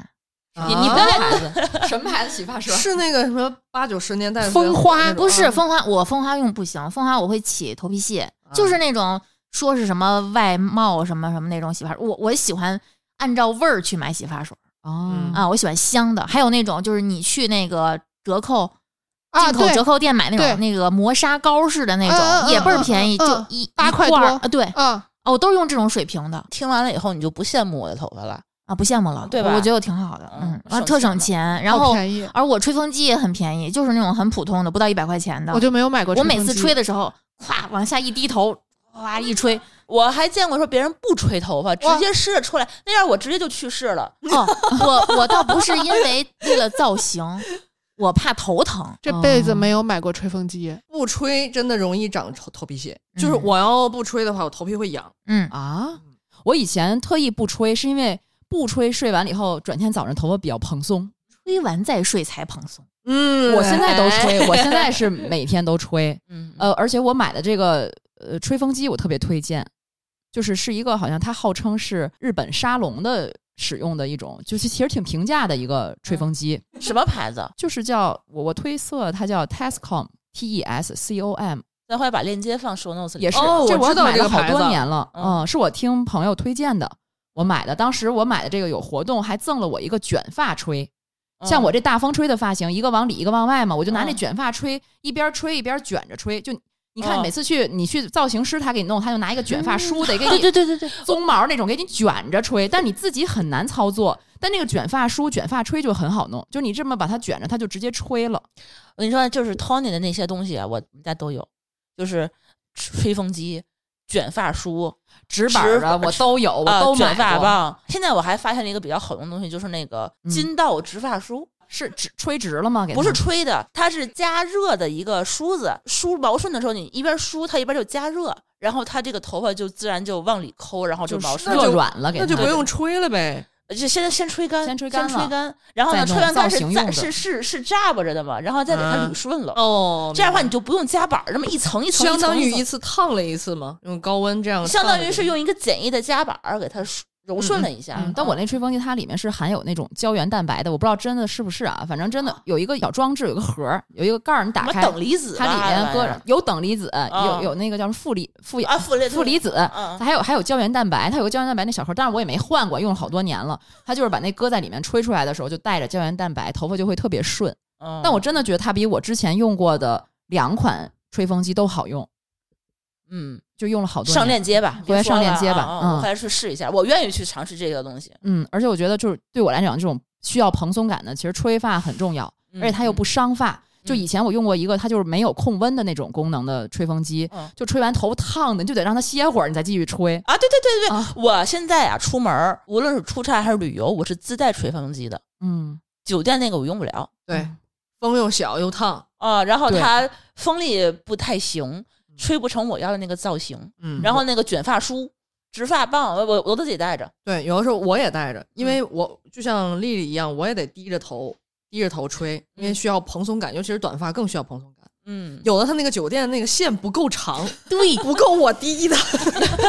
[SPEAKER 3] 你你不要 牌子，什么牌子洗发水？
[SPEAKER 5] 啊是那个什么八九十年代
[SPEAKER 2] 风花
[SPEAKER 6] 不是蜂
[SPEAKER 5] 风，
[SPEAKER 6] 花，我蜂花用不行，蜂花我会起头皮屑，
[SPEAKER 2] 嗯
[SPEAKER 6] 就是那种说是什么外贸什么什么那种洗发水，我我喜欢按照味儿去买洗发水
[SPEAKER 3] 哦
[SPEAKER 5] 嗯，
[SPEAKER 6] 啊，我喜欢香的，还有那种就是你去那个折扣。
[SPEAKER 2] 啊
[SPEAKER 6] 进口
[SPEAKER 2] 对
[SPEAKER 6] 折扣店买那
[SPEAKER 2] 对
[SPEAKER 6] 种那个磨砂膏似的那
[SPEAKER 2] 嗯嗯
[SPEAKER 6] 种，也倍
[SPEAKER 2] 嗯
[SPEAKER 6] 儿
[SPEAKER 2] 嗯
[SPEAKER 6] 便宜，
[SPEAKER 2] 嗯
[SPEAKER 6] 就一
[SPEAKER 2] 八
[SPEAKER 6] 一
[SPEAKER 2] 块
[SPEAKER 6] 罐儿
[SPEAKER 2] 多
[SPEAKER 6] 啊。对，
[SPEAKER 2] 啊，
[SPEAKER 6] 哦，我都是用这种水平的
[SPEAKER 4] 听完了以后，你就不羡慕我的头发了。
[SPEAKER 6] 啊，不羡慕了，
[SPEAKER 4] 对吧
[SPEAKER 6] 我觉得我挺好的，
[SPEAKER 4] 嗯
[SPEAKER 6] 嗯，啊，
[SPEAKER 4] 省
[SPEAKER 6] 特
[SPEAKER 4] 钱
[SPEAKER 6] 省
[SPEAKER 4] 了
[SPEAKER 6] 钱。然
[SPEAKER 2] 好
[SPEAKER 6] 后，啊
[SPEAKER 2] 便宜，
[SPEAKER 6] 而我吹风机也很便宜，就是那种很普通的，不到一百块钱的。
[SPEAKER 2] 我就没有买过。
[SPEAKER 6] 我每次吹，的时候，咵往下一低头，哗一 吹，
[SPEAKER 4] 我还见过说别人不吹头发，直
[SPEAKER 2] 哇
[SPEAKER 4] 接试着出来，那样我直接就去世了。
[SPEAKER 6] 哦，我我倒不是因为为了造型，我怕头疼。
[SPEAKER 2] 这辈
[SPEAKER 5] 哦
[SPEAKER 2] 子没有买过吹风机。
[SPEAKER 5] 不吹真的容易长头头皮屑。
[SPEAKER 6] 嗯
[SPEAKER 5] 就是我要不吹的话，我头皮会痒。
[SPEAKER 6] 嗯，
[SPEAKER 3] 啊，我以前特意不吹，是因为。不吹睡完了以后，转天早上头发比较蓬松。
[SPEAKER 6] 吹完再睡才蓬松。
[SPEAKER 5] 嗯哎
[SPEAKER 3] 我现在都吹，我现在是每天都 吹。
[SPEAKER 4] 嗯，
[SPEAKER 3] 呃，而且我买的这个呃吹风机，我特别推荐，就是是一个好像它号称是日本沙龙的使用的一种，就是其实挺平价的一个吹风机，
[SPEAKER 4] 呃什么牌子？
[SPEAKER 3] 就是叫我我推测它叫 Tescom T E S C O M，
[SPEAKER 4] 待会儿把链接放 show notes 里。
[SPEAKER 3] 也是、
[SPEAKER 5] 哦
[SPEAKER 3] 这
[SPEAKER 5] 我知道
[SPEAKER 3] 买
[SPEAKER 5] 这
[SPEAKER 3] 了
[SPEAKER 5] 个
[SPEAKER 3] 好
[SPEAKER 5] 牌
[SPEAKER 3] 多
[SPEAKER 5] 子
[SPEAKER 3] 年了，
[SPEAKER 4] 嗯
[SPEAKER 3] 嗯，是我听朋友推荐的，我买的。当时我买的这个有活动，还赠了我一个卷发吹。像我
[SPEAKER 4] 这
[SPEAKER 3] 这大风吹的发型，一个往里，一个往外嘛，我就拿那
[SPEAKER 4] 嗯
[SPEAKER 3] 卷发吹，一边吹一边卷着吹。就你看，
[SPEAKER 4] 嗯
[SPEAKER 3] 每次去你去造型师，他给你弄，他就拿一个卷发梳得给
[SPEAKER 6] 对
[SPEAKER 3] 你
[SPEAKER 6] 对对对对，
[SPEAKER 3] 鬃毛那种给你卷着吹，但你自己很难操作。但那个卷发梳、卷发吹就很好弄，就你这么把它卷着，它就直接吹了。
[SPEAKER 4] 我跟你说，就是 Tony 的那些东西啊，我们家都有，就是吹风机、卷发梳、
[SPEAKER 3] 直板儿
[SPEAKER 4] 直
[SPEAKER 3] 的我都有，我
[SPEAKER 4] 啊
[SPEAKER 3] 都买
[SPEAKER 4] 卷发
[SPEAKER 3] 过，
[SPEAKER 4] 棒。现在我还发现了一个比较好用的东西，就是那个
[SPEAKER 3] 嗯
[SPEAKER 4] 金道直发梳，
[SPEAKER 3] 是直吹直了吗？给它
[SPEAKER 4] 不是吹的，它是加热的一个梳子。梳毛顺的时候，你一边梳它一边就加热，然后它这个头发就自然就往里抠，然后
[SPEAKER 3] 就
[SPEAKER 4] 毛
[SPEAKER 3] 是
[SPEAKER 4] 顺
[SPEAKER 5] 那
[SPEAKER 3] 热
[SPEAKER 5] 就
[SPEAKER 3] 软了，给
[SPEAKER 5] 那就
[SPEAKER 3] 它
[SPEAKER 5] 不用吹了呗。
[SPEAKER 4] 就先先吹干，
[SPEAKER 3] 先
[SPEAKER 4] 先
[SPEAKER 3] 吹干了
[SPEAKER 4] 吹干，然后呢，
[SPEAKER 3] 再弄
[SPEAKER 4] 吹完干是
[SPEAKER 3] 造型用
[SPEAKER 4] 再
[SPEAKER 3] 的嗯
[SPEAKER 4] 是是是扎巴着的嘛，然后再给它
[SPEAKER 5] 啊
[SPEAKER 4] 捋顺了。
[SPEAKER 5] 哦
[SPEAKER 4] 这样的话，你就不用夹板儿，那么一层一层，
[SPEAKER 5] 相当于
[SPEAKER 4] 一层
[SPEAKER 5] 一次烫了一次嘛，用高温这样，
[SPEAKER 4] 层相当于是。用一个简易的夹板儿给它梳揉顺了一下。啊
[SPEAKER 3] 嗯，但我那吹风机它里面是含有那种胶原蛋白的，我不知道真的是不是啊，反正真的有一个小装置，有一个盒儿，有一个盖儿，你
[SPEAKER 4] 什
[SPEAKER 3] 打
[SPEAKER 4] 么
[SPEAKER 3] 开，
[SPEAKER 4] 等离子吧，啊
[SPEAKER 3] 它里面
[SPEAKER 4] 那玩
[SPEAKER 3] 搁
[SPEAKER 4] 意
[SPEAKER 3] 着
[SPEAKER 4] 儿
[SPEAKER 3] 有等离子，
[SPEAKER 4] 啊
[SPEAKER 3] 有有那个叫什么负离负
[SPEAKER 4] 啊，负离
[SPEAKER 3] 负离子，
[SPEAKER 4] 嗯
[SPEAKER 3] 还有还有胶原蛋白，它有个胶原蛋白那小盒，但是我也没换过，用了好多年了。它就是把那搁在里面吹出来的时候，就带着胶原蛋白，头发就会特别顺。
[SPEAKER 4] 嗯
[SPEAKER 3] 但我真的觉得它比我之前用过的两款吹风机都好用，
[SPEAKER 4] 嗯，
[SPEAKER 3] 就用了好多年。
[SPEAKER 4] 上链接吧，
[SPEAKER 3] 回来
[SPEAKER 4] 别说
[SPEAKER 3] 上链接
[SPEAKER 4] 了
[SPEAKER 3] 吧
[SPEAKER 4] 啊
[SPEAKER 3] 嗯
[SPEAKER 4] 我回来去试一下，我愿意去尝试这个东西，
[SPEAKER 3] 嗯，而且我觉得就是对我来讲，这种需要蓬松感的，其实吹发很重要，
[SPEAKER 4] 嗯
[SPEAKER 3] 而且它又不伤发。就以前我用过一个，它就是没有控温的那种功能的吹风机，
[SPEAKER 4] 嗯
[SPEAKER 3] 就吹完头烫的，你就得让它歇会儿，你再继续吹。
[SPEAKER 4] 啊，对对对对对，
[SPEAKER 3] 啊
[SPEAKER 4] 我现在啊出门儿，无论是出差还是旅游，我是自带吹风机的，
[SPEAKER 3] 嗯，
[SPEAKER 4] 酒店那个我用不了嗯
[SPEAKER 5] 对，风又小又烫，
[SPEAKER 4] 啊，然后
[SPEAKER 3] 对嗯
[SPEAKER 4] 它风力不太行，吹不成我要的那个造型，
[SPEAKER 5] 嗯
[SPEAKER 4] 然后那个卷发梳、直发棒，我我我都得带着，
[SPEAKER 5] 对，有的时候我也带着，因为我就像丽丽一样，我也得低着头，低着头吹，因为需要蓬松感，尤其是短发更需要蓬松感。
[SPEAKER 4] 嗯，
[SPEAKER 5] 有的他那个酒店那个线不够长，
[SPEAKER 6] 对，
[SPEAKER 5] 不够我低的，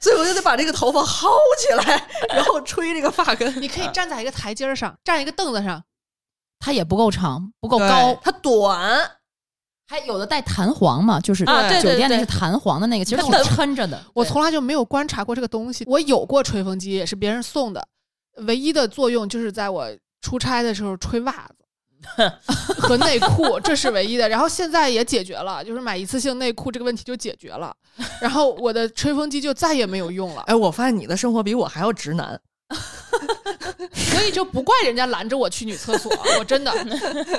[SPEAKER 5] 所以我就得把这个头发薅起来，然后吹这个发根。
[SPEAKER 2] 你可以站在一个台阶儿上，站一个凳子上，
[SPEAKER 3] 它也不够长，不够
[SPEAKER 5] 对
[SPEAKER 3] 高，
[SPEAKER 5] 它短，
[SPEAKER 3] 还有的带弹簧嘛，就是
[SPEAKER 4] 啊对对
[SPEAKER 3] 酒店那
[SPEAKER 4] 对
[SPEAKER 3] 是弹簧的那个，其实
[SPEAKER 4] 它
[SPEAKER 3] 挺
[SPEAKER 4] 弹
[SPEAKER 3] 抻着的。
[SPEAKER 2] 我
[SPEAKER 4] 对
[SPEAKER 2] 从来就没有观察过这个东西。我有过吹风机，也是别人送的，唯一的作用就是在我出差的时候吹袜子和内裤，这是唯一的。然后现在也解决了，就是买一次性内裤这个问题就解决了。然后我的吹风机就再也没有用 了，
[SPEAKER 5] 哎，我发现你的生活比我还要直男。
[SPEAKER 2] 所以就不怪人家拦着我去女厕所，我真的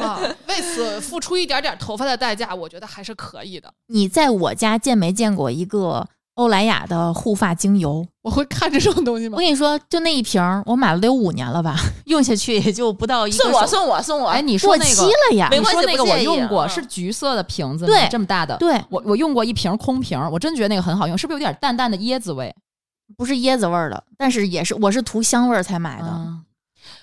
[SPEAKER 2] 啊，为此付出一点点头发的代价，我觉得还是可以的。
[SPEAKER 6] 你在我家见没见过一个欧莱雅的护发精油？
[SPEAKER 2] 我会看这种东西
[SPEAKER 6] 我
[SPEAKER 2] 吗？
[SPEAKER 6] 跟你说，就那一瓶儿，我买了得有五年了吧， 用下去也就不到一个
[SPEAKER 4] 送我
[SPEAKER 6] 手
[SPEAKER 4] 送我送我，
[SPEAKER 3] 哎，你说
[SPEAKER 6] 过
[SPEAKER 3] 那
[SPEAKER 6] 期
[SPEAKER 3] 个，
[SPEAKER 6] 了呀
[SPEAKER 4] 没。
[SPEAKER 3] 你
[SPEAKER 4] 关
[SPEAKER 3] 说
[SPEAKER 4] 系
[SPEAKER 3] 那个
[SPEAKER 4] 不
[SPEAKER 3] 我
[SPEAKER 4] 介意
[SPEAKER 3] 用过，
[SPEAKER 4] 嗯
[SPEAKER 3] 是橘色的瓶子吗，
[SPEAKER 6] 对
[SPEAKER 3] 这么大的，
[SPEAKER 6] 对，
[SPEAKER 3] 我我用过一瓶空瓶儿，我真觉得那个很好用，是不是有点淡淡的椰子味？
[SPEAKER 6] 不是椰子味儿的，但是也是我是图香味儿才买的，
[SPEAKER 3] 嗯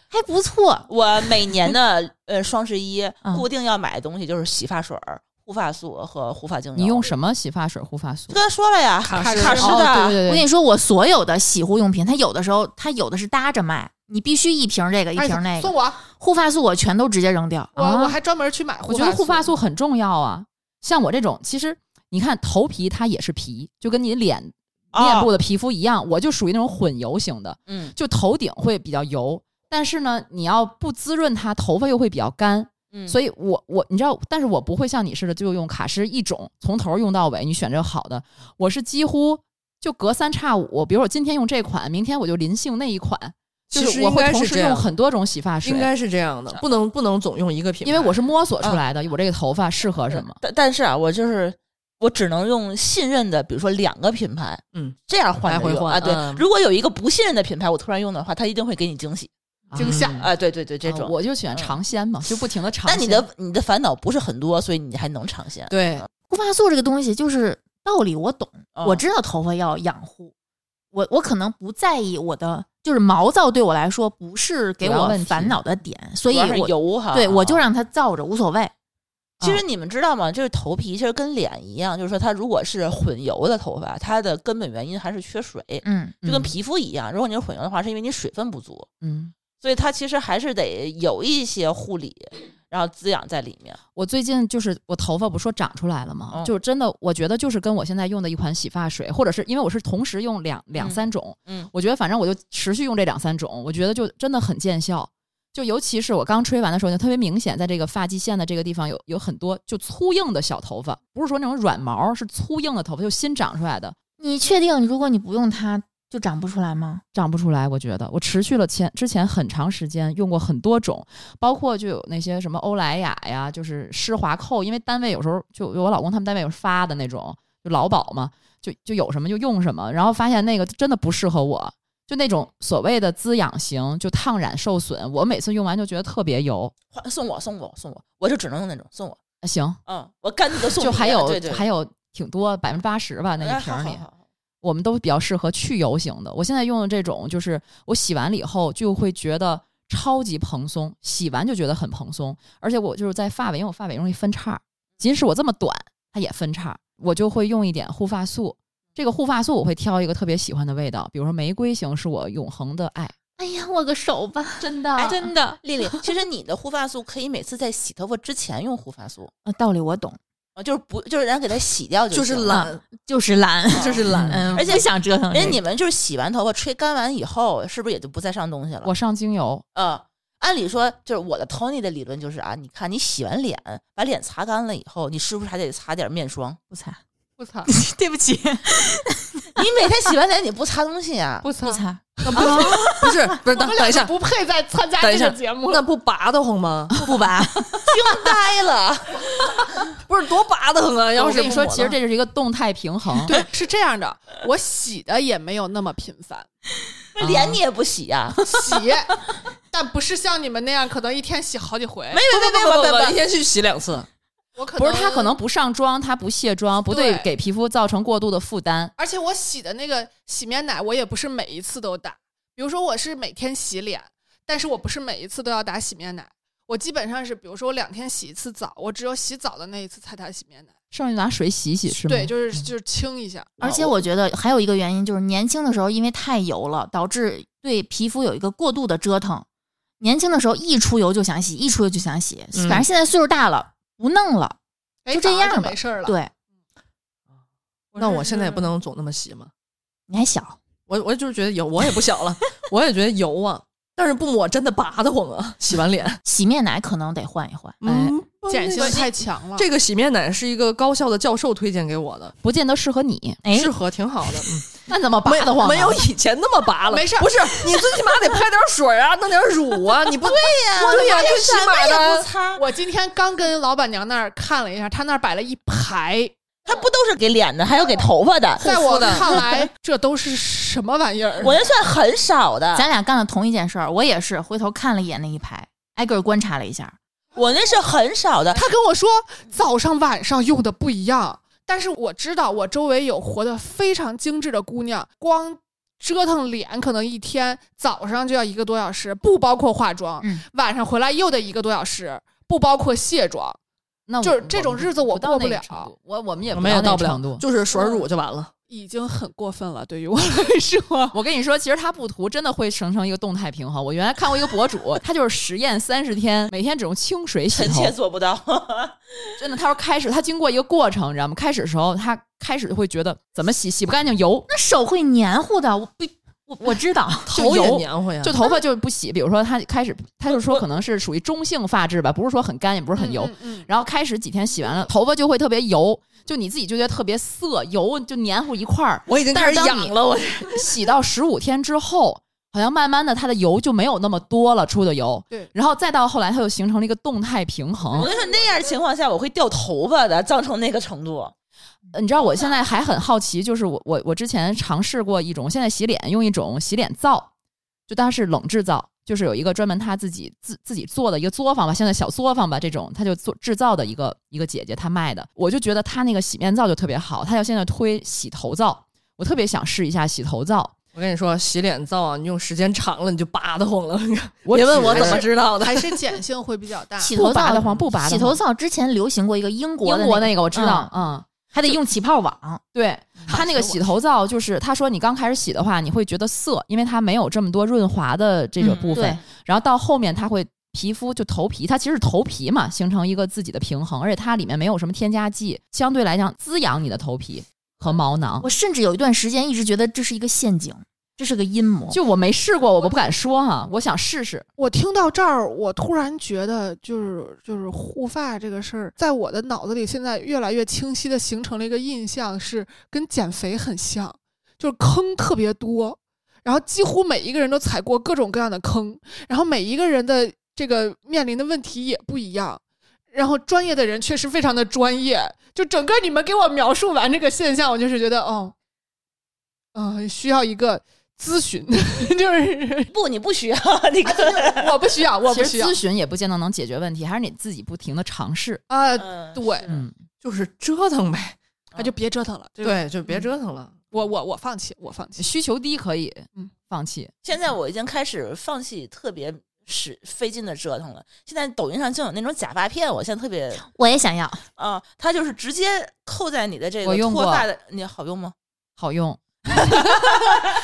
[SPEAKER 6] 还不错。
[SPEAKER 4] 我每年的呃双十一
[SPEAKER 6] 嗯
[SPEAKER 4] 固定要买的东西就是洗发水儿、护发素和护发精油。
[SPEAKER 3] 嗯你用什么洗发水、护发素？
[SPEAKER 4] 刚才说了呀，
[SPEAKER 5] 卡
[SPEAKER 4] 卡
[SPEAKER 5] 诗
[SPEAKER 4] 诗
[SPEAKER 3] 哦，
[SPEAKER 4] 的，
[SPEAKER 3] 对对
[SPEAKER 6] 我跟
[SPEAKER 3] 对
[SPEAKER 6] 你说，我所有的洗护用品，它有的时候它有的是搭着卖，你必须一瓶这个一
[SPEAKER 2] 哎
[SPEAKER 6] 瓶那
[SPEAKER 2] 送
[SPEAKER 6] 个。
[SPEAKER 2] 我，
[SPEAKER 6] 护发素我全都直接扔掉。
[SPEAKER 2] 我、
[SPEAKER 3] 啊
[SPEAKER 2] 我还专门去买
[SPEAKER 3] 我觉得护发
[SPEAKER 2] 素
[SPEAKER 3] 素很重要啊。像我这种，其实你看头皮它也是皮，就跟你脸
[SPEAKER 5] 啊
[SPEAKER 3] 面部
[SPEAKER 4] 哦
[SPEAKER 3] 的皮肤一样，我就属于那种混油型的，
[SPEAKER 4] 嗯
[SPEAKER 3] 就头顶会比较油，但是呢，你要不滋润它，头发又会比较干。
[SPEAKER 4] 嗯，
[SPEAKER 3] 所
[SPEAKER 4] 以
[SPEAKER 3] 以我我你知道，但是我不会像你似的就用卡诗一种从头用到尾，你选择好的。我是几乎就隔三差五，比如我今天用这款，明天我就临性那一款，就
[SPEAKER 5] 其实
[SPEAKER 3] 是我
[SPEAKER 5] 应
[SPEAKER 3] 会
[SPEAKER 5] 该
[SPEAKER 3] 同
[SPEAKER 5] 是
[SPEAKER 3] 时
[SPEAKER 5] 这样
[SPEAKER 3] 用很多种洗发水
[SPEAKER 5] 应，该是这样嗯的，不能不能总用一个品牌，
[SPEAKER 3] 因为我是摸索出来的，我这个头发适合什么。
[SPEAKER 4] 但但是啊，我就是我只能用信任的，比如说两个品牌，
[SPEAKER 5] 嗯，
[SPEAKER 4] 这样换着
[SPEAKER 5] 来回
[SPEAKER 4] 用
[SPEAKER 5] 换
[SPEAKER 4] 啊。对
[SPEAKER 5] 嗯，
[SPEAKER 4] 如果有一个不信任的品牌，我突然用的话，它一定会给你惊喜
[SPEAKER 2] 惊吓
[SPEAKER 3] 啊
[SPEAKER 4] 啊。对对对，这
[SPEAKER 3] 啊
[SPEAKER 4] 种。
[SPEAKER 3] 我就喜欢尝鲜嘛，就不停的呃尝
[SPEAKER 4] 但
[SPEAKER 3] 鲜。
[SPEAKER 4] 你的你的烦恼不是很多，所以你还能尝鲜。
[SPEAKER 5] 对
[SPEAKER 6] 护发素这个东西就是道理我懂，
[SPEAKER 4] 嗯
[SPEAKER 6] 我知道头发要养护，我我可能不在意我的就是毛躁对我来说不是给
[SPEAKER 3] 主要
[SPEAKER 6] 我
[SPEAKER 3] 问题
[SPEAKER 6] 烦恼的点，所以
[SPEAKER 4] 主要是
[SPEAKER 6] 我
[SPEAKER 4] 油哈，
[SPEAKER 6] 对我就
[SPEAKER 2] 啊
[SPEAKER 4] 让。
[SPEAKER 6] 让它燥着无所谓。
[SPEAKER 4] 其
[SPEAKER 3] 嗯
[SPEAKER 4] 实你们知道吗？就是头皮其实跟脸一样，就是说它如果是混油的头发，它的根本原因还是缺水，
[SPEAKER 6] 嗯，
[SPEAKER 4] 就跟
[SPEAKER 3] 嗯
[SPEAKER 4] 皮肤一样。如果你是混油的话，是因为你水分不足，
[SPEAKER 3] 嗯，
[SPEAKER 4] 所以它其实还是得有一些护理，然后滋养在里面。
[SPEAKER 3] 我最近就是我头发不说长出来了吗？
[SPEAKER 4] 嗯
[SPEAKER 3] 就是真的，我觉得就是跟我现在用的一款洗发水，或者是因为我是同时用两两
[SPEAKER 4] 嗯
[SPEAKER 3] 三种，
[SPEAKER 4] 嗯
[SPEAKER 3] 我觉得反正我就持续用这两三种，我觉得就真的很见效。就尤其是我刚吹完的时候，就特别明显，在这个发际线的这个地方有有很多就粗硬的小头发，不是说那种软毛，是粗硬的头发，就新长出来的，
[SPEAKER 6] 你确定如果你不用它就长不出来吗？
[SPEAKER 3] 长不出来。我觉得我持续了前之前很长时间用过很多种，包括就有那些什么欧莱雅呀，就是施华蔻，因为单位有时候就有我老公他们单位有发的那种，就劳保嘛，就就有什么就用什么，然后发现那个真的不适合我。就那种所谓的滋养型，就烫染受损，我每次用完就觉得特别油。
[SPEAKER 4] 换送我，送我，送我，我就只能用那种送我。
[SPEAKER 3] 啊行，
[SPEAKER 4] 嗯，我干你就送你
[SPEAKER 3] 就还有
[SPEAKER 4] 对对，
[SPEAKER 3] 还有挺多百分之八十吧，那
[SPEAKER 4] 哎
[SPEAKER 3] 一瓶 儿里，
[SPEAKER 4] 好好好
[SPEAKER 3] 我们都比较适合去油型的。我现在用的这种，就是我洗完了以后就会觉得超级蓬松，洗完就觉得很蓬松，而且我就是在发尾，因为我发尾容易分叉，即使我这么短，它也分叉，我就会用一点护发素。这个护发素我会挑一个特别喜欢的味道，比如说玫瑰型是我永恒的爱，
[SPEAKER 6] 哎呀，握个手吧，
[SPEAKER 3] 真的
[SPEAKER 4] 哎
[SPEAKER 6] 真的，
[SPEAKER 4] 丽丽，其实你的护发素可以每次在洗头发之前用护发素，
[SPEAKER 6] 啊道理我懂，
[SPEAKER 4] 啊，就是不就是然后给它洗掉
[SPEAKER 5] 就是
[SPEAKER 4] 行了
[SPEAKER 5] 懒，
[SPEAKER 6] 就是懒，
[SPEAKER 2] 哦
[SPEAKER 5] 就是懒。
[SPEAKER 6] 嗯，
[SPEAKER 4] 而且
[SPEAKER 6] 不想折
[SPEAKER 3] 哎
[SPEAKER 6] 腾这
[SPEAKER 4] 人
[SPEAKER 6] 个。
[SPEAKER 4] 家你们就是洗完头发吹干完以后，是不是也就不再上东西了？
[SPEAKER 3] 我上精油，
[SPEAKER 4] 呃，按理说就是我的 Tony 的理论就是啊，你看你洗完脸，把脸擦干了以后，你是不是还得擦点面霜？
[SPEAKER 6] 不擦，
[SPEAKER 2] 不擦
[SPEAKER 6] 对不 起，
[SPEAKER 4] 你每天洗完脸你不擦东西啊？
[SPEAKER 2] 不擦
[SPEAKER 6] 不，擦，
[SPEAKER 5] 不是不 是，等等一下，
[SPEAKER 2] 不配再参加
[SPEAKER 5] 等一
[SPEAKER 2] 这
[SPEAKER 5] 下
[SPEAKER 2] 个节目
[SPEAKER 5] 那
[SPEAKER 2] 了。
[SPEAKER 5] 不拔得慌 吗？
[SPEAKER 6] 不 拔。
[SPEAKER 4] 惊呆了，
[SPEAKER 5] 不是多拔得慌啊！要
[SPEAKER 3] 我
[SPEAKER 5] 是
[SPEAKER 3] 跟你说，
[SPEAKER 5] 不抹
[SPEAKER 3] 其实
[SPEAKER 5] 呢
[SPEAKER 3] 这就是一个动态平衡，
[SPEAKER 2] 对， 是这样的，我洗的也没有那么频繁，
[SPEAKER 4] 这脸你也不洗啊 呀、
[SPEAKER 2] 洗，但不是像你们那样，可能一天洗好几回。没，
[SPEAKER 5] 不
[SPEAKER 4] 没没
[SPEAKER 5] 不
[SPEAKER 4] 没
[SPEAKER 5] 不
[SPEAKER 4] 没
[SPEAKER 5] 不，一天去洗两次，
[SPEAKER 2] 我可
[SPEAKER 3] 不是它可能，不上妆，它不卸妆，不对
[SPEAKER 2] 对
[SPEAKER 3] 给皮肤造成过度的负担。
[SPEAKER 2] 而且我洗的那个洗面奶，我也不是每一次都打。比如说，我是每天洗脸，但是我不是每一次都要打洗面奶。我基本上是，比如说我两天洗一次澡，我只有洗澡的那一次才打洗面奶。
[SPEAKER 3] 剩下拿水洗洗是吗？
[SPEAKER 2] 对，就是就是清一下。
[SPEAKER 3] 啊
[SPEAKER 6] 而且我觉得还有一个原因就是年轻的时候因为太油了，导致对皮肤有一个过度的折腾。年轻的时候一出油就想洗，一出油就想洗，
[SPEAKER 5] 嗯
[SPEAKER 6] 反正现在岁数大了不弄了。
[SPEAKER 2] 哎
[SPEAKER 6] 就这
[SPEAKER 2] 反而
[SPEAKER 6] 样吧
[SPEAKER 2] 没事儿了。，
[SPEAKER 6] 对，
[SPEAKER 5] 那我现在也不能总那么洗嘛。
[SPEAKER 6] 你还小，
[SPEAKER 5] 我我就是觉得油，我也不小 了，我也觉得油啊，但是不抹真的拔得慌啊！洗 完脸，
[SPEAKER 6] 洗面奶可能得换一换。
[SPEAKER 3] 哎
[SPEAKER 5] 嗯，
[SPEAKER 2] 碱性
[SPEAKER 5] 那个
[SPEAKER 2] 太强了。
[SPEAKER 5] 这个洗面奶是一个高校的教授推荐给我的，
[SPEAKER 3] 不见得适合你。
[SPEAKER 6] 哎，
[SPEAKER 5] 适合挺好的， 嗯
[SPEAKER 3] 那怎么拔
[SPEAKER 5] 没
[SPEAKER 3] 得慌呢？
[SPEAKER 5] 没有以前那么拔了，
[SPEAKER 2] 没事儿
[SPEAKER 5] 不是你最起码得拍点水啊，弄点乳 啊，你不对呀对呀，最起码
[SPEAKER 4] 也不
[SPEAKER 5] 的
[SPEAKER 4] 擦，
[SPEAKER 2] 我今天刚跟老板娘那儿看了一下，她那儿摆了一排，
[SPEAKER 4] 它不都是给脸的，还有给头发的，
[SPEAKER 2] 在我看 来，这都是什么玩意儿？
[SPEAKER 4] 我这算很少的，
[SPEAKER 6] 哎咱俩干了同一件事儿，我也是回头看了一眼那一排，挨个儿观察了一下。
[SPEAKER 4] 我那是很少的。
[SPEAKER 2] 他跟我说早上晚上用的不一样，但是我知道我周围有活得非常精致的姑娘，光折腾脸可能一天早上就要一个多小时，不包括化妆，
[SPEAKER 6] 嗯
[SPEAKER 2] 晚上回来又得一个多小时，不包括卸妆。
[SPEAKER 3] 那我
[SPEAKER 2] 就是这种
[SPEAKER 3] 我
[SPEAKER 2] 日子我
[SPEAKER 3] 到
[SPEAKER 2] 过不
[SPEAKER 3] 那个
[SPEAKER 2] 了
[SPEAKER 3] 程度我我们也
[SPEAKER 5] 我们也到
[SPEAKER 3] 到
[SPEAKER 5] 不
[SPEAKER 3] 那
[SPEAKER 5] 了
[SPEAKER 3] 程度，
[SPEAKER 5] 就是水乳就完了。
[SPEAKER 2] 已经很过分了，对于我来说，
[SPEAKER 3] 我跟你说，其实它不涂真的会形成一个动态平衡。我原来看过一个博主，他就是实验三十天，每天只用清水洗
[SPEAKER 4] 臣
[SPEAKER 3] 头
[SPEAKER 4] 妾，做不到，
[SPEAKER 3] 真的。他说开始他经过一个过程，你知道吗？开始的时候他开始会觉得怎么洗洗不干净，油
[SPEAKER 6] 那手会黏糊的，我不，我我知道。
[SPEAKER 5] 头也
[SPEAKER 3] 油
[SPEAKER 5] 黏糊呀，
[SPEAKER 3] 就头发就不洗。比如说他开始，他就说可能是属于中性发质吧，不是说很干，也不是很油。
[SPEAKER 2] 嗯，嗯
[SPEAKER 3] 然后开始几天洗完了，头发就会特别油，就你自己就觉得特别涩，油就黏糊一块儿。
[SPEAKER 5] 我已经
[SPEAKER 3] 但
[SPEAKER 5] 开
[SPEAKER 3] 是
[SPEAKER 5] 始
[SPEAKER 3] 当
[SPEAKER 5] 痒
[SPEAKER 3] 你
[SPEAKER 5] 了，我
[SPEAKER 3] 洗到十五天之后，好像慢慢的它的油就没有那么多了，出的油。
[SPEAKER 2] 对
[SPEAKER 3] 然后再到后来，它就形成了一个动态平
[SPEAKER 4] 我
[SPEAKER 3] 衡。
[SPEAKER 4] 跟你说，那样情况下我会掉头发的，脏成那个程度。
[SPEAKER 3] 呃你知道我现在还很好奇，就是我我我之前尝试过一种，我现在洗脸用一种洗脸皂，就它是冷制造，就是有一个专门他自己自自己做的一个作坊吧，现在小作坊吧这种，他就做制造的一个一个姐姐她卖的，我就觉得她那个洗面皂就特别好，她要现在推洗头皂，我特别想试一下洗头皂。
[SPEAKER 5] 我跟你说，洗脸皂啊，你用时间长了你就拔得慌了。
[SPEAKER 3] 我
[SPEAKER 5] 别问我
[SPEAKER 2] 还
[SPEAKER 5] 怎么
[SPEAKER 2] 是
[SPEAKER 5] 知道的，
[SPEAKER 2] 还 是碱性会比较大。
[SPEAKER 6] 洗头
[SPEAKER 3] 不拔
[SPEAKER 6] 皂
[SPEAKER 3] 得慌不拔得
[SPEAKER 6] 洗
[SPEAKER 3] 慌
[SPEAKER 6] 头皂之前流行过一个英国的
[SPEAKER 3] 英国那
[SPEAKER 6] 那
[SPEAKER 3] 个嗯我知道，嗯，
[SPEAKER 6] 还得用起泡网。
[SPEAKER 3] 对它那个洗头皂，就是他说你刚开始洗的话，你会觉得涩，因为它没有这么多润滑的这个
[SPEAKER 5] 嗯
[SPEAKER 3] 部分。
[SPEAKER 6] 对，
[SPEAKER 3] 然后到后面它会皮肤就头皮，它其实是头皮嘛，形成一个自己的平衡，而且它里面没有什么添加剂，相对来讲滋养你的头皮和毛囊
[SPEAKER 6] 我。甚至有一段时间一直觉得这是一个陷阱，这是个阴谋。
[SPEAKER 3] 就我没试过，我不敢说哈、我想试试。
[SPEAKER 2] 我听到这儿，我突然觉得，就是就是护发这个事儿，在我的脑子里现在越来越清晰的形成了一个印象，是跟减肥很像，就是坑特别多，然后几乎每一个人都踩过各种各样的坑，然后每一个人的这个面临的问题也不一样。然后专业的人确实非常的专业，就整个你们给我描述完这个现象，我就是觉得，哦，嗯、需要一个咨询， 就是
[SPEAKER 4] 不，你不需要那个，
[SPEAKER 2] 我不需要，我
[SPEAKER 3] 其
[SPEAKER 2] 不
[SPEAKER 3] 实
[SPEAKER 2] 需要
[SPEAKER 3] 咨。询也不见得能解决问题，还是你自己不停的尝试。
[SPEAKER 2] 啊，
[SPEAKER 4] 嗯
[SPEAKER 2] 对，
[SPEAKER 3] 嗯，
[SPEAKER 5] 就是折腾呗。嗯
[SPEAKER 2] 那就别折腾了。这个，
[SPEAKER 5] 对，就别折腾了。
[SPEAKER 2] 我我我放弃，我放弃。
[SPEAKER 3] 需求低可以
[SPEAKER 2] 嗯
[SPEAKER 3] 放弃。
[SPEAKER 4] 现在我已经开始放弃特别使费劲的折腾了。现在抖音上就有那种假发片，我现在特别
[SPEAKER 6] 我也想要，
[SPEAKER 4] 啊、它就是直接扣在你的这
[SPEAKER 3] 我
[SPEAKER 4] 个
[SPEAKER 3] 用
[SPEAKER 4] 脱
[SPEAKER 3] 过
[SPEAKER 4] 发的，你好用吗？
[SPEAKER 3] 好用，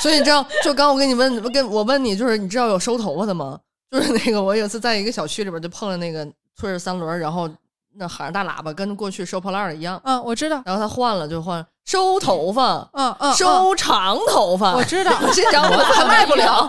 [SPEAKER 5] 所以你知道，就刚我跟你问，跟我问你，就是你知道有收头发的吗？就是那个，我有一次在一个小区里边就碰着那个推着三轮儿，然后那喊着大喇叭，跟过去收破烂儿的一样。
[SPEAKER 2] 嗯，我知道。
[SPEAKER 5] 然后他换了就换收头发，
[SPEAKER 2] 嗯嗯，嗯
[SPEAKER 5] 收长头发。
[SPEAKER 2] 我知道。
[SPEAKER 5] 这讲我咋卖 不了？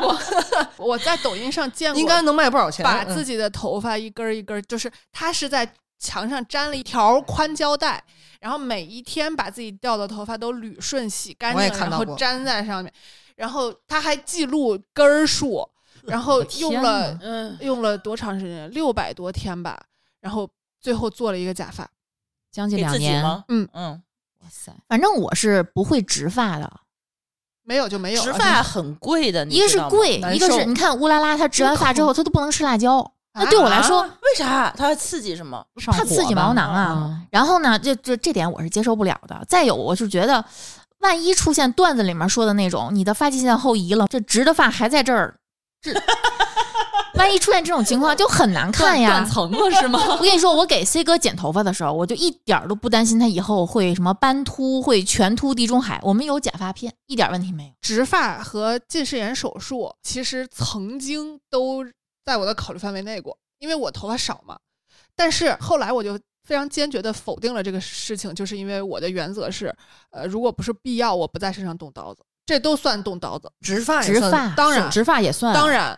[SPEAKER 2] 我在抖音上见过，
[SPEAKER 5] 应该能卖不少钱。
[SPEAKER 2] 把
[SPEAKER 5] 嗯
[SPEAKER 2] 自己的头发一根儿一根儿，就是他是在墙上粘了一条宽胶带，然后每一天把自己掉的头发都捋顺、洗干
[SPEAKER 5] 我也
[SPEAKER 2] 净，然
[SPEAKER 5] 看到
[SPEAKER 2] 后
[SPEAKER 5] 过
[SPEAKER 2] 粘在上面。然后他还记录根儿数，然后用了
[SPEAKER 3] 天
[SPEAKER 4] 嗯，
[SPEAKER 2] 用了多长时间？六百多天吧。然后最后做了一个假发。
[SPEAKER 3] 将近
[SPEAKER 4] 给
[SPEAKER 3] 两
[SPEAKER 4] 自己
[SPEAKER 3] 年。
[SPEAKER 4] 吗？
[SPEAKER 2] 嗯
[SPEAKER 4] 嗯，
[SPEAKER 3] 哇塞，
[SPEAKER 6] 反正我是不会植发的。
[SPEAKER 2] 没有就没有了，
[SPEAKER 4] 植发很贵的，你
[SPEAKER 6] 一个是
[SPEAKER 4] 嗯知道吗
[SPEAKER 6] 贵，
[SPEAKER 5] 难
[SPEAKER 6] 一个
[SPEAKER 5] 受
[SPEAKER 6] 是你看乌拉拉，她植完发之后，她都不能吃辣椒。那对我来说，
[SPEAKER 4] 为啥？它刺激什么？
[SPEAKER 3] 上
[SPEAKER 6] 怕
[SPEAKER 3] 火
[SPEAKER 6] 刺激
[SPEAKER 3] 吧嗯
[SPEAKER 6] 毛囊啊。然后呢，这这这点我是接受不了的。再有，我是觉得，万一出现段子里面说的那种，你的发际线后移了，这直的发还在这儿，这万一出现这种情况就很难看
[SPEAKER 3] 断
[SPEAKER 6] 呀
[SPEAKER 3] 断。层了是吗？
[SPEAKER 6] 我跟你说，我给 C 哥剪头发的时候，我就一点儿都不担心他以后会什么斑秃，会全秃地中海。我们有假发片，一点问题没有。
[SPEAKER 2] 植发和近视眼手术其实曾经都在我的考虑范围内过，因为我头发少嘛。但是后来我就非常坚决的否定了这个事情，就是因为我的原则是，呃，如果不是必要，我不在身上动刀子，这都算动刀子。
[SPEAKER 5] 植发也
[SPEAKER 6] 植
[SPEAKER 5] 算
[SPEAKER 6] 发
[SPEAKER 2] 当然，
[SPEAKER 3] 植发也算啊，
[SPEAKER 2] 当然，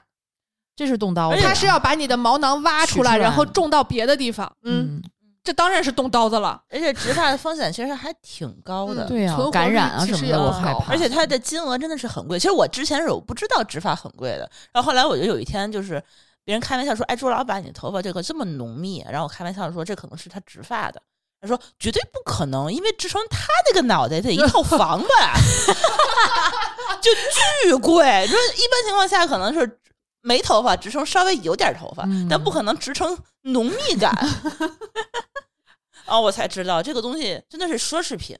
[SPEAKER 3] 这是动刀的呀，
[SPEAKER 2] 它是要把你的毛囊挖
[SPEAKER 3] 取
[SPEAKER 2] 出来，
[SPEAKER 3] 出来
[SPEAKER 2] 然后种到别的地方。嗯，
[SPEAKER 3] 嗯，
[SPEAKER 2] 这当然是动刀子了。
[SPEAKER 4] 而且植发的风险其实还挺高的。
[SPEAKER 2] 嗯
[SPEAKER 3] 对呀
[SPEAKER 2] 存活，率
[SPEAKER 3] 感染啊
[SPEAKER 2] 其
[SPEAKER 3] 什
[SPEAKER 2] 实
[SPEAKER 3] 么
[SPEAKER 2] 也
[SPEAKER 3] 的，我
[SPEAKER 2] 很
[SPEAKER 3] 害
[SPEAKER 2] 高
[SPEAKER 3] 怕。
[SPEAKER 4] 而且它的金额真的是很贵。其实我之前是我不知道植发很贵的，然后后来我就有一天就是别人开玩笑说：“哎，朱老板，你头发这个这么浓密。”然后我开玩笑说：“这可能是他植发的。”他说：“绝对不可能，因为植成他那个脑袋得一套房子， 就巨贵。说一般情况下可能是没头发植成稍微有点头发，
[SPEAKER 3] 嗯
[SPEAKER 4] 但不可能植成浓密 感。哦，我才知道这个东西真的是奢侈品。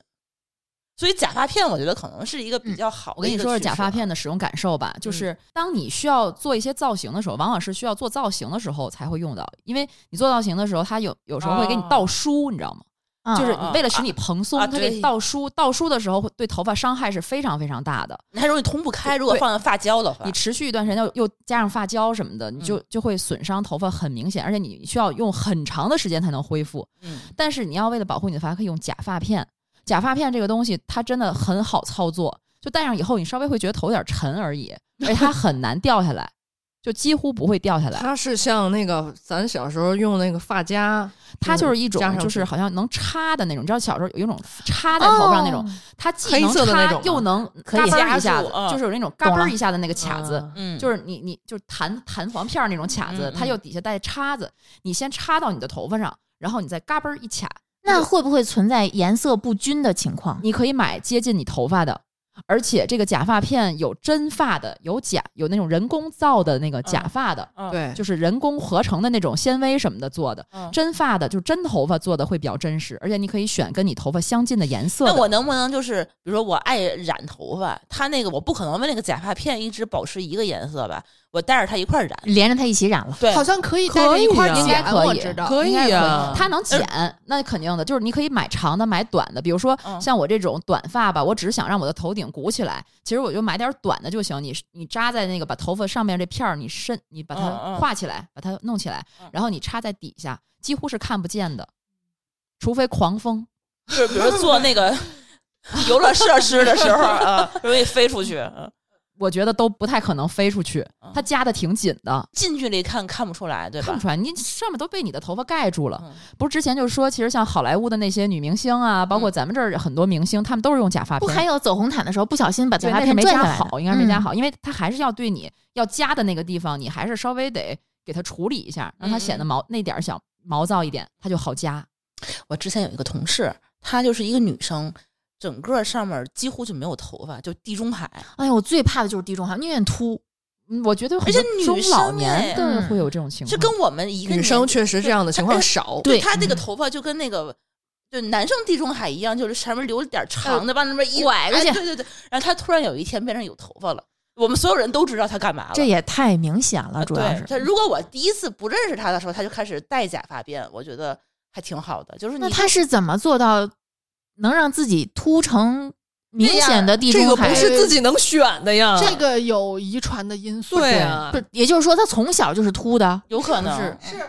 [SPEAKER 4] 所以假发片，我觉得可能是一个比较好
[SPEAKER 3] 嗯我
[SPEAKER 4] 的
[SPEAKER 3] 跟
[SPEAKER 4] 一
[SPEAKER 3] 你
[SPEAKER 4] 个
[SPEAKER 3] 说说
[SPEAKER 4] 趋
[SPEAKER 3] 假
[SPEAKER 4] 势
[SPEAKER 3] 发
[SPEAKER 4] 啊
[SPEAKER 3] 片的使用感受吧，就是当你需要做一些造型的时候，往往是需要做造型的时候才会用到，因为你做造型的时候，它有有时候会给你
[SPEAKER 4] 哦
[SPEAKER 3] 倒梳，你知道吗？
[SPEAKER 6] 啊
[SPEAKER 3] 就是你为了使你蓬松，
[SPEAKER 4] 啊
[SPEAKER 3] 它给
[SPEAKER 4] 对
[SPEAKER 3] 你倒梳，倒梳的时候会对头发伤害是非常非常大的。
[SPEAKER 4] 你还容易通不开。如果
[SPEAKER 3] 对
[SPEAKER 4] 放了发胶的话
[SPEAKER 3] 你，持续一段时间又又加上发胶什么的，你就就会损伤头发很明显，而且你需要用很长的时间才能恢复。
[SPEAKER 4] 嗯，
[SPEAKER 3] 但是你要为了保护你的发，可以用假发片。假发片这个东西，它真的很好操作，就戴上以后，你稍微会觉得头有点沉而已，而且它很难掉下来，就几乎不会掉下来。
[SPEAKER 5] 它嗯是像那个咱小时候用那个发夹，
[SPEAKER 3] 它就是一种
[SPEAKER 5] 加上
[SPEAKER 3] 就是
[SPEAKER 5] 去
[SPEAKER 3] 好像能插的那种，你知道小时候有一种插在头上那
[SPEAKER 6] 哦
[SPEAKER 3] 种，它既能
[SPEAKER 5] 黑色的那
[SPEAKER 3] 插
[SPEAKER 5] 种吗
[SPEAKER 3] 又能
[SPEAKER 6] 可以
[SPEAKER 3] 嘎嘣儿
[SPEAKER 4] 夹
[SPEAKER 3] 一下
[SPEAKER 4] 住
[SPEAKER 3] 子，
[SPEAKER 4] 嗯
[SPEAKER 3] 就是有那种嘎嘣
[SPEAKER 6] 懂
[SPEAKER 3] 儿
[SPEAKER 6] 了
[SPEAKER 3] 一下的那个卡子，
[SPEAKER 5] 嗯
[SPEAKER 4] 嗯，
[SPEAKER 3] 就是你你就是弹弹簧片儿那种卡
[SPEAKER 4] 嗯
[SPEAKER 3] 子，
[SPEAKER 4] 嗯
[SPEAKER 3] 它又底下带叉子，你先插到你的头发上，然后你再嘎嘣儿一卡，
[SPEAKER 6] 那会不会存在颜色不均的情况？
[SPEAKER 3] 你可以买接近你头发的。而且这个假发片有真发的，有假有那种人工造的那个假发的，
[SPEAKER 4] 嗯，
[SPEAKER 5] 对，
[SPEAKER 3] 就是人工合成的那种纤维什么的做的。
[SPEAKER 4] 嗯
[SPEAKER 3] 真发的就是真头发做的会比较真实，而且你可以选跟你头发相近的颜色
[SPEAKER 4] 那
[SPEAKER 3] 的。
[SPEAKER 4] 我能不能就是，比如说我爱染头发，他那个我不可能为那个假发片一直保持一个颜色吧？我带着它一块儿染，
[SPEAKER 6] 连着它一起染了。
[SPEAKER 4] 对，
[SPEAKER 2] 好像可以带着一块儿
[SPEAKER 5] 可以啊
[SPEAKER 2] 剪，
[SPEAKER 3] 应该可以
[SPEAKER 2] 我知道
[SPEAKER 5] 可以
[SPEAKER 2] 应该
[SPEAKER 5] 啊
[SPEAKER 3] 它
[SPEAKER 4] 嗯
[SPEAKER 3] 能剪，那肯定的，就是你可以买长的，买短的。比如说
[SPEAKER 4] 嗯
[SPEAKER 3] 像我这种短发吧，我只是想让我的头顶鼓起来，其实我就买点短的就行。你你扎在那个把头发上面这片儿，你伸，你把
[SPEAKER 4] 嗯
[SPEAKER 3] 它
[SPEAKER 4] 嗯
[SPEAKER 3] 画起来，把它弄起来
[SPEAKER 4] 嗯，
[SPEAKER 3] 然后你插在底下，几乎是看不见的，除非狂风。
[SPEAKER 4] 就是比如说做那 个游乐设施的 时候啊，容易飞出去。嗯
[SPEAKER 3] 我觉得都不太可能飞出去
[SPEAKER 4] 嗯，
[SPEAKER 3] 它夹的挺紧的，
[SPEAKER 4] 近距离看看不出来，对
[SPEAKER 3] 看
[SPEAKER 4] 吧
[SPEAKER 3] 不？出来，你上面都被你的头发盖住了。
[SPEAKER 4] 嗯
[SPEAKER 3] 不是之前就是说，其实像好莱坞的那些女明星啊，包
[SPEAKER 4] 嗯
[SPEAKER 3] 括咱们这儿很多明星，他们都是用假发
[SPEAKER 6] 不
[SPEAKER 3] 片，
[SPEAKER 6] 还有走红毯的时候不小心把头
[SPEAKER 3] 对，
[SPEAKER 6] 发
[SPEAKER 3] 那
[SPEAKER 6] 片
[SPEAKER 3] 是没
[SPEAKER 6] 拽下
[SPEAKER 3] 加
[SPEAKER 6] 来的
[SPEAKER 3] 好，应该是没加
[SPEAKER 6] 嗯
[SPEAKER 3] 好，因为它还是要对你要加的那个地方，你还是稍微得给它处理一下，让它显得毛那点儿小毛躁一点，它就好加。
[SPEAKER 4] 我之前有一个同事，她就是一个女生，整个上面几乎就没有头发，就地中海。
[SPEAKER 6] 哎呀，我最怕的就是地中海，宁愿秃。
[SPEAKER 3] 嗯，我觉得很
[SPEAKER 4] 而且
[SPEAKER 3] 多
[SPEAKER 4] 女
[SPEAKER 3] 中
[SPEAKER 4] 生
[SPEAKER 3] 老
[SPEAKER 4] 哎
[SPEAKER 3] 年的
[SPEAKER 6] 嗯
[SPEAKER 3] 会有这种情况，
[SPEAKER 4] 这跟我们一个
[SPEAKER 5] 女
[SPEAKER 4] 年
[SPEAKER 5] 生确实这样的情况
[SPEAKER 2] 哎
[SPEAKER 4] 对
[SPEAKER 5] 少。
[SPEAKER 4] 对
[SPEAKER 6] 对
[SPEAKER 4] 她这个头发就跟那个。就男生地中海一样，就是前面留点长的，往那边一
[SPEAKER 6] 拐过去
[SPEAKER 4] 哎对对对。然后她突然有一天变成有头发了，我们所有人都知道她干嘛了。
[SPEAKER 6] 这也太明显
[SPEAKER 4] 啊
[SPEAKER 6] 了，主要
[SPEAKER 4] 对
[SPEAKER 6] 是
[SPEAKER 4] 她如果我第一次不认识她的时候，她就开始戴假发辫，我觉得还挺好的。就是
[SPEAKER 6] 那
[SPEAKER 4] 你
[SPEAKER 6] 他是怎么做到能让自己秃成明显的地
[SPEAKER 5] 这
[SPEAKER 6] 中
[SPEAKER 5] 个不
[SPEAKER 6] 海？
[SPEAKER 5] 是自己能选的呀。
[SPEAKER 2] 这个有遗传的因素。
[SPEAKER 5] 对啊
[SPEAKER 6] 不，是，也就是说他从小就是秃的。
[SPEAKER 4] 有可能
[SPEAKER 5] 不是
[SPEAKER 4] 嗯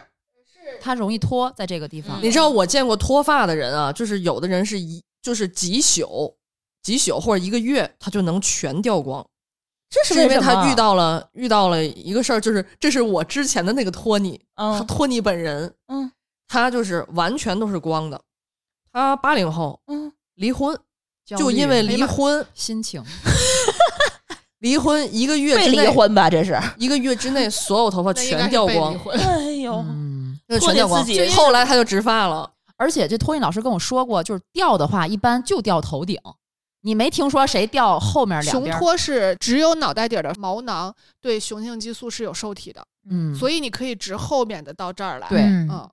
[SPEAKER 3] 它容易脱在这个地方。
[SPEAKER 5] 你知道我见过脱发的人啊，就是有的人是一就是几宿。几宿或者一个月，他就能全掉光，
[SPEAKER 4] 这
[SPEAKER 5] 是因为
[SPEAKER 4] 什么啊
[SPEAKER 5] 他遇到了遇到了一个事儿，就是这是我之前的那个托尼，他
[SPEAKER 4] 嗯
[SPEAKER 5] 托尼本人，
[SPEAKER 4] 嗯，
[SPEAKER 5] 他就是完全都是光的。他八零后
[SPEAKER 4] 嗯
[SPEAKER 5] 离婚，
[SPEAKER 3] 焦
[SPEAKER 5] 就
[SPEAKER 3] 虑
[SPEAKER 5] 因为
[SPEAKER 3] 哎
[SPEAKER 5] 离
[SPEAKER 3] 呀妈
[SPEAKER 5] 婚，
[SPEAKER 3] 心情，
[SPEAKER 5] 离婚一个月
[SPEAKER 4] 被
[SPEAKER 5] 之
[SPEAKER 4] 离
[SPEAKER 5] 内，
[SPEAKER 4] 婚吧，这是。
[SPEAKER 5] 一个月之内所有头发
[SPEAKER 2] 那应该
[SPEAKER 5] 全
[SPEAKER 2] 是
[SPEAKER 5] 掉
[SPEAKER 2] 被
[SPEAKER 5] 光
[SPEAKER 2] 离，婚
[SPEAKER 4] 哎呦
[SPEAKER 3] 嗯。
[SPEAKER 5] 真的
[SPEAKER 4] 托
[SPEAKER 5] 全
[SPEAKER 4] 尼
[SPEAKER 5] 掉光
[SPEAKER 4] 自己。
[SPEAKER 5] 后来他就植发了，
[SPEAKER 3] 而且这托尼老师跟我说过，就是掉的话，一般就掉头顶，你没听说谁掉后面两
[SPEAKER 2] 雄
[SPEAKER 3] 边儿。
[SPEAKER 2] 脱是只有脑袋底儿的毛囊对雄性激素是有受体的，
[SPEAKER 3] 嗯，
[SPEAKER 2] 所以你可以直后面的到这儿来。
[SPEAKER 3] 对
[SPEAKER 6] 嗯
[SPEAKER 2] 嗯，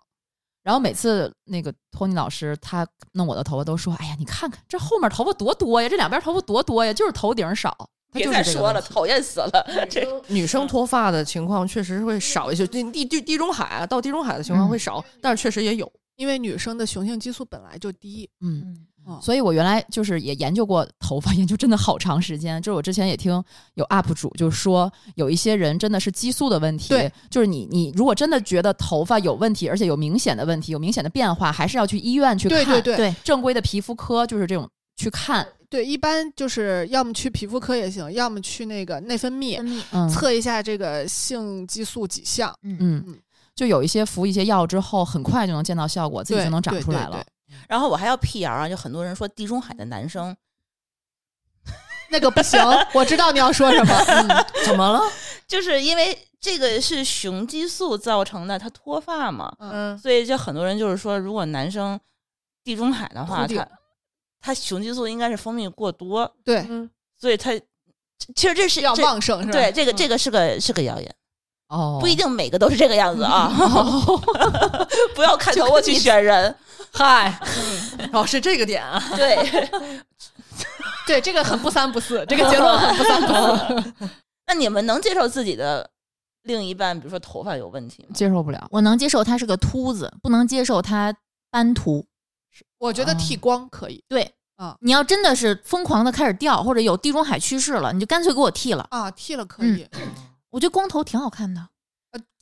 [SPEAKER 3] 然后每次那个托尼老师他弄我的头发都说：“哎呀，你看看这后面头发多多呀，这两边头发多多呀，就是头顶少。”他
[SPEAKER 4] 别
[SPEAKER 3] 就是
[SPEAKER 4] 再
[SPEAKER 3] 这个
[SPEAKER 4] 说
[SPEAKER 3] 问
[SPEAKER 4] 了，
[SPEAKER 3] 题
[SPEAKER 4] 讨厌死了！这
[SPEAKER 5] 女
[SPEAKER 2] 嗯
[SPEAKER 5] 生脱发的情况确实会少一些，地地地地中海啊，到地中海的情况会
[SPEAKER 2] 嗯
[SPEAKER 5] 少，但是确实也有。
[SPEAKER 2] 因为女生的雄性激素本来就低，
[SPEAKER 3] 嗯，
[SPEAKER 2] 嗯
[SPEAKER 3] 所以我原来就是也研究过头发， 研究真的好长时间。就是我之前也听有 UP 主就说，有一些人真的是激素的问题
[SPEAKER 2] 对，
[SPEAKER 3] 就是你你如果真的觉得头发有问题，而且有明显的问题，有明显的变化，还是要去医院去看，
[SPEAKER 2] 对对对
[SPEAKER 6] 对
[SPEAKER 3] 正规的皮肤科就是这种去看，
[SPEAKER 2] 对，一般就是要么去皮肤科也行，要么去那个内分泌
[SPEAKER 6] 分泌
[SPEAKER 3] 嗯
[SPEAKER 2] 测一下这个性激素几项。
[SPEAKER 3] 嗯
[SPEAKER 2] 嗯，
[SPEAKER 3] 就有一些服一些药之后，很快就能见到效果，自己
[SPEAKER 2] 对
[SPEAKER 3] 就能长
[SPEAKER 2] 对
[SPEAKER 3] 出
[SPEAKER 2] 对
[SPEAKER 3] 来了
[SPEAKER 2] 对。
[SPEAKER 4] 然后我还要辟谣啊，就很多人说地中海的男生，
[SPEAKER 2] 那个不行，我知道你要说什么。嗯
[SPEAKER 5] 怎么了？
[SPEAKER 4] 就是因为这个是雄激素造成的，他脱发嘛，
[SPEAKER 2] 嗯，
[SPEAKER 4] 所以就很多人就是说，如果男生地中海的话，
[SPEAKER 2] 秃顶
[SPEAKER 4] 他他雄激素应该是分泌过多，
[SPEAKER 2] 对，
[SPEAKER 5] 嗯，
[SPEAKER 4] 所以他其实这是
[SPEAKER 2] 要
[SPEAKER 4] 这
[SPEAKER 2] 旺盛是吧？
[SPEAKER 4] 对这个
[SPEAKER 2] 嗯
[SPEAKER 4] 这个是个是个谣言，
[SPEAKER 3] 哦，
[SPEAKER 4] 不一定每个都是这个样子 啊，不要看头发去选人，
[SPEAKER 5] 嗨，哦，是这个点啊，
[SPEAKER 4] 对。
[SPEAKER 2] 对这个很不三不 四，这个结论很不三不四。
[SPEAKER 4] 那你们能接受自己的另一半，比如说头发有问题吗？
[SPEAKER 3] 接受不了。
[SPEAKER 6] 我能接受他是个秃子，不能接受他斑秃。
[SPEAKER 2] 我觉得
[SPEAKER 3] 嗯
[SPEAKER 2] 剃光可以
[SPEAKER 6] 对，哦
[SPEAKER 2] 啊
[SPEAKER 6] 你要真的是疯狂的开始掉，或者有地中海趋势了，你就干脆给我剃了。
[SPEAKER 2] 啊，剃了可
[SPEAKER 3] 嗯
[SPEAKER 2] 以。
[SPEAKER 6] 我觉得光头挺好看的。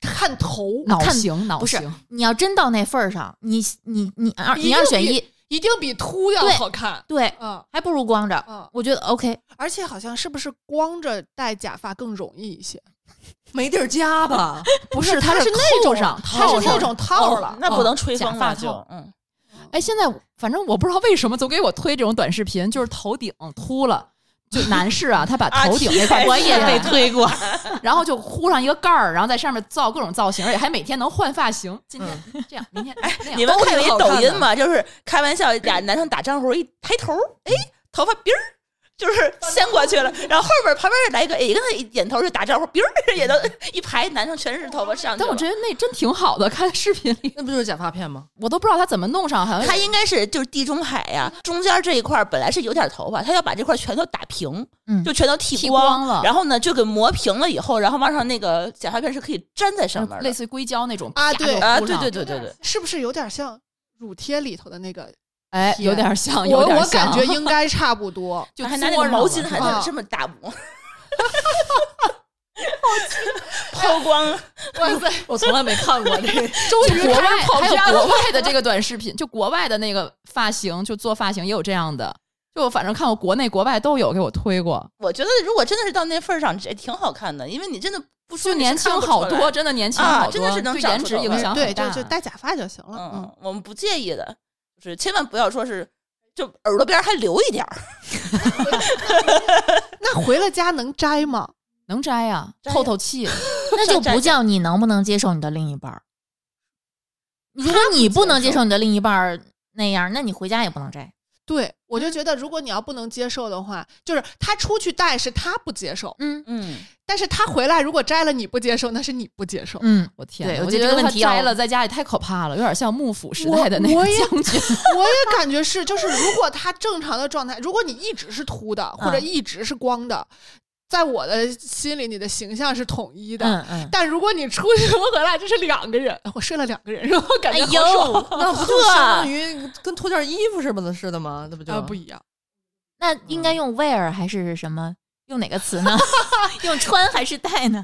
[SPEAKER 2] 看头
[SPEAKER 3] 脑
[SPEAKER 6] 看
[SPEAKER 3] 型脑
[SPEAKER 6] 不是
[SPEAKER 3] 型，
[SPEAKER 6] 你要真到那份儿上，你你你二
[SPEAKER 2] 一
[SPEAKER 6] 你
[SPEAKER 2] 定
[SPEAKER 6] 二选
[SPEAKER 2] 比
[SPEAKER 6] 一，
[SPEAKER 2] 一定比秃要
[SPEAKER 6] 对
[SPEAKER 2] 好看。
[SPEAKER 6] 对，
[SPEAKER 2] 嗯
[SPEAKER 6] 还不如光着。
[SPEAKER 2] 嗯，
[SPEAKER 6] 我觉得 OK，
[SPEAKER 2] 而且好像是不是光着戴假发更容易一些？
[SPEAKER 5] 没地儿加吧？
[SPEAKER 3] 不
[SPEAKER 2] 是
[SPEAKER 3] 它
[SPEAKER 2] 它是那
[SPEAKER 3] 扣
[SPEAKER 2] 种
[SPEAKER 3] 上，
[SPEAKER 2] 它
[SPEAKER 3] 套
[SPEAKER 2] 是那
[SPEAKER 3] 上
[SPEAKER 2] 种套了
[SPEAKER 4] 哦，那不能吹
[SPEAKER 3] 假
[SPEAKER 4] 风
[SPEAKER 3] 发
[SPEAKER 4] 了就
[SPEAKER 3] 套
[SPEAKER 4] 嗯，
[SPEAKER 3] 哎，现在反正我不知道为什么总给我推这种短视频，就是头顶秃了。就男士啊，他把
[SPEAKER 4] 啊
[SPEAKER 3] 头顶那块
[SPEAKER 4] 天
[SPEAKER 3] 我也
[SPEAKER 4] 是
[SPEAKER 3] 被 推过，然后就糊上一个盖儿，然后在上面造各种造型，而且还每天能换发型。今天 这样，明天那样。
[SPEAKER 4] 你们
[SPEAKER 5] 都
[SPEAKER 4] 看
[SPEAKER 5] 挺
[SPEAKER 4] 那
[SPEAKER 5] 好
[SPEAKER 4] 抖
[SPEAKER 5] 看
[SPEAKER 4] 音
[SPEAKER 5] 的
[SPEAKER 4] 嘛，就是开玩笑，俩男生打招呼一抬头，哎，头发辫儿，就是先过去了，然后后边旁边来一个，哎也跟他点头就打招呼，别人也都一排男生全是头发上去
[SPEAKER 3] 但我
[SPEAKER 4] 了。
[SPEAKER 3] 觉得那真挺好的，看视频里
[SPEAKER 5] 那不就是假发片吗？
[SPEAKER 3] 我都不知道他怎么弄上，好像
[SPEAKER 4] 他应该是就是地中海呀、中间这一块儿本来是有点头发，他要把这块儿全都打平，
[SPEAKER 6] 嗯
[SPEAKER 4] 就全都
[SPEAKER 3] 剃
[SPEAKER 4] 剃
[SPEAKER 3] 光了
[SPEAKER 4] 然后呢就给磨平了以后，然后往上那个假发片是可以粘在上面
[SPEAKER 3] 嗯类
[SPEAKER 4] 的。
[SPEAKER 3] 似于硅胶那种
[SPEAKER 2] 啊
[SPEAKER 3] 啪就
[SPEAKER 2] 对
[SPEAKER 4] 啊，
[SPEAKER 3] 糊
[SPEAKER 4] 对
[SPEAKER 3] 上
[SPEAKER 4] 对对对对，
[SPEAKER 2] 是不是有点像乳贴里头的那个？
[SPEAKER 3] 哎，
[SPEAKER 2] 天
[SPEAKER 3] 有点像，有
[SPEAKER 2] 我
[SPEAKER 3] 点
[SPEAKER 2] 我
[SPEAKER 3] 像
[SPEAKER 2] 感觉应该差不多
[SPEAKER 3] 。就
[SPEAKER 4] 还拿那个
[SPEAKER 3] 嘬上
[SPEAKER 4] 毛
[SPEAKER 3] 了
[SPEAKER 4] 巾
[SPEAKER 3] 是
[SPEAKER 4] 还
[SPEAKER 3] 吧
[SPEAKER 4] 在
[SPEAKER 2] 吧
[SPEAKER 4] 这么打磨，抛光。
[SPEAKER 2] 哇塞，
[SPEAKER 5] 我从来没看过这 个。
[SPEAKER 3] 终于国外
[SPEAKER 5] 跑
[SPEAKER 3] 还有
[SPEAKER 5] 家
[SPEAKER 3] 国外的这个短视频，就国外的那个发型，就做发型也有这样的。就我反正看我国内国外都有给我推过，
[SPEAKER 4] 我觉得如果真的是到那份儿上，这挺好看的，因为你真的不说
[SPEAKER 3] 就年轻好多，真的年轻好
[SPEAKER 4] 啊
[SPEAKER 3] 多，
[SPEAKER 4] 真的是能
[SPEAKER 3] 对
[SPEAKER 4] 长
[SPEAKER 3] 颜
[SPEAKER 4] 出
[SPEAKER 3] 值
[SPEAKER 4] 头
[SPEAKER 3] 影
[SPEAKER 4] 来
[SPEAKER 3] 响
[SPEAKER 2] 对，
[SPEAKER 3] 很
[SPEAKER 2] 就
[SPEAKER 3] 大。
[SPEAKER 2] 就戴假发就行了。嗯
[SPEAKER 4] 嗯，我们不介意的，就是千万不要说是就耳朵边儿还留一点儿，
[SPEAKER 2] 嗯那回了家能摘吗？
[SPEAKER 3] 能摘 呀、
[SPEAKER 4] 摘呀
[SPEAKER 3] 透透气。
[SPEAKER 6] 那就不叫你能不能接受你的另一半儿。如果你不能接受你的另一半儿那样，那你回家也不能摘。
[SPEAKER 2] 对，我
[SPEAKER 3] 嗯
[SPEAKER 2] 就觉得如果你要不能接受的话，就是他出去戴是他不接受，
[SPEAKER 6] 嗯
[SPEAKER 4] 嗯，
[SPEAKER 2] 但是他回来如果摘了你不接受，那是你不接 受。
[SPEAKER 6] 嗯，
[SPEAKER 3] 我天
[SPEAKER 5] 啊
[SPEAKER 3] 哪，
[SPEAKER 6] 对
[SPEAKER 3] 我
[SPEAKER 6] 我觉
[SPEAKER 3] 就
[SPEAKER 6] 得
[SPEAKER 3] 觉
[SPEAKER 6] 这个
[SPEAKER 3] 他
[SPEAKER 6] 问题要
[SPEAKER 3] 摘了在家里太可怕了，有点像幕府时代的那
[SPEAKER 2] 我
[SPEAKER 3] 个
[SPEAKER 2] 我也
[SPEAKER 3] 将军。
[SPEAKER 2] 我也感觉是，就是如果他正常的状态，如果你一直是秃的或者
[SPEAKER 3] 嗯
[SPEAKER 2] 一直是光的，在我的心里你的形象是统一的。
[SPEAKER 6] 嗯嗯，
[SPEAKER 2] 但如果你出去和回来，这是两个人， 我睡了两个人，然后感
[SPEAKER 6] 哎
[SPEAKER 2] 觉好爽。
[SPEAKER 6] 呦，
[SPEAKER 5] 那不就相当于跟脱件衣服似的似的吗？那不就、
[SPEAKER 2] 啊，不一样，
[SPEAKER 6] 那
[SPEAKER 2] 嗯
[SPEAKER 6] 应该用 wear 还是什么？用哪个 词呢？用穿还是戴呢？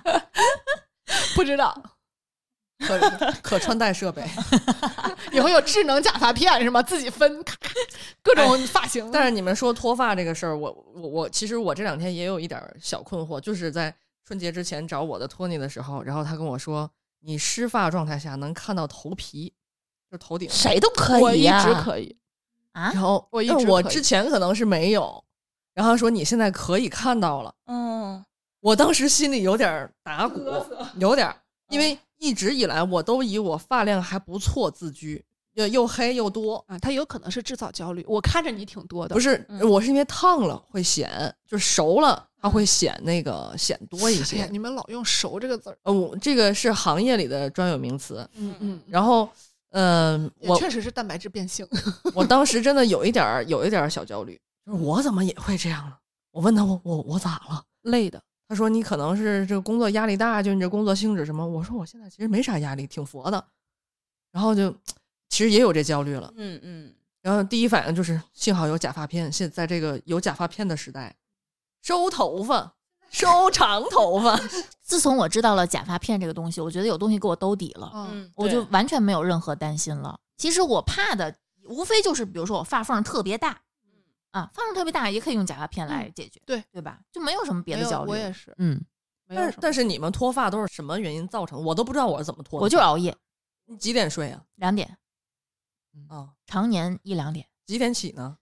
[SPEAKER 2] 不知道
[SPEAKER 5] 可可穿戴设备？
[SPEAKER 2] 以后有智能假发片是吗？自己分，咔咔各种发型。
[SPEAKER 5] 但是你们说脱发这个事儿，我我我其实我这两天也有一点儿小困惑，就是在春节之前找我的托尼的时候，然后他跟我说，你湿发状态下能看到头皮，就是头 顶。
[SPEAKER 4] 谁都可
[SPEAKER 2] 我
[SPEAKER 4] 以
[SPEAKER 2] 一
[SPEAKER 6] 哎
[SPEAKER 4] 呀、
[SPEAKER 2] 直可以，
[SPEAKER 6] 啊
[SPEAKER 5] 然，后
[SPEAKER 2] 我一
[SPEAKER 5] 但
[SPEAKER 2] 直
[SPEAKER 5] 我
[SPEAKER 2] 可以
[SPEAKER 5] 之前可能是没有，然后他说你现在可以看到了，
[SPEAKER 4] 嗯，
[SPEAKER 5] 我当时心里有点儿打鼓，有点儿，因为一直以来我都以我发量还不错自居，又又黑又多，
[SPEAKER 2] 啊，他有可能是制造焦虑。我看着你挺多的，
[SPEAKER 5] 不是，
[SPEAKER 4] 嗯
[SPEAKER 5] 我是因为烫了会显，就是熟了它会显那个显多一
[SPEAKER 2] 哎呀
[SPEAKER 5] 些。
[SPEAKER 2] 你们老用“熟”这个字儿，
[SPEAKER 5] 呃，我这个是行业里的专有名词。
[SPEAKER 2] 嗯嗯，
[SPEAKER 5] 然后，嗯、
[SPEAKER 2] 也
[SPEAKER 5] 我
[SPEAKER 2] 确实是蛋白质变性。
[SPEAKER 5] 我当时真的有一点儿 有一点儿小焦虑，就是我怎么也会这样呢？我问他我我我咋了？累的。他说你可能是这个工作压力大，就你这工作性质什么？我说我现在其实没啥压力，挺佛的。然后就其实也有这焦虑了。
[SPEAKER 4] 嗯嗯，
[SPEAKER 5] 然后第一反应就是，幸好有假发片。现在这个有假发片的时代，收头发，收长头发，
[SPEAKER 6] 自从我知道了假发片这个东西，我觉得有东西给我兜底了，
[SPEAKER 2] 嗯，
[SPEAKER 6] 我就
[SPEAKER 4] 对
[SPEAKER 6] 完全没有任何担心了。其实我怕的无非就是，比如说我发缝特别大，啊，发缝特别大也可以用假发片来解决，
[SPEAKER 2] 嗯对
[SPEAKER 6] 对吧？就没有什么别
[SPEAKER 2] 没
[SPEAKER 6] 的
[SPEAKER 2] 有
[SPEAKER 6] 焦虑。
[SPEAKER 2] 我也是，
[SPEAKER 3] 嗯，
[SPEAKER 2] 没有
[SPEAKER 5] 但是但是你们脱发都是什么原因造成？我都不知道我是怎么脱的。
[SPEAKER 6] 我就是熬夜
[SPEAKER 5] 你几点睡啊？
[SPEAKER 6] 两点，
[SPEAKER 5] 啊、
[SPEAKER 6] 常年一两点、
[SPEAKER 5] 几点起呢？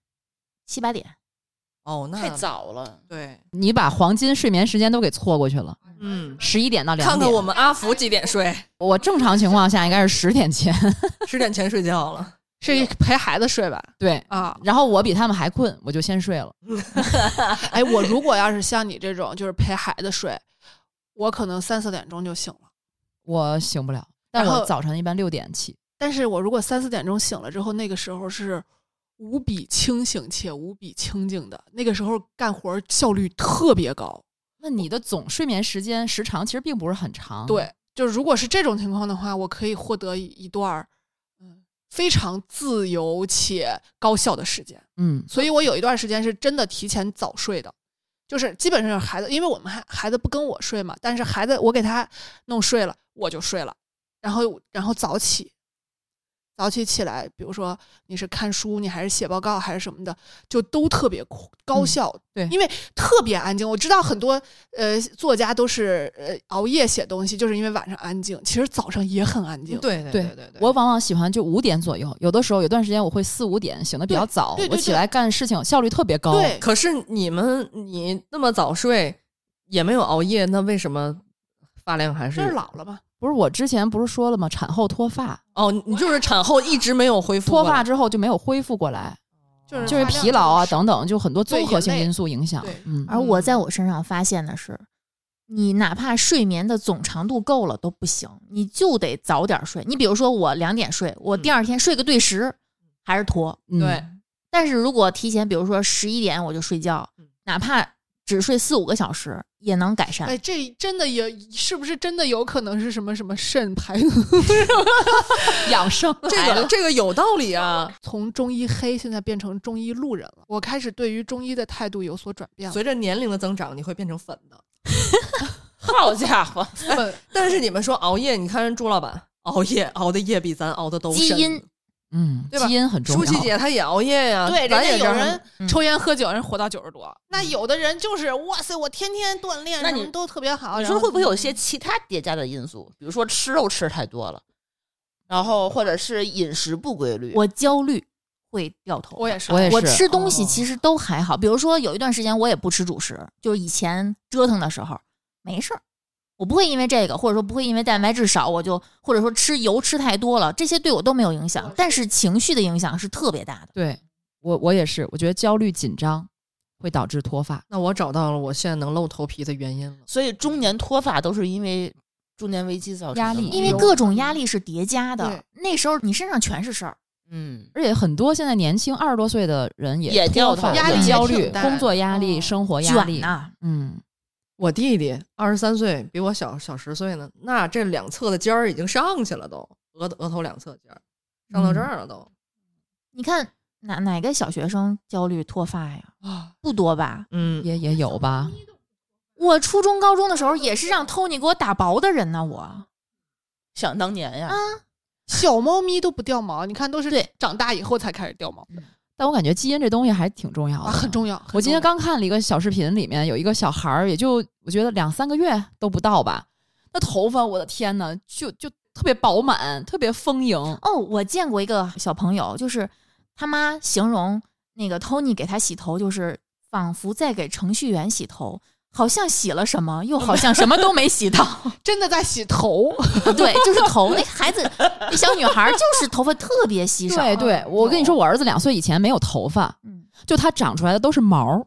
[SPEAKER 6] 七八点。
[SPEAKER 5] 哦，那
[SPEAKER 4] 太早了。
[SPEAKER 5] 对，
[SPEAKER 3] 你把黄金睡眠时间都给错过去了，
[SPEAKER 5] 嗯，
[SPEAKER 3] 十一点到两
[SPEAKER 5] 看
[SPEAKER 3] 点。
[SPEAKER 5] 看我们阿福几点睡，
[SPEAKER 3] 我正常情况下应该是十点前，
[SPEAKER 5] 十点前睡觉了。
[SPEAKER 2] 是陪孩子睡吧？
[SPEAKER 3] 对。
[SPEAKER 2] 啊，
[SPEAKER 3] 然后我比他们还困，我就先睡了。
[SPEAKER 2] 哎，我如果要是像你这种，就是陪孩子睡，我可能三四点钟就醒了。
[SPEAKER 3] 我醒不了，但
[SPEAKER 2] 然后
[SPEAKER 3] 我早晨一般六点起。
[SPEAKER 2] 但是我如果三四点钟醒了之后，那个时候是无比清醒且无比清静的，那个时候干活效率特别高。
[SPEAKER 3] 那你的总睡眠时间时长其实并不是很长，，
[SPEAKER 2] 对，就是如果是这种情况的话，我可以获得一一段儿嗯非常自由且高效的时间。
[SPEAKER 3] 嗯，
[SPEAKER 2] 所以我有一段时间是真的提前早睡的，就是基本上是孩子，因为我们孩孩子不跟我睡嘛，但是孩子我给他弄睡了，我就睡了，然后然后早起，早起起来，比如说你是看书，你还是写报告还是什么的，就都特别酷高效，
[SPEAKER 3] 嗯对
[SPEAKER 2] 因为特别安静。我知道很多呃作家都是呃熬夜写东西，就是因为晚上安静，其实早上也很安静。
[SPEAKER 5] 对对
[SPEAKER 3] 对
[SPEAKER 5] 对对，
[SPEAKER 3] 我往往喜欢就五点左右，有的时候有段时间我会四五点醒的比较早
[SPEAKER 2] 对，对
[SPEAKER 3] 我
[SPEAKER 2] 对
[SPEAKER 3] 起来干事情效率特别高。
[SPEAKER 2] 对
[SPEAKER 5] 可是你们你那么早睡，也没有熬夜，那为什么发量还是
[SPEAKER 2] 这是老了嘛？
[SPEAKER 3] 不是我之前不是说了吗？产后脱发，
[SPEAKER 5] 哦，你就是产后一直没有恢复
[SPEAKER 3] 脱
[SPEAKER 5] 过来
[SPEAKER 3] 发之后就没有恢复过来，
[SPEAKER 2] 就是
[SPEAKER 3] 就是
[SPEAKER 2] 嗯发量
[SPEAKER 3] 疲劳啊
[SPEAKER 2] 少
[SPEAKER 3] 等等，就很多
[SPEAKER 2] 对
[SPEAKER 3] 综合性
[SPEAKER 2] 也累
[SPEAKER 3] 因素影响
[SPEAKER 2] 对。
[SPEAKER 3] 嗯，
[SPEAKER 6] 而我在我身上发现的是，你哪怕睡眠的总长度够了都不行，你就得早点睡。你比如说我两点睡，我
[SPEAKER 2] 嗯
[SPEAKER 6] 第二天睡个对时，还是拖。
[SPEAKER 3] 嗯
[SPEAKER 5] 对，
[SPEAKER 6] 但是如果提前，比如说十一点我就睡觉，哪怕只睡四五个小时，也能改善。
[SPEAKER 2] 哎，这真的也是不是真的有可能是什么什么肾排毒？
[SPEAKER 3] 养生
[SPEAKER 5] 这
[SPEAKER 3] 来
[SPEAKER 5] 个
[SPEAKER 3] 了
[SPEAKER 5] 这个有道理啊。
[SPEAKER 2] 从中医黑现在变成中医路人了，我开始对于中医的态度有所转变了。
[SPEAKER 5] 随着年龄的增长，你会变成粉的。
[SPEAKER 4] 好家 伙，
[SPEAKER 2] 粉
[SPEAKER 5] 但是你们说熬夜，你看人朱老板熬夜熬的夜比咱熬的都
[SPEAKER 6] 基
[SPEAKER 5] 深
[SPEAKER 6] 因，
[SPEAKER 3] 嗯，
[SPEAKER 5] 对吧
[SPEAKER 3] 基因很重要。
[SPEAKER 5] 舒淇姐她也熬夜呀、
[SPEAKER 2] 对，
[SPEAKER 5] 咱
[SPEAKER 2] 人家
[SPEAKER 5] 也这
[SPEAKER 2] 有
[SPEAKER 5] 样
[SPEAKER 2] 人
[SPEAKER 6] 嗯
[SPEAKER 2] 抽烟喝酒，人活到九十多。那有的人就是哇塞，我天天锻炼，
[SPEAKER 4] 那你
[SPEAKER 2] 什么都特别好。
[SPEAKER 4] 你
[SPEAKER 2] 然
[SPEAKER 4] 说
[SPEAKER 2] 后嗯
[SPEAKER 4] 会不会有一些其他叠加的因素？比如说吃肉吃太多了，然后或者是饮食不规律。
[SPEAKER 6] 我焦虑会掉头发。
[SPEAKER 2] 我也是，
[SPEAKER 3] 我也是
[SPEAKER 6] 我吃东西
[SPEAKER 5] 哦
[SPEAKER 6] 其实都还好，比如说有一段时间我也不吃主食，就是以前折腾的时候没事儿，我不会因为这个，或者说不会因为蛋白质少，我就或者说吃油吃太多了，这些对我都没有影响，但是情绪的影响是特别大的。
[SPEAKER 3] 对我我也是，我觉得焦虑紧张会导致脱发。
[SPEAKER 5] 那我找到了我现在能露头皮的原因了。
[SPEAKER 4] 所以中年脱发都是因为中年危机造成的
[SPEAKER 3] 压力
[SPEAKER 4] 吗
[SPEAKER 6] 因为各种压力是叠加的
[SPEAKER 2] 对，
[SPEAKER 6] 那时候你身上全是事儿，
[SPEAKER 4] 嗯，
[SPEAKER 3] 而且很多现在年轻二十多岁的人也
[SPEAKER 4] 也掉
[SPEAKER 3] 脱发
[SPEAKER 4] 头压力
[SPEAKER 3] 对
[SPEAKER 4] 也
[SPEAKER 3] 焦
[SPEAKER 5] 挺
[SPEAKER 3] 虑、
[SPEAKER 5] 大
[SPEAKER 3] 工作压力、
[SPEAKER 2] 嗯
[SPEAKER 3] 生活压
[SPEAKER 6] 卷
[SPEAKER 3] 力，
[SPEAKER 6] 呐、
[SPEAKER 3] 嗯，
[SPEAKER 5] 我弟弟二十三岁，比我小小十岁呢。那这两侧的尖儿已经上去了都，额额头两侧尖儿上到这儿了都。
[SPEAKER 6] 你看哪哪个小学生焦虑脱发呀？
[SPEAKER 5] 啊，
[SPEAKER 6] 不多吧？
[SPEAKER 5] 嗯，
[SPEAKER 3] 也也有吧。
[SPEAKER 6] 我初中、高中的时候也是让 Tony 给我打薄的人呢，我。
[SPEAKER 4] 想当年呀，
[SPEAKER 2] 小猫咪都不掉毛，你看都是
[SPEAKER 6] 对
[SPEAKER 2] 长大以后才开始掉毛
[SPEAKER 3] 但我感觉基因这东西还挺重要的，
[SPEAKER 2] 啊，很重要。
[SPEAKER 3] 我今天
[SPEAKER 2] 很重要
[SPEAKER 3] 刚看了一个小视频，里面有一个小孩儿，也就我觉得两三个月都不到吧，那头发我的天呐，就就特别饱满，特别丰盈。
[SPEAKER 6] 哦，我见过一个小朋友，就是他妈形容那个 Tony 给他洗头，就是仿佛在给程序员洗头，好像洗了什么，又好像什么都没洗到。
[SPEAKER 2] 真的在洗头，
[SPEAKER 6] 对，就是头，那孩子，那小女孩就是头发特别稀少。啊
[SPEAKER 3] 对对，我跟你说，我儿子两岁以前没有头发，
[SPEAKER 6] 嗯，
[SPEAKER 3] 就他长出来的都是毛儿，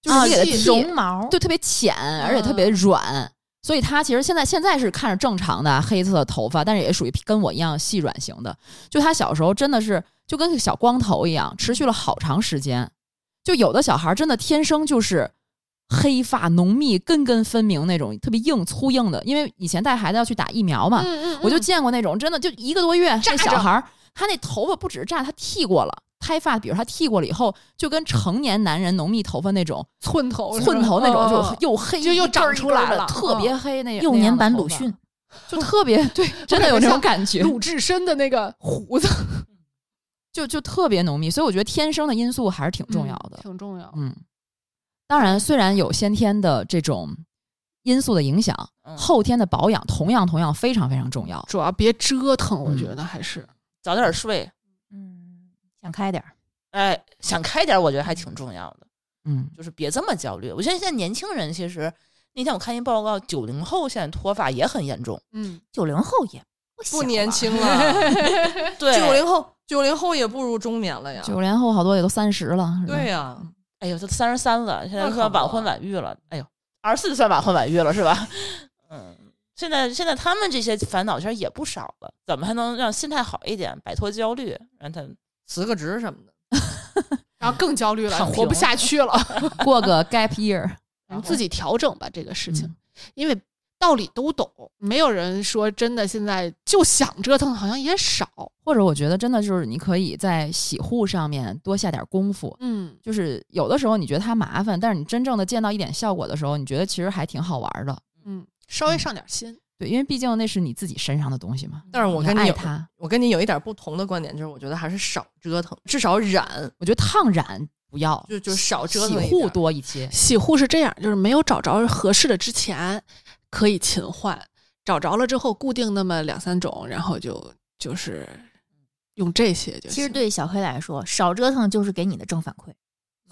[SPEAKER 3] 就是
[SPEAKER 6] 啊，
[SPEAKER 3] 你给他剃
[SPEAKER 6] 绒毛，
[SPEAKER 3] 就特别浅，而且特
[SPEAKER 2] 嗯
[SPEAKER 3] 别软。所以他其实现在现在是看着正常的黑色的头发，但是也属于跟我一样细软型的。就他小时候真的是就跟个小光头一样，持续了好长时间。就有的小孩真的天生就是黑发浓密、根根分明那种，特别硬粗硬的。因为以前带孩子要去打疫苗
[SPEAKER 4] 啊
[SPEAKER 3] 嘛，
[SPEAKER 2] 嗯嗯
[SPEAKER 3] 我就见过那种真的就一个多月，
[SPEAKER 2] 扎
[SPEAKER 3] 这小
[SPEAKER 2] 着
[SPEAKER 3] 孩儿他那头发不只是炸，他剃过了。胎发，比如他剃过了以后，就跟成年男人浓密头发那种
[SPEAKER 2] 寸头，
[SPEAKER 3] 寸头那种，
[SPEAKER 2] 嗯
[SPEAKER 3] 就又黑
[SPEAKER 2] 就又
[SPEAKER 3] 一根儿
[SPEAKER 2] 长出
[SPEAKER 3] 一根儿
[SPEAKER 2] 来
[SPEAKER 3] 的
[SPEAKER 2] 了嗯
[SPEAKER 3] 特别黑那
[SPEAKER 6] 幼年版鲁，
[SPEAKER 3] 那样
[SPEAKER 6] 迅
[SPEAKER 3] 的，头发就特 别对，真的有那种感觉，
[SPEAKER 2] 鲁智深的那个胡子
[SPEAKER 3] 就就特别浓密。所以我觉得天生的因素还是挺重要的。
[SPEAKER 2] 挺重要。
[SPEAKER 3] 嗯，当然，虽然有先天的这种因素的影响，
[SPEAKER 4] 嗯
[SPEAKER 3] 后天的保养同样同样非常非常重要。
[SPEAKER 2] 主要别折腾，我觉得还是
[SPEAKER 4] 早点睡，
[SPEAKER 6] 嗯，想开点儿。
[SPEAKER 4] 哎，想开点，我觉得还挺重要的，
[SPEAKER 3] 嗯，
[SPEAKER 4] 就是别这么焦虑。我觉得现在年轻人其实那天我看一报告，九零后现在脱发也很严重，
[SPEAKER 2] 嗯，
[SPEAKER 6] 九零后也不小
[SPEAKER 5] 不年
[SPEAKER 6] 了，
[SPEAKER 5] 轻了，
[SPEAKER 4] 对，
[SPEAKER 5] 九零后九零后也步入中年了呀。
[SPEAKER 3] 九零后好多也都三十了，是吧
[SPEAKER 5] 对呀、
[SPEAKER 4] 哎呦，都三十三了，现在
[SPEAKER 5] 那
[SPEAKER 4] 算
[SPEAKER 5] 可不
[SPEAKER 4] 晚婚晚育了。哎呦，二十四算晚婚晚育了是吧？嗯，现在现在他们这些烦恼其实也不少了，怎么还能让心态好一点，摆脱焦虑，让他
[SPEAKER 5] 辞个职什么的。
[SPEAKER 2] 然后更焦虑了，
[SPEAKER 4] 躺平
[SPEAKER 2] 活不下去了，
[SPEAKER 3] 过个 gap year，嗯
[SPEAKER 2] 然后嗯自己调整吧这个事情，因为道理都懂，没有人说真的现在就想折腾，好像也少。
[SPEAKER 3] 或者我觉得真的就是你可以在洗护上面多下点功夫，
[SPEAKER 2] 嗯，
[SPEAKER 3] 就是有的时候你觉得它麻烦，但是你真正的见到一点效果的时候，你觉得其实还挺好玩的。
[SPEAKER 2] 嗯，稍微上点心，
[SPEAKER 3] 对，因为毕竟那是你自己身上的东西嘛。
[SPEAKER 5] 但是我
[SPEAKER 3] 你
[SPEAKER 5] 跟你
[SPEAKER 3] 爱
[SPEAKER 5] 有
[SPEAKER 3] 它，
[SPEAKER 5] 我跟你有一点不同的观点，就是我觉得还是少折腾，至少染
[SPEAKER 3] 我觉得烫染不要，
[SPEAKER 5] 就就少折
[SPEAKER 3] 洗
[SPEAKER 5] 腾一点
[SPEAKER 3] 护多一些。
[SPEAKER 2] 洗护是这样，就是没有找着合适的之前可以勤换，找着了之后固定那么两三种，然后就就是用这些就行。
[SPEAKER 6] 其实对小黑来说，少折腾就是给你的正反馈，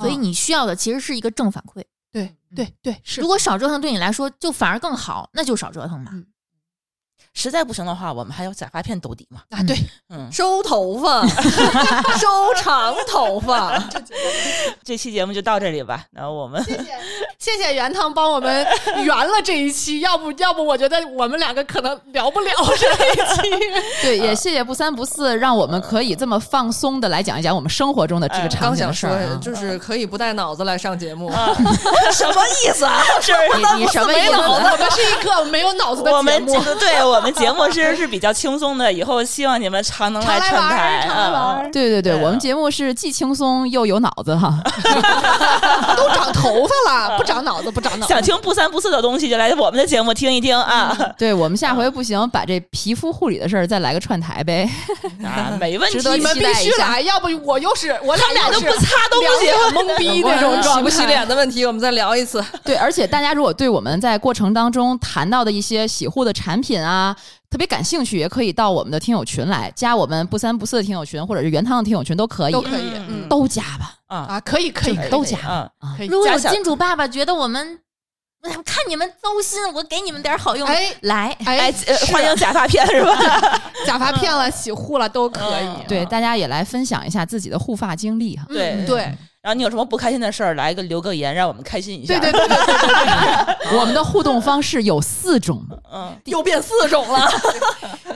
[SPEAKER 6] 所以
[SPEAKER 2] 啊
[SPEAKER 6] 你需要的其实是一个正反馈。
[SPEAKER 2] 对对对是
[SPEAKER 6] 如果少折腾对你来说就反而更好，那就少折腾嘛。
[SPEAKER 2] 嗯
[SPEAKER 4] 实在不行的话，我们还有假发片兜底嘛。
[SPEAKER 2] 啊，对，
[SPEAKER 4] 嗯，
[SPEAKER 5] 收头发，收长头发，
[SPEAKER 4] 这期节目就到这里吧。然后我们
[SPEAKER 2] 谢谢袁汤帮我们圆了这一期，要不 要不我觉得我们两个可能聊不了这一期。
[SPEAKER 3] 对，也谢谢不三不四，让我们可以这么放松的来讲一讲我们生活中的这个
[SPEAKER 5] 哎
[SPEAKER 3] 场
[SPEAKER 5] 刚
[SPEAKER 3] 景的
[SPEAKER 5] 想
[SPEAKER 3] 事
[SPEAKER 5] 说
[SPEAKER 3] 儿、啊。
[SPEAKER 5] 就是可以不带脑子来上节目，
[SPEAKER 4] 什么意思啊？是
[SPEAKER 3] 你你什么意
[SPEAKER 2] 没脑子，
[SPEAKER 3] 思？
[SPEAKER 2] 我们是一个没有脑子的
[SPEAKER 4] 我
[SPEAKER 2] 节
[SPEAKER 4] 们
[SPEAKER 2] 目。
[SPEAKER 4] 对我们节目是是比较轻松的，以后希望你们常能
[SPEAKER 2] 常来
[SPEAKER 4] 串
[SPEAKER 2] 玩儿，
[SPEAKER 4] 台。
[SPEAKER 2] 常来玩
[SPEAKER 4] 嗯
[SPEAKER 2] 儿，
[SPEAKER 3] 对对对，
[SPEAKER 4] 对啊
[SPEAKER 3] 我们节目是既轻松又有脑 子哈。
[SPEAKER 2] 啊都长头发了，不长脑子，不长脑子。
[SPEAKER 4] 嗯想听不三不四的东西，就来我们的节目听一听啊！
[SPEAKER 3] 对我们下回不行，把这皮肤护理的事儿再来个串台呗。
[SPEAKER 4] 啊，没问题
[SPEAKER 3] 值。得
[SPEAKER 2] 你们
[SPEAKER 3] 期
[SPEAKER 2] 必
[SPEAKER 3] 待
[SPEAKER 2] 须
[SPEAKER 3] 一下
[SPEAKER 2] 来，要不我又是我
[SPEAKER 4] 他们俩
[SPEAKER 2] 又
[SPEAKER 4] 就是不擦都不
[SPEAKER 2] 两
[SPEAKER 4] 行
[SPEAKER 2] 脸懵逼那种
[SPEAKER 5] 嗯洗
[SPEAKER 2] 状
[SPEAKER 5] 不
[SPEAKER 2] 态。
[SPEAKER 5] 洗脸的问题，我们再聊一 次。
[SPEAKER 3] 对，而且大家如果对我们在过程当中谈到的一些洗护的产品啊，特别感兴趣，也可以到我们的听友群来，加我们不三不四的听友群，或者是原汤的听友群都可以，
[SPEAKER 2] 都可以
[SPEAKER 4] 嗯
[SPEAKER 3] 都加吧。
[SPEAKER 4] 啊，
[SPEAKER 2] 啊，可以可以，
[SPEAKER 3] 这
[SPEAKER 2] 可以
[SPEAKER 3] 都假
[SPEAKER 4] 啊，
[SPEAKER 2] 可以。
[SPEAKER 6] 如果
[SPEAKER 4] 加
[SPEAKER 6] 有
[SPEAKER 4] 小
[SPEAKER 6] 金主爸爸觉得我们，我看你们糟心，我给你们点儿好用的，
[SPEAKER 2] 哎
[SPEAKER 6] 来，
[SPEAKER 2] 哎
[SPEAKER 4] 哎，，呃
[SPEAKER 2] 是
[SPEAKER 4] 欢迎假发片是吧？
[SPEAKER 2] 假发片了、洗护了都可以。
[SPEAKER 4] 嗯
[SPEAKER 3] 对，大家也来分享一下自己的护发经历哈。
[SPEAKER 4] 对
[SPEAKER 2] 嗯对
[SPEAKER 4] 然后你有什么不开心的事儿，来个留个言，让我们开心一下。
[SPEAKER 2] 对对，对对对，
[SPEAKER 3] 我们的互动方式有四种，
[SPEAKER 4] 嗯，
[SPEAKER 5] 又变四种了，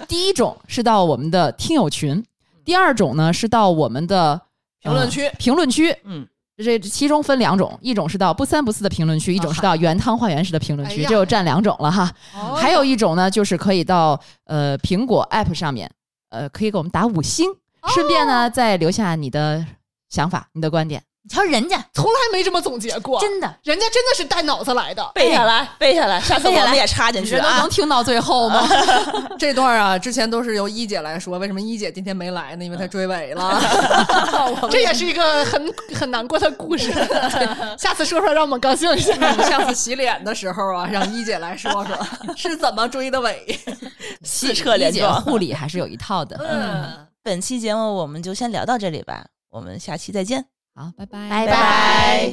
[SPEAKER 3] 第一种是到我们的听友群，第二种呢是到我们的
[SPEAKER 5] 评论区
[SPEAKER 3] 呃评论区，
[SPEAKER 4] 嗯。
[SPEAKER 3] 这其中分两种，一种是到不三不四的评论区，一种是到原汤化原石的评论
[SPEAKER 2] 哎
[SPEAKER 3] 区，
[SPEAKER 2] 呀
[SPEAKER 3] 这就占两种了哈。
[SPEAKER 2] 哦
[SPEAKER 3] 还有一种呢，就是可以到呃苹果 App 上面，呃，可以给我们打五星，顺便呢再留下你的想法、你的观点。
[SPEAKER 6] 你瞧人家
[SPEAKER 2] 从来没这么总结过，
[SPEAKER 6] 真的
[SPEAKER 2] 人家真的是带脑子来的。
[SPEAKER 4] 背下来，背下来，下次
[SPEAKER 3] 背
[SPEAKER 4] 我
[SPEAKER 3] 下来
[SPEAKER 4] 们也插进去
[SPEAKER 3] 人都
[SPEAKER 4] 啊
[SPEAKER 3] 能。听到最后吗？
[SPEAKER 5] 这段啊，之前都是由一姐来说，为什么一姐今天没来呢？因为
[SPEAKER 3] 嗯
[SPEAKER 5] 她追尾了。
[SPEAKER 2] 这也是一个很很难过的故事，对下次说出来让我们高兴一下。
[SPEAKER 5] 上次洗脸的时候啊，让一姐来说 说是怎么追的尾。
[SPEAKER 4] 四车连
[SPEAKER 3] 理解
[SPEAKER 4] 撞。
[SPEAKER 3] 护理还是有一套的。
[SPEAKER 5] 嗯，
[SPEAKER 4] 本期节目我们就先聊到这里吧，我们下期再见。
[SPEAKER 3] 好，拜拜，
[SPEAKER 6] 拜拜。